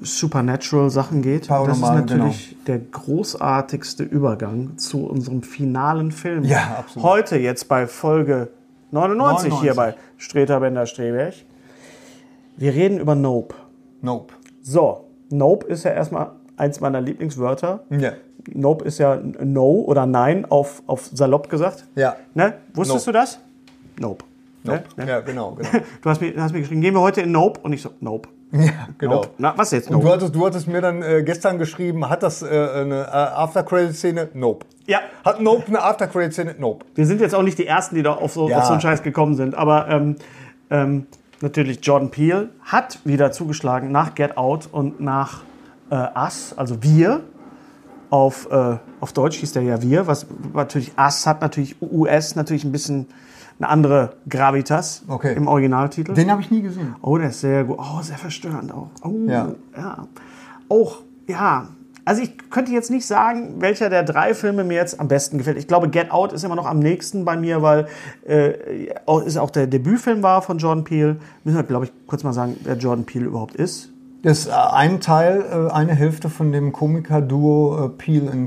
S3: Supernatural-Sachen geht. das ist
S1: Paranormal,
S3: natürlich der großartigste Übergang zu unserem finalen Film.
S1: Ja, absolut.
S3: Heute jetzt bei Folge 99,
S1: 99.
S3: hier bei Streter Bender Streberg. Wir reden über Nope.
S1: Nope.
S3: So, Nope ist ja erstmal eins meiner Lieblingswörter.
S1: Ja.
S3: Nope ist ja n- No oder Nein auf, auf salopp gesagt.
S1: Ja.
S3: Ne? Wusstest
S1: Nope.
S3: du das? Nope.
S1: Nope.
S3: Ne? Ne?
S1: Ja, genau, genau.
S3: Du hast mir, hast mir geschrieben, gehen wir heute in Nope? Und ich so, Nope.
S1: ja, genau.
S3: Nope. Na, was jetzt
S1: Du
S3: Nope?
S1: hattest, du hattest mir dann äh, gestern geschrieben, hat das äh, eine äh, After-Credit-Szene? Nope.
S3: Ja.
S1: Hat Nope eine After-Credit-Szene? Nope.
S3: Wir sind jetzt auch nicht die Ersten, die da auf so,
S1: Ja.
S3: auf so einen Scheiß gekommen sind. Aber ähm, ähm, natürlich, Jordan Peele hat wieder zugeschlagen nach Get Out und nach äh, Us, also Wir. Auf, äh, auf Deutsch hieß der ja Wir, was natürlich Us hat, natürlich US, natürlich ein bisschen eine andere Gravitas
S1: Okay.
S3: im Originaltitel.
S1: Den habe ich nie gesehen.
S3: Oh, der ist sehr gut. Oh, sehr verstörend auch. Oh, ja.
S1: Ja.
S3: Auch, ja. Also ich könnte jetzt nicht sagen, welcher der drei Filme mir jetzt am besten gefällt. Ich glaube, Get Out ist immer noch am nächsten bei mir, weil äh, auch- ist auch der Debütfilm war von Jordan Peele. Müssen wir, glaube ich, kurz mal sagen, wer Jordan Peele überhaupt ist.
S1: Das ist äh, ein Teil, äh, eine Hälfte von dem Komiker-Duo äh, Peel in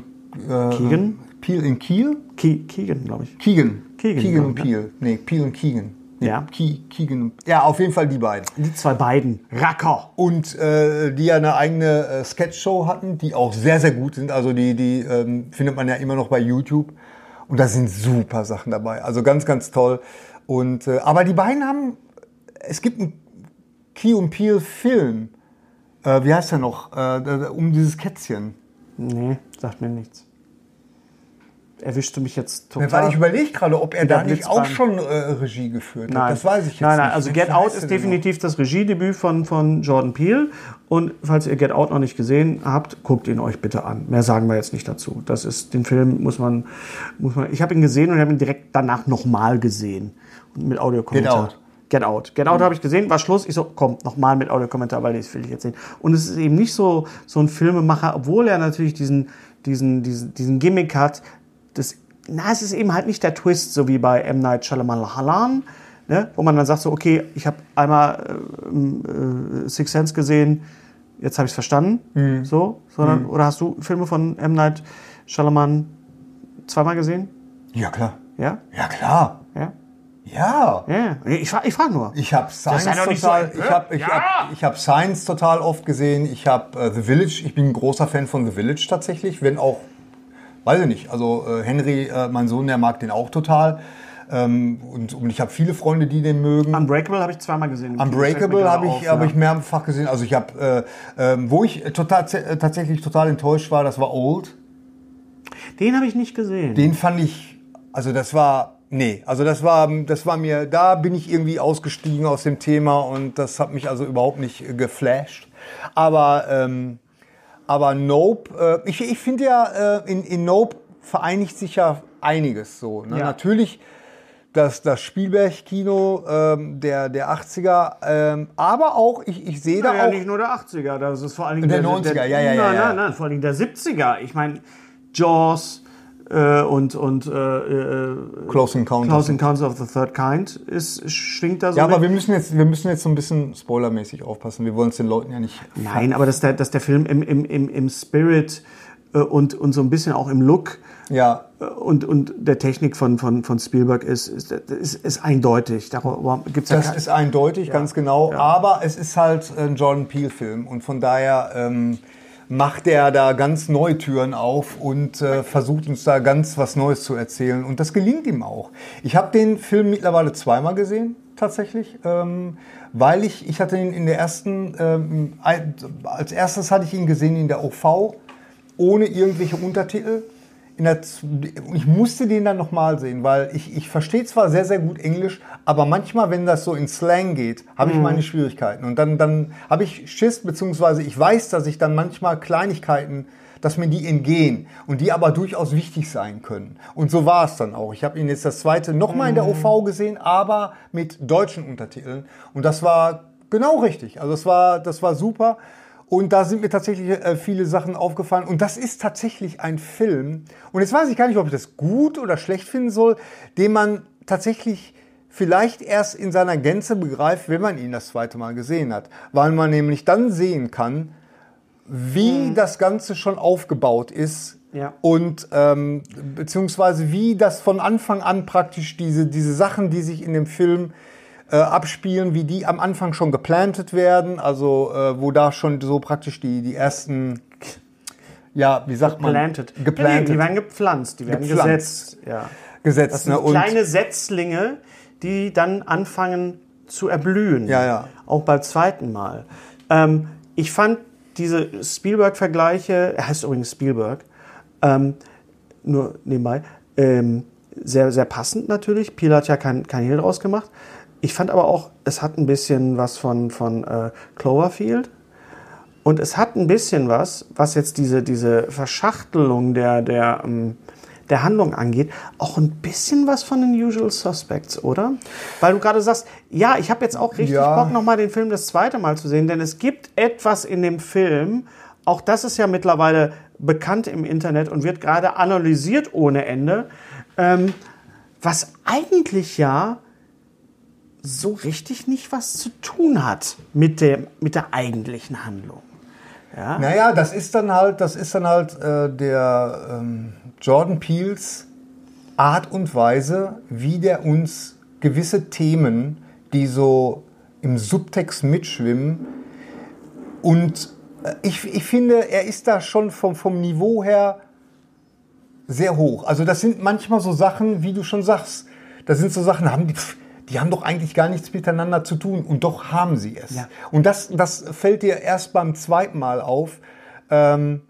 S1: äh,
S3: Keegan?
S1: Peel in Kiel?
S3: Ke Keegan, glaube ich.
S1: Keegan.
S3: Keegan,
S1: und
S3: glaub ich,
S1: Peel. Nee, Peel und Keegan. Nee,
S3: Ja.
S1: Ke Keegan. Ja, auf jeden Fall die beiden.
S3: Die zwei beiden. Racker.
S1: Und äh, die ja eine eigene äh, Sketchshow hatten, die auch sehr, sehr gut sind. Also die, die ähm, findet man ja immer noch bei YouTube. Und da sind super Sachen dabei. Also ganz, ganz toll. Und, äh, aber die beiden haben, es gibt einen Key und Peel Film. Äh, wie heißt der noch? Äh, da- um dieses Kätzchen.
S3: Nee, sagt mir nichts. Erwischst du mich jetzt total.
S1: Weil ich überlege gerade, ob er
S3: der
S1: da nicht
S3: Blitzband.
S1: auch schon äh, Regie geführt hat. Das weiß ich genau. jetzt
S3: nein, nein,
S1: nicht.
S3: also
S1: Wie
S3: Get Out
S1: heißt
S3: ist
S1: der denn noch?
S3: definitiv das Regiedebüt von, von Jordan Peele. Und falls ihr Get Out noch nicht gesehen habt, guckt ihn euch bitte an. Mehr sagen wir jetzt nicht dazu. Das ist, den Film muss man, muss man, ich habe ihn gesehen und habe ihn direkt danach nochmal gesehen. Und mit Audiokommentar.
S1: Get Out.
S3: Get Out. Get Out habe ich gesehen, war Schluss. Ich so, komm, nochmal mit Audiokommentar, weil das will ich jetzt sehen. Und es ist eben nicht so, so ein Filmemacher, obwohl er natürlich diesen, diesen, diesen, diesen Gimmick hat. Das, na, es ist eben halt nicht der Twist, so wie bei M. Night Shyamalan Halan, ne? wo man dann sagt so, okay, ich habe einmal äh, äh, Six Sense gesehen, jetzt habe ich es verstanden. So, sondern, Oder hast du Filme von M. Night Shyamalan zweimal gesehen?
S1: Ja, klar.
S3: Ja?
S1: Ja, klar.
S3: Ja?
S1: Ja.
S3: Ja. Ich, fra- ich frage nur.
S1: Ich habe Science
S3: sei doch
S1: total,
S3: nicht so-
S1: ich hab, ich hab, ich hab Science total oft gesehen. Ich habe äh, The Village. Ich bin ein großer Fan von The Village tatsächlich, wenn auch, weiß ich nicht. Also äh, Henry, äh, mein Sohn, der mag den auch total. Ähm, und, und ich habe viele Freunde, die den mögen.
S3: Unbreakable habe ich zweimal gesehen. im Kino, fällt mir
S1: Unbreakable
S3: gerade
S1: habe
S3: auf,
S1: ich,
S3: ja.
S1: hab ich mehrfach gesehen. Also ich habe, äh, ähm, wo ich total, äh, tatsächlich total enttäuscht war, das war Old.
S3: Den habe ich nicht gesehen.
S1: Den fand ich, also das war, nee, also das war, das war mir, da bin ich irgendwie ausgestiegen aus dem Thema und das hat mich also überhaupt nicht äh, geflasht. Aber, ähm, aber Nope, äh, ich, ich finde ja, äh, in, in Nope vereinigt sich ja einiges so. Ne?
S3: Ja.
S1: Natürlich das, das Spielberg-Kino ähm, der, der 80er, ähm, aber auch, ich, ich sehe da
S3: ja,
S1: auch,
S3: nicht nur der 80er, das ist vor allen Dingen
S1: Der 90er, ja, ja, ja,
S3: Nein,
S1: ja.
S3: nein, nein, vor allen Dingen der 70er. Ich meine, Jaws äh, und, und äh, äh,
S1: Close Encounters.
S3: Close Encounters of the Third Kind ist, schwingt da so
S1: ja,
S3: mit.
S1: aber wir müssen, jetzt, wir müssen jetzt so ein bisschen spoilermäßig aufpassen. Wir wollen es den Leuten ja nicht
S3: Nein, aber dass der, dass der Film im, im, im, im Spirit äh, und, und so ein bisschen auch im Look
S1: ja,
S3: äh, und, und der Technik von, von, von Spielberg ist, ist, ist, ist eindeutig. Darüber gibt's ja
S1: Das
S3: kein-
S1: ist eindeutig, ganz genau. Aber es ist halt ein Jordan Peele-Film und von daher ähm, macht er da ganz neue Türen auf und äh, versucht uns da ganz was Neues zu erzählen. Und das gelingt ihm auch. Ich habe den Film mittlerweile zweimal gesehen, tatsächlich, ähm, weil ich, ich hatte ihn in der ersten, ähm, ein- als erstes hatte ich ihn gesehen in der OV ohne irgendwelche Untertitel. in der, Z- ich musste den dann nochmal sehen, weil ich, ich verstehe zwar sehr, sehr gut Englisch, aber manchmal, wenn das so in Slang geht, habe ich meine Schwierigkeiten. Und dann, dann habe ich Schiss, beziehungsweise ich weiß, dass ich dann manchmal Kleinigkeiten, dass mir die entgehen und die aber durchaus wichtig sein können. Und so war es dann auch. Ich habe ihn jetzt das zweite nochmal in der OV gesehen, aber mit deutschen Untertiteln. Und das war genau richtig. Also das war, das war super. Und da sind mir tatsächlich äh, viele Sachen aufgefallen. Und das ist tatsächlich ein Film. Und jetzt weiß ich gar nicht, ob ich das gut oder schlecht finden soll, den man tatsächlich vielleicht erst in seiner Gänze begreift, wenn man ihn das zweite Mal gesehen hat. Weil man nämlich dann sehen kann, wie das Ganze schon aufgebaut ist.
S3: Ja.
S1: Und ähm, beziehungsweise wie das von Anfang an praktisch diese, diese Sachen, die sich in dem Film äh, abspielen, wie die am Anfang schon geplantet werden, also äh, wo da schon so praktisch die, die ersten, ja, wie sagt man?
S3: Planted. Ja, die,
S1: Geplantet.
S3: die werden gepflanzt, die werden
S1: Gepflanzt.
S3: gesetzt. Ja.
S1: gesetzt.
S3: Das sind
S1: ne? Und-
S3: kleine Setzlinge, die dann anfangen zu erblühen.
S1: Ja, ja.
S3: Auch beim zweiten Mal. Ähm, ich fand diese Spielberg-Vergleiche, er heißt übrigens Spielberg, ähm, nur nebenbei, ähm, sehr, sehr passend natürlich. Peel hat ja kein, kein Hehl draus gemacht. Ich fand aber auch, es hat ein bisschen was von, von äh, Cloverfield. Und es hat ein bisschen was, was jetzt diese, diese Verschachtelung der, der, ähm, der Handlung angeht, auch ein bisschen was von den Usual Suspects, oder? Weil du gerade sagst, ja, ich habe jetzt auch richtig
S1: Ja.
S3: Bock, nochmal den Film das zweite Mal zu sehen, denn es gibt etwas in dem Film, auch das ist ja mittlerweile bekannt im Internet und wird gerade analysiert ohne Ende, ähm, was eigentlich ja so richtig nicht was zu tun hat mit der, mit der eigentlichen Handlung.
S1: Naja, das ist dann halt, das ist dann halt äh, der ähm, Jordan Peels Art und Weise, wie der uns gewisse Themen, die so im Subtext mitschwimmen, und äh, ich, ich finde, er ist da schon vom, vom Niveau her sehr hoch. Also das sind manchmal so Sachen, wie du schon sagst. Das sind so Sachen, haben die, pff, die haben doch eigentlich gar nichts miteinander zu tun und doch haben sie es.
S3: Ja.
S1: Und das, das fällt dir erst beim zweiten Mal auf. Ähm,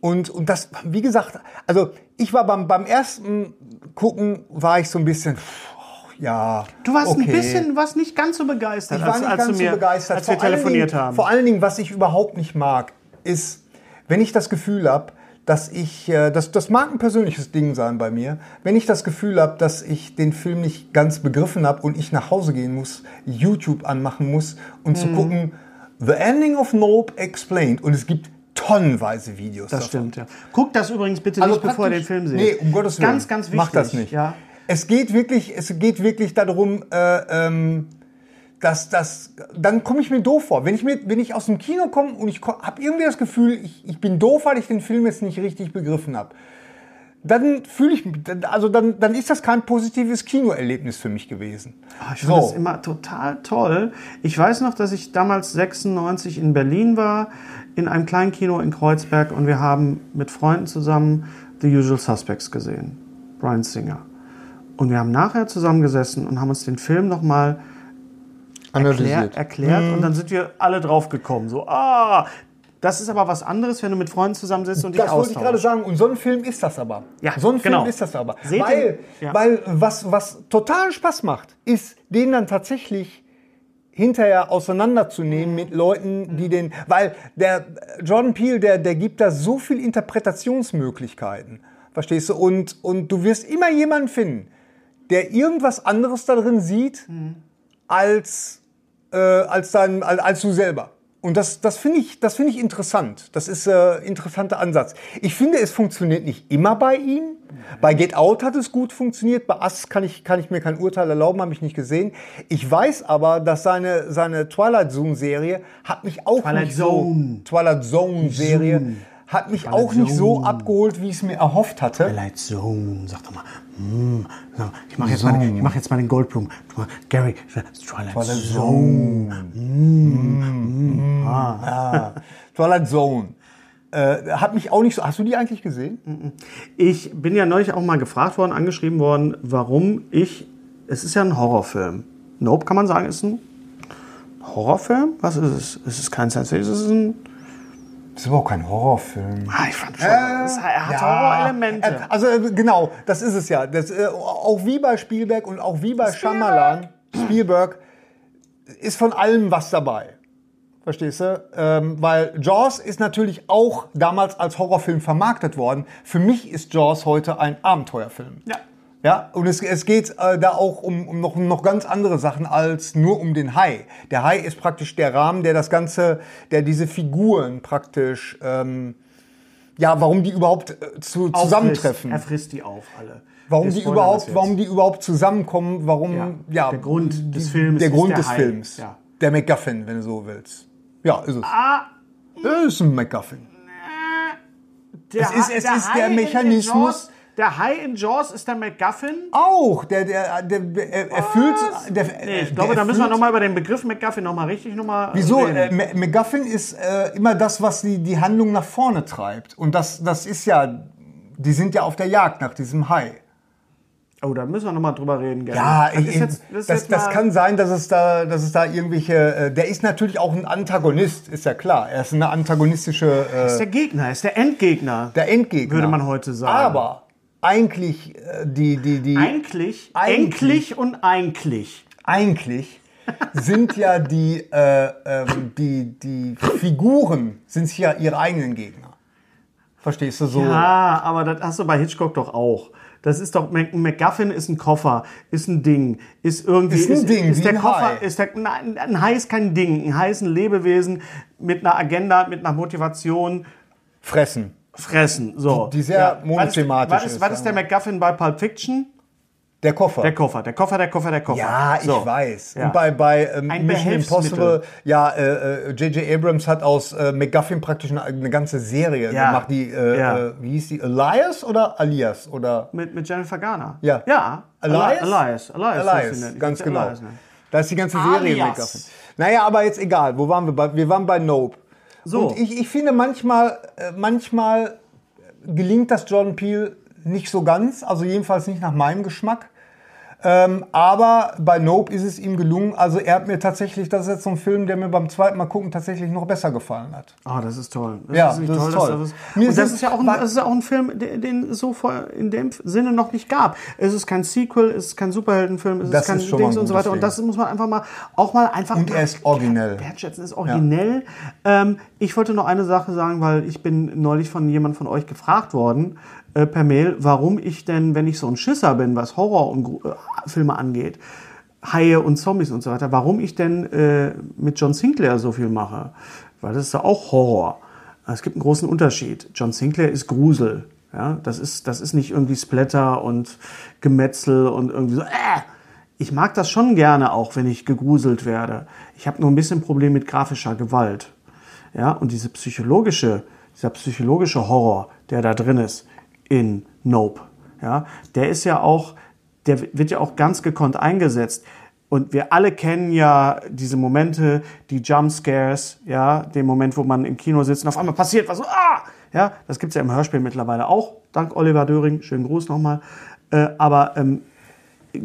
S1: und, und das, wie gesagt, also ich war beim, beim ersten Gucken, war ich so ein bisschen, pff, ja.
S3: Du warst ein
S1: okay.
S3: bisschen, warst nicht ganz so begeistert,
S1: Ich war
S3: als,
S1: nicht
S3: als,
S1: ganz
S3: du mir,
S1: so begeistert.
S3: als wir
S1: Vor allen
S3: telefoniert
S1: Dingen,
S3: haben.
S1: Vor allen Dingen, was ich überhaupt nicht mag, ist, wenn ich das Gefühl habe, dass ich, äh, das, das mag ein persönliches Ding sein bei mir, wenn ich das Gefühl habe, dass ich den Film nicht ganz begriffen habe und ich nach Hause gehen muss, YouTube anmachen muss und
S3: Mhm.
S1: zu gucken, The Ending of Nope Explained. Und es gibt tonnenweise Videos
S3: das stimmt, ja. Also Guck das übrigens bitte nicht, bevor ihr den
S1: praktisch-
S3: Film seht.
S1: Nee, um Gottes Willen.
S3: Ganz, ganz wichtig.
S1: Macht das nicht.
S3: Ja.
S1: Es geht wirklich, es geht wirklich darum, äh, ähm, dass das, dann komme ich mir doof vor. Wenn ich, mir, wenn ich aus dem Kino komme und ich habe irgendwie das Gefühl, ich, ich bin doof, weil ich den Film jetzt nicht richtig begriffen habe, dann fühle ich mich, dann- also dann, dann ist das kein positives Kinoerlebnis für mich gewesen.
S3: Oh, ich fand das immer total toll. Ich weiß noch, dass ich damals 96 in Berlin war, in einem kleinen Kino in Kreuzberg und wir haben mit Freunden zusammen The Usual Suspects gesehen. Brian Singer. Und wir haben nachher zusammengesessen und haben uns den Film nochmal erklärt, erklärt und
S1: Hm.
S3: dann sind wir alle drauf gekommen. So, ah, das ist aber was anderes, wenn du mit Freunden zusammensitzt und dich
S1: Das wollte ich gerade
S3: austauschst.
S1: sagen. Und so ein Film ist das aber.
S3: Ja,
S1: so ein Film
S3: genau.
S1: ist das aber.
S3: Seht
S1: weil,
S3: ihr? Ja.
S1: weil was, was total Spaß macht, ist, den dann tatsächlich hinterher auseinanderzunehmen mit Leuten, die den, weil der Jordan Peele, der, der gibt da so viel Interpretationsmöglichkeiten, verstehst du? Und, und du wirst immer jemanden finden, der irgendwas anderes darin sieht, als, äh, als, dein, als, als du selber. Und das, das finde ich, das finde ich interessant. Das ist äh, interessanter Ansatz. Ich finde, es funktioniert nicht immer bei ihm. Bei Get Out hat es gut funktioniert. Bei Us kann ich, kann ich mir kein Urteil erlauben, habe ich nicht gesehen. Ich weiß aber, dass seine, seine Twilight Zone Serie hat mich auch
S3: Twilight
S1: nicht
S3: Zone.
S1: so Twilight Zone Serie hat mich auch nicht so abgeholt, wie ich es mir erhofft hatte.
S3: Twilight Zone, sag doch mal. Mm, sag mal, ich mache jetzt, mal- ich mach jetzt mal den Goldblum. Guck mal, Gary, Twilight, Zone.
S1: Mm, Ah, Twilight Zone. Äh, hat mich auch nicht so. Hast du die eigentlich gesehen?
S3: Ich bin ja neulich auch mal gefragt worden, angeschrieben worden, warum ich. Es ist ja ein Horrorfilm. Nope, kann man sagen, ist ein Horrorfilm? Was ist es? Es ist kein Science Fiction, es ist ein
S1: Das ist überhaupt kein Horrorfilm.
S3: Ah, ich fand schon, das, er hat Horrorelemente.
S1: äh, Also äh, genau, das ist es ja. Das, äh, auch wie bei Spielberg und auch wie bei Shyamalan, Spielberg ist von allem was dabei. Verstehst du? Ähm, weil Jaws ist natürlich auch damals als Horrorfilm vermarktet worden. Für mich ist Jaws heute ein Abenteuerfilm.
S3: Ja.
S1: Ja, und es, es geht äh, da auch um, um noch, um noch ganz andere Sachen als nur um den Hai. Der Hai ist praktisch der Rahmen, der das Ganze, der diese Figuren praktisch, ähm, ja, warum die überhaupt äh, zu,
S3: Auffrisst.
S1: zusammentreffen.
S3: Er frisst die auf, alle.
S1: Warum
S3: Wir
S1: die,
S3: spoilern das
S1: überhaupt,
S3: jetzt.
S1: warum die überhaupt zusammenkommen, warum,
S3: Ja,
S1: ja,
S3: der Grund des Films
S1: Der
S3: ist
S1: Grund
S3: der
S1: des
S3: Hai.
S1: Films.
S3: Ja. Ah.
S1: Der MacGuffin, wenn du so willst. Ja, ist es. Ist ein MacGuffin.
S3: Der
S1: Es ist-
S3: Ha-
S1: es ist der
S3: Hai in- in
S1: Mechanismus- Äh,
S3: Jaws- Der Hai in Jaws ist der MacGuffin.
S1: Auch, der, der, der, der er- erfüllt, der,
S3: Nee, ich
S1: der
S3: glaube, da müssen wir
S1: erfüllt-
S3: nochmal über den Begriff MacGuffin nochmal richtig nochmal.
S1: Wieso? Äh,
S3: Reden.
S1: Ma- MacGuffin ist äh, immer das, was die, die Handlung nach vorne treibt. Und das, das ist ja, die sind ja auf der Jagd nach diesem Hai.
S3: Oh, da müssen wir nochmal drüber reden, Gary.
S1: Ja,
S3: das,
S1: ich,
S3: ist jetzt, das,
S1: das,
S3: ist
S1: das,
S3: jetzt mal-
S1: kann sein, dass es da, dass es da irgendwelche. Äh, der ist natürlich auch ein Antagonist, ist ja klar. Er ist eine antagonistische. Äh,
S3: ist der Gegner, ist der Endgegner.
S1: der Endgegner.
S3: Würde man heute sagen.
S1: Aber eigentlich äh, die die die
S3: Eigentlich,
S1: Eigentlich.
S3: endlich und eigentlich.
S1: eigentlich sind ja die äh, ähm, die die Figuren sind ja ihre eigenen Gegner. Verstehst du so?
S3: Ja, aber das hast du bei Hitchcock doch auch. Das ist doch, Mac- MacGuffin ist ein Koffer, ist ein Ding, ist irgendwie.
S1: Ist ein Ding,
S3: ist
S1: wie
S3: der
S1: ein
S3: Koffer,
S1: Hai.
S3: ist der, nein, ein Hai ist kein Ding. Ein Hai ist ein Lebewesen mit einer Agenda, mit einer Motivation,
S1: Fressen.
S3: fressen. So.
S1: Die- die sehr monothematisch
S3: was ist. Was ist,
S1: ist,
S3: was ist der
S1: sagen wir.
S3: MacGuffin bei Pulp Fiction?
S1: Der Koffer.
S3: Der Koffer, der Koffer, der Koffer, der Koffer.
S1: Ja, ich
S3: So.
S1: weiß.
S3: Ja.
S1: Und bei, bei ähm,
S3: Ein
S1: Mission
S3: Behelfsmittel.
S1: Impossible, ja, äh, äh, J.J. Abrams hat aus äh, McGuffin praktisch eine, eine ganze Serie
S3: Ja.
S1: gemacht, die, äh,
S3: Ja.
S1: äh, wie hieß die, Elias oder Alias? Oder
S3: Mit, mit Jennifer Garner.
S1: Ja.
S3: Ja.
S1: Elias?
S3: Elias. Elias. heißt sie
S1: Elias,
S3: nicht.
S1: ganz
S3: Ich
S1: genau.
S3: Elias ne? nicht.
S1: da ist die ganze Serie
S3: Alias.
S1: McGuffin. Naja, aber jetzt egal, wo waren wir? Bei, wir waren bei Nope.
S3: So.
S1: Und ich, ich finde manchmal, äh, manchmal gelingt das Jordan Peele nicht so ganz, also jedenfalls nicht nach meinem Geschmack. Ähm, aber bei Nope ist es ihm gelungen. Also er hat mir tatsächlich, das ist jetzt so ein Film, der mir beim zweiten Mal gucken tatsächlich noch besser gefallen hat.
S3: Ah, das ist toll. Das
S1: Ja,
S3: nicht
S1: das ist
S3: dass
S1: toll.
S3: das-
S1: Mir
S3: Und das
S1: sind-
S3: ist ja auch ein,
S1: war-
S3: das ist ja auch ein Film, den, den es so vor, in dem Sinne noch nicht gab. Es ist kein Sequel, es ist kein Superheldenfilm, es
S1: Das
S3: ist kein
S1: ist schon mal
S3: Dings
S1: ein
S3: und so
S1: gutes
S3: weiter. Und
S1: Ding.
S3: das muss man einfach mal auch mal einfach.
S1: Und er ist originell.
S3: Wertschätzen ist originell. Ähm, ich wollte noch eine Sache sagen, weil ich bin neulich von jemand von euch gefragt worden äh, per Mail, warum ich denn, wenn ich so ein Schisser bin, was Horror und Gru- äh, Filme angeht, Haie und Zombies und so weiter, warum ich denn äh, mit John Sinclair so viel mache. Weil das ist ja auch Horror. Es gibt einen großen Unterschied. John Sinclair ist Grusel. Ja, das, ist, das ist nicht irgendwie Splatter und Gemetzel und irgendwie so. Äh. Ich mag das schon gerne auch, wenn ich gegruselt werde. Ich habe nur ein bisschen Problem mit grafischer Gewalt. Ja, und diese psychologische, dieser psychologische Horror, der da drin ist in Nope, ja, der ist ja auch, der wird ja auch ganz gekonnt eingesetzt. Und wir alle kennen ja diese Momente, die Jumpscares, ja, den Moment, wo man im Kino sitzt und auf einmal passiert was, so, ah! Ja, das gibt's ja im Hörspiel mittlerweile auch, dank Oliver Döring, schönen Gruß nochmal. Äh, aber ähm,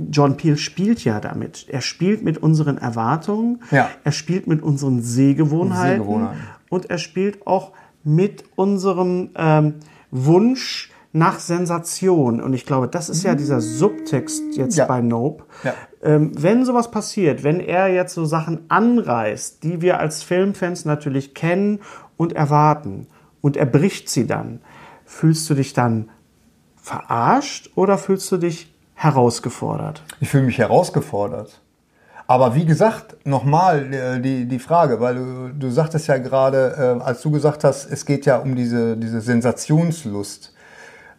S3: John Peel spielt ja damit. Er spielt mit unseren Erwartungen,
S1: Ja.
S3: er spielt mit unseren Sehgewohnheiten,
S1: Sehgewohnheiten.
S3: und er spielt auch mit unserem ähm, Wunsch nach Sensation. Und ich glaube, das ist ja dieser Subtext jetzt
S1: Ja.
S3: bei Nope.
S1: Ja.
S3: Ähm, wenn sowas passiert, wenn er jetzt so Sachen anreißt, die wir als Filmfans natürlich kennen und erwarten, und er bricht sie dann, fühlst du dich dann verarscht oder fühlst du dich herausgefordert?
S1: Ich fühle mich herausgefordert. Aber wie gesagt, nochmal äh, die, die Frage, weil du, du sagtest ja gerade, äh, als du gesagt hast, es geht ja um diese, diese Sensationslust.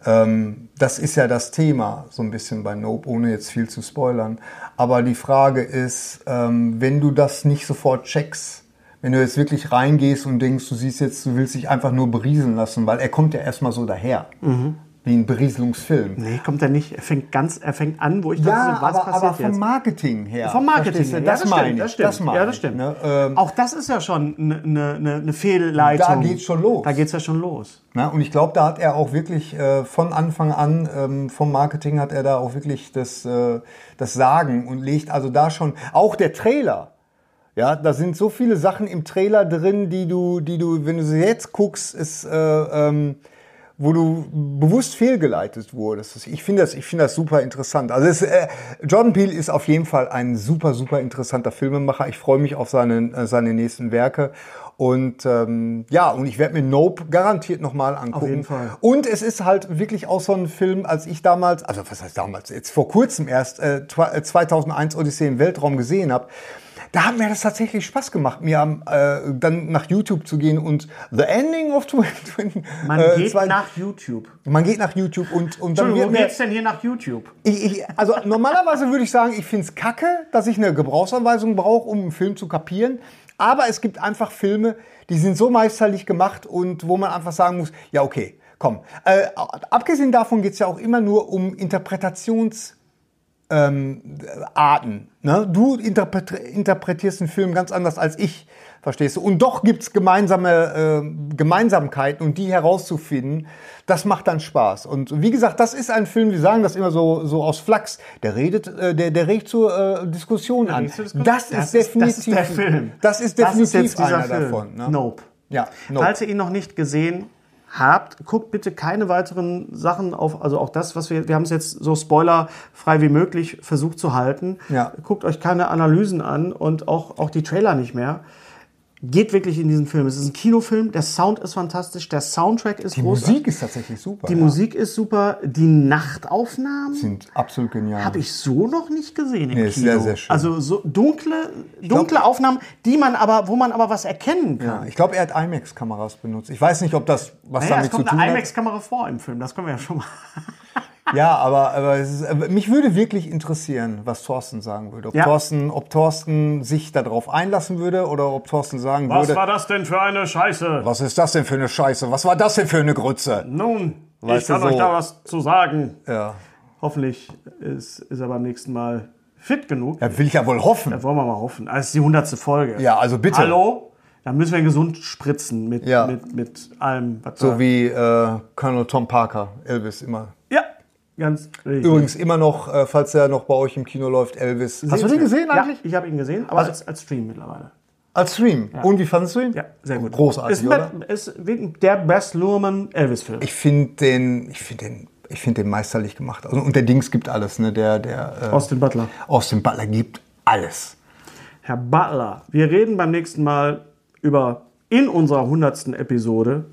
S1: Ähm, das ist ja das Thema so ein bisschen bei Nope, ohne jetzt viel zu spoilern. Aber die Frage ist, ähm, wenn du das nicht sofort checkst, wenn du jetzt wirklich reingehst und denkst, du siehst jetzt, du willst dich einfach nur berieseln lassen, weil er kommt ja erstmal so daher, wie ein Berieselungsfilm
S3: Nee, kommt er nicht. Er fängt ganz, er fängt an, wo ich dachte,
S1: ja,
S3: so, was
S1: aber,
S3: passiert
S1: aber vom
S3: jetzt?
S1: Marketing her.
S3: Vom Marketing.
S1: Verstehst
S3: her.
S1: du?
S3: Ja,
S1: Das, meine
S3: stimmt,
S1: ich.
S3: Das stimmt.
S1: meine
S3: ja, das
S1: ich,
S3: stimmt.
S1: Ne? Ähm,
S3: auch das ist ja schon eine ne, ne, ne Fehlleitung.
S1: Da geht's schon los.
S3: Da geht's ja schon los.
S1: ne? Und ich glaube, da hat er auch wirklich äh, von Anfang an, ähm, vom Marketing hat er da auch wirklich das, äh, das Sagen und legt also da schon, auch der Trailer Ja, da sind so viele Sachen im Trailer drin, die du, die du, wenn du sie jetzt guckst, ist, äh, ähm, wo du bewusst fehlgeleitet wurdest. Ich finde das, ich finde das super interessant. Also es, äh, Jordan Peele ist auf jeden Fall ein super, super interessanter Filmemacher. Ich freue mich auf seine, äh, seine nächsten Werke. Und ähm, ja, und ich werde mir Nope garantiert nochmal angucken.
S3: Auf jeden Fall.
S1: Und es ist halt wirklich auch so ein Film, als ich damals, also was heißt damals, jetzt vor kurzem erst, äh, tw- äh, 2001 Odyssee im Weltraum gesehen habe, da hat mir das tatsächlich Spaß gemacht, mir am, äh, dann nach YouTube zu gehen und The Ending of 20...
S3: Man
S1: äh,
S3: geht
S1: zwei-
S3: nach YouTube.
S1: man geht nach YouTube und, und dann
S3: Entschuldigung,
S1: wird
S3: wo
S1: mir,
S3: geht's denn hier nach YouTube?
S1: ich, ich, also normalerweise würde ich sagen, ich finde es kacke, dass ich eine Gebrauchsanweisung brauche, um einen Film zu kapieren. Aber es gibt einfach Filme, die sind so meisterlich gemacht und wo man einfach sagen muss, ja okay, komm. Äh, abgesehen davon geht es ja auch immer nur um Interpretations... Arten. Ne? Du interpret interpretierst einen Film ganz anders als ich, verstehst du? Und doch gibt's gemeinsame äh, Gemeinsamkeiten und die herauszufinden, das macht dann Spaß. Und wie gesagt, das ist ein Film, wir sagen das immer so, so aus Flachs, der redet, äh, der, der regt zur äh, Diskussion an.
S3: regt zur Diskussion.
S1: Das,
S3: Das
S1: ist
S3: ist- das ist
S1: definitiv,
S3: der Film.
S1: Das ist
S3: Das
S1: definitiv
S3: ist jetzt dieser
S1: einer
S3: Film.
S1: davon. Ne?
S3: Nope.
S1: Ja, nope.
S3: Falls ihr ihn noch nicht gesehen habt, guckt bitte keine weiteren Sachen auf, also auch das, was wir, wir haben es jetzt so spoilerfrei wie möglich versucht zu halten.
S1: Ja.
S3: Guckt euch keine Analysen an und auch, auch die Trailer nicht mehr. Geht wirklich in diesen Film. Es ist ein Kinofilm, der Sound ist fantastisch, der Soundtrack ist
S1: die
S3: großartig.
S1: Musik ist tatsächlich super.
S3: Die
S1: ja.
S3: Musik ist super, die Nachtaufnahmen
S1: sind absolut genial.
S3: habe ich so noch nicht gesehen im
S1: Nee,
S3: Kino.
S1: ist sehr, sehr schön.
S3: Also so dunkle, dunkle Aufnahmen, die man aber, wo man aber was erkennen kann.
S1: Ja, ich glaube, er hat IMAX-Kameras benutzt. Ich weiß nicht, ob das was
S3: Naja, es
S1: damit zu
S3: kommt
S1: tun ne?
S3: eine
S1: hat.
S3: IMAX-Kamera vor im Film, das können wir ja schon mal.
S1: Ja, aber, aber es ist, aber mich würde wirklich interessieren, was Thorsten sagen würde. Ob,
S3: Ja.
S1: Thorsten, ob Thorsten sich darauf einlassen würde oder ob Thorsten sagen würde,
S3: das denn für eine Scheiße?
S1: was ist das denn für eine Scheiße? Was war das denn für eine
S3: Mhm.
S1: Grütze?
S3: Nun,
S1: Weißt du, so-
S3: was zu sagen.
S1: Ja.
S3: Hoffentlich ist, ist er beim nächsten Mal fit genug.
S1: ja, will ich ja wohl hoffen.
S3: Das wollen wir mal hoffen. Das ist die hundertste Folge.
S1: Ja, also bitte.
S3: Hallo? Dann müssen wir ihn gesund spritzen mit,
S1: Ja.
S3: mit, mit allem, was
S1: So
S3: wir-
S1: wie äh, Colonel Tom Parker, Elvis immer.
S3: Ja, ganz richtig.
S1: Übrigens immer noch, äh, falls er noch bei euch im Kino läuft, Elvis. Hast du den gesehen eigentlich? Also
S3: Ja, ich habe ihn gesehen, aber als, als Stream mittlerweile.
S1: Als Stream. Und wie fandest du ihn?
S3: Ja, sehr gut.
S1: Großartig,
S3: ist,
S1: oder?
S3: Ist wegen der Best Luhrmann Elvis-Film.
S1: Ich finde den, ich finde den, ich finde den meisterlich gemacht. Also, und der Dings gibt alles, ne? Der, der äh,
S3: Austin Butler.
S1: Austin Butler gibt alles.
S3: Herr Butler, wir reden beim nächsten Mal über in unserer 100. Episode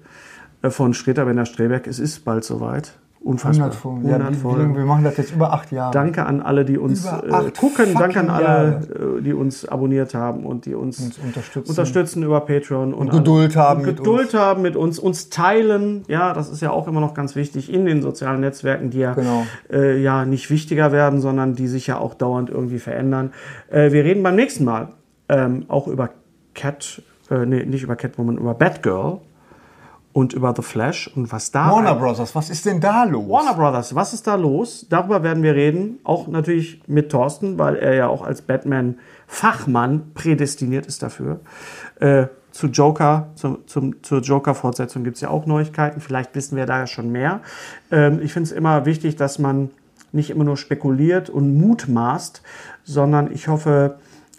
S3: äh, von Streter Bender Strebeck. Es ist bald soweit. Unfassbar.
S1: 100 Folgen. Ja, wie, wie lange, wir machen das jetzt über acht Jahre.
S3: Danke an alle, die uns
S1: Über
S3: äh,
S1: acht
S3: gucken. Danke
S1: fucking
S3: an alle, äh, die uns abonniert haben und die uns,
S1: unterstützen.
S3: unterstützen über Patreon und,
S1: Geduld
S3: an,
S1: haben
S3: und
S1: mit uns.
S3: Geduld haben mit uns, uns teilen. Ja, das ist ja auch immer noch ganz wichtig in den sozialen Netzwerken, die ja,
S1: Genau.
S3: äh, ja nicht wichtiger werden, sondern die sich ja auch dauernd irgendwie verändern. Äh, wir reden beim nächsten Mal ähm, auch über Cat, äh, nee, nicht über Catwoman, über Batgirl und über The Flash und was da
S1: Warner Brothers, was ist denn da los?
S3: Warner Brothers, was ist da los? Darüber werden wir reden. Auch natürlich mit Thorsten, weil er ja auch als Batman-Fachmann prädestiniert ist dafür. Äh, zu Joker, zum, zum, zur Joker-Fortsetzung gibt es ja auch Neuigkeiten. Vielleicht wissen wir da ja schon mehr. Ähm, ich finde es immer wichtig, dass man nicht immer nur spekuliert und mutmaßt, sondern ich hoffe,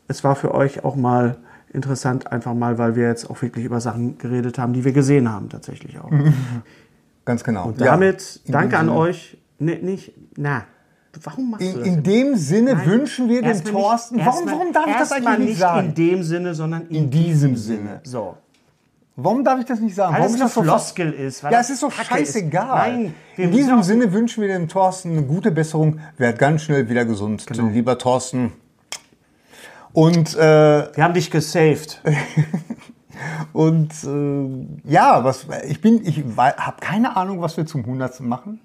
S3: es war für euch auch mal interessant, einfach mal, weil wir jetzt auch wirklich über Sachen geredet haben, die wir gesehen haben, tatsächlich auch.
S1: Ganz genau.
S3: Und damit
S1: Ja, in
S3: danke
S1: dem
S3: an
S1: Sinne.
S3: euch. Nee, nicht, na, warum machst du
S1: In,
S3: das?
S1: in
S3: immer?
S1: dem Sinne
S3: Nein,
S1: wünschen wir dem
S3: erstmal nicht-
S1: Thorsten. warum,
S3: erstmal-
S1: warum darf ich das
S3: erstmal
S1: eigentlich nicht,
S3: nicht in
S1: sagen?
S3: dem Sinne, sondern in,
S1: In diesem Sinne.
S3: so.
S1: Warum darf ich das nicht sagen?
S3: Weil
S1: warum
S3: das eine
S1: so
S3: Floskel ist. weil
S1: Ja,
S3: das
S1: es ist so
S3: Kacke
S1: scheißegal.
S3: Ist. Nein, wir
S1: in
S3: müssen
S1: diesem
S3: auch-
S1: Sinne wünschen wir dem Thorsten eine gute Besserung. Werd ganz schnell wieder gesund,
S3: Genau.
S1: lieber Thorsten. Und, äh,
S3: Wir haben dich gesaved.
S1: und äh, ja, was, ich bin, ich habe keine Ahnung, was wir zum 100. machen.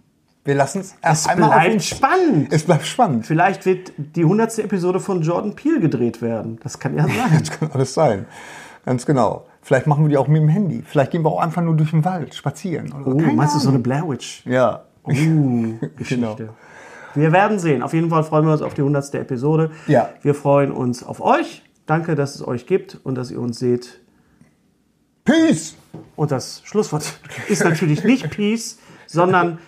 S1: Wir lassen es erst einmal auf
S3: Bleibt
S1: uns.
S3: spannend.
S1: Es bleibt spannend.
S3: Vielleicht wird die 100. Episode von Jordan Peele gedreht werden. Das kann ja sein.
S1: Das kann alles sein. Ganz genau. Vielleicht machen wir die auch mit dem Handy. Vielleicht gehen wir auch einfach nur durch den Wald spazieren. Oder so.
S3: Oh,
S1: Keine
S3: meinst du so
S1: Ahnung.
S3: eine Blair Witch?
S1: Ja.
S3: Uh, Geschichte.
S1: Genau.
S3: Wir werden sehen. Auf jeden Fall freuen wir uns auf die 100. Episode.
S1: Ja.
S3: Wir freuen uns auf euch. Danke, dass es euch gibt und dass ihr uns seht.
S1: Peace!
S3: Und das Schlusswort ist natürlich nicht Peace, sondern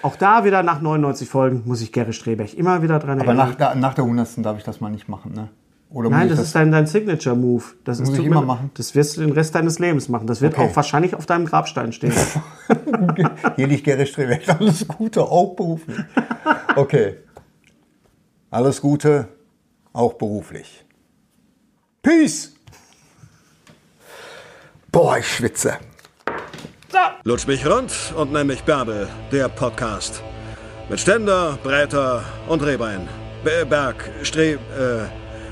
S3: auch da wieder nach 99 Folgen muss ich Gary Strebech immer wieder dran
S1: Aber
S3: erinnern.
S1: nach, nach der 100. darf ich das mal nicht machen, ne?
S6: Oder muss
S3: Nein,
S6: ich
S3: das ist dein, dein Signature-Move. Das
S6: Muss
S3: ist
S6: ich
S3: tut mir-
S6: immer machen?
S3: Das wirst du den Rest deines Lebens machen. Das wird
S6: Okay.
S3: auch wahrscheinlich auf deinem Grabstein stehen.
S6: Hier liegt Gerrit Strebeck. Alles Gute, auch beruflich. Okay. Alles Gute, auch beruflich. Peace! Boah, ich schwitze.
S4: Lutsch mich rund und nenn mich Bärbel, der Podcast. Mit Ständer, Breiter und Rehbein. Be- Berg, Stre... Äh,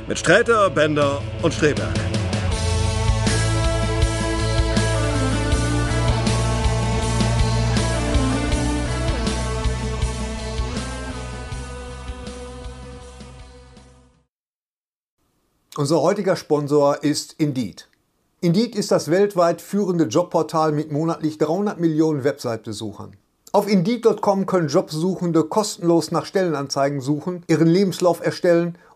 S4: mit Streiter, Bender und Streberg.
S1: Unser heutiger Sponsor ist Indeed. Indeed ist das weltweit führende Jobportal mit monatlich 300 Millionen Website-Besuchern. Auf Indeed.com können Jobsuchende kostenlos nach Stellenanzeigen suchen, ihren Lebenslauf erstellen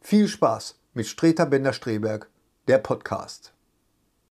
S1: viel Spaß mit Streter Bender-Streberg, der Podcast.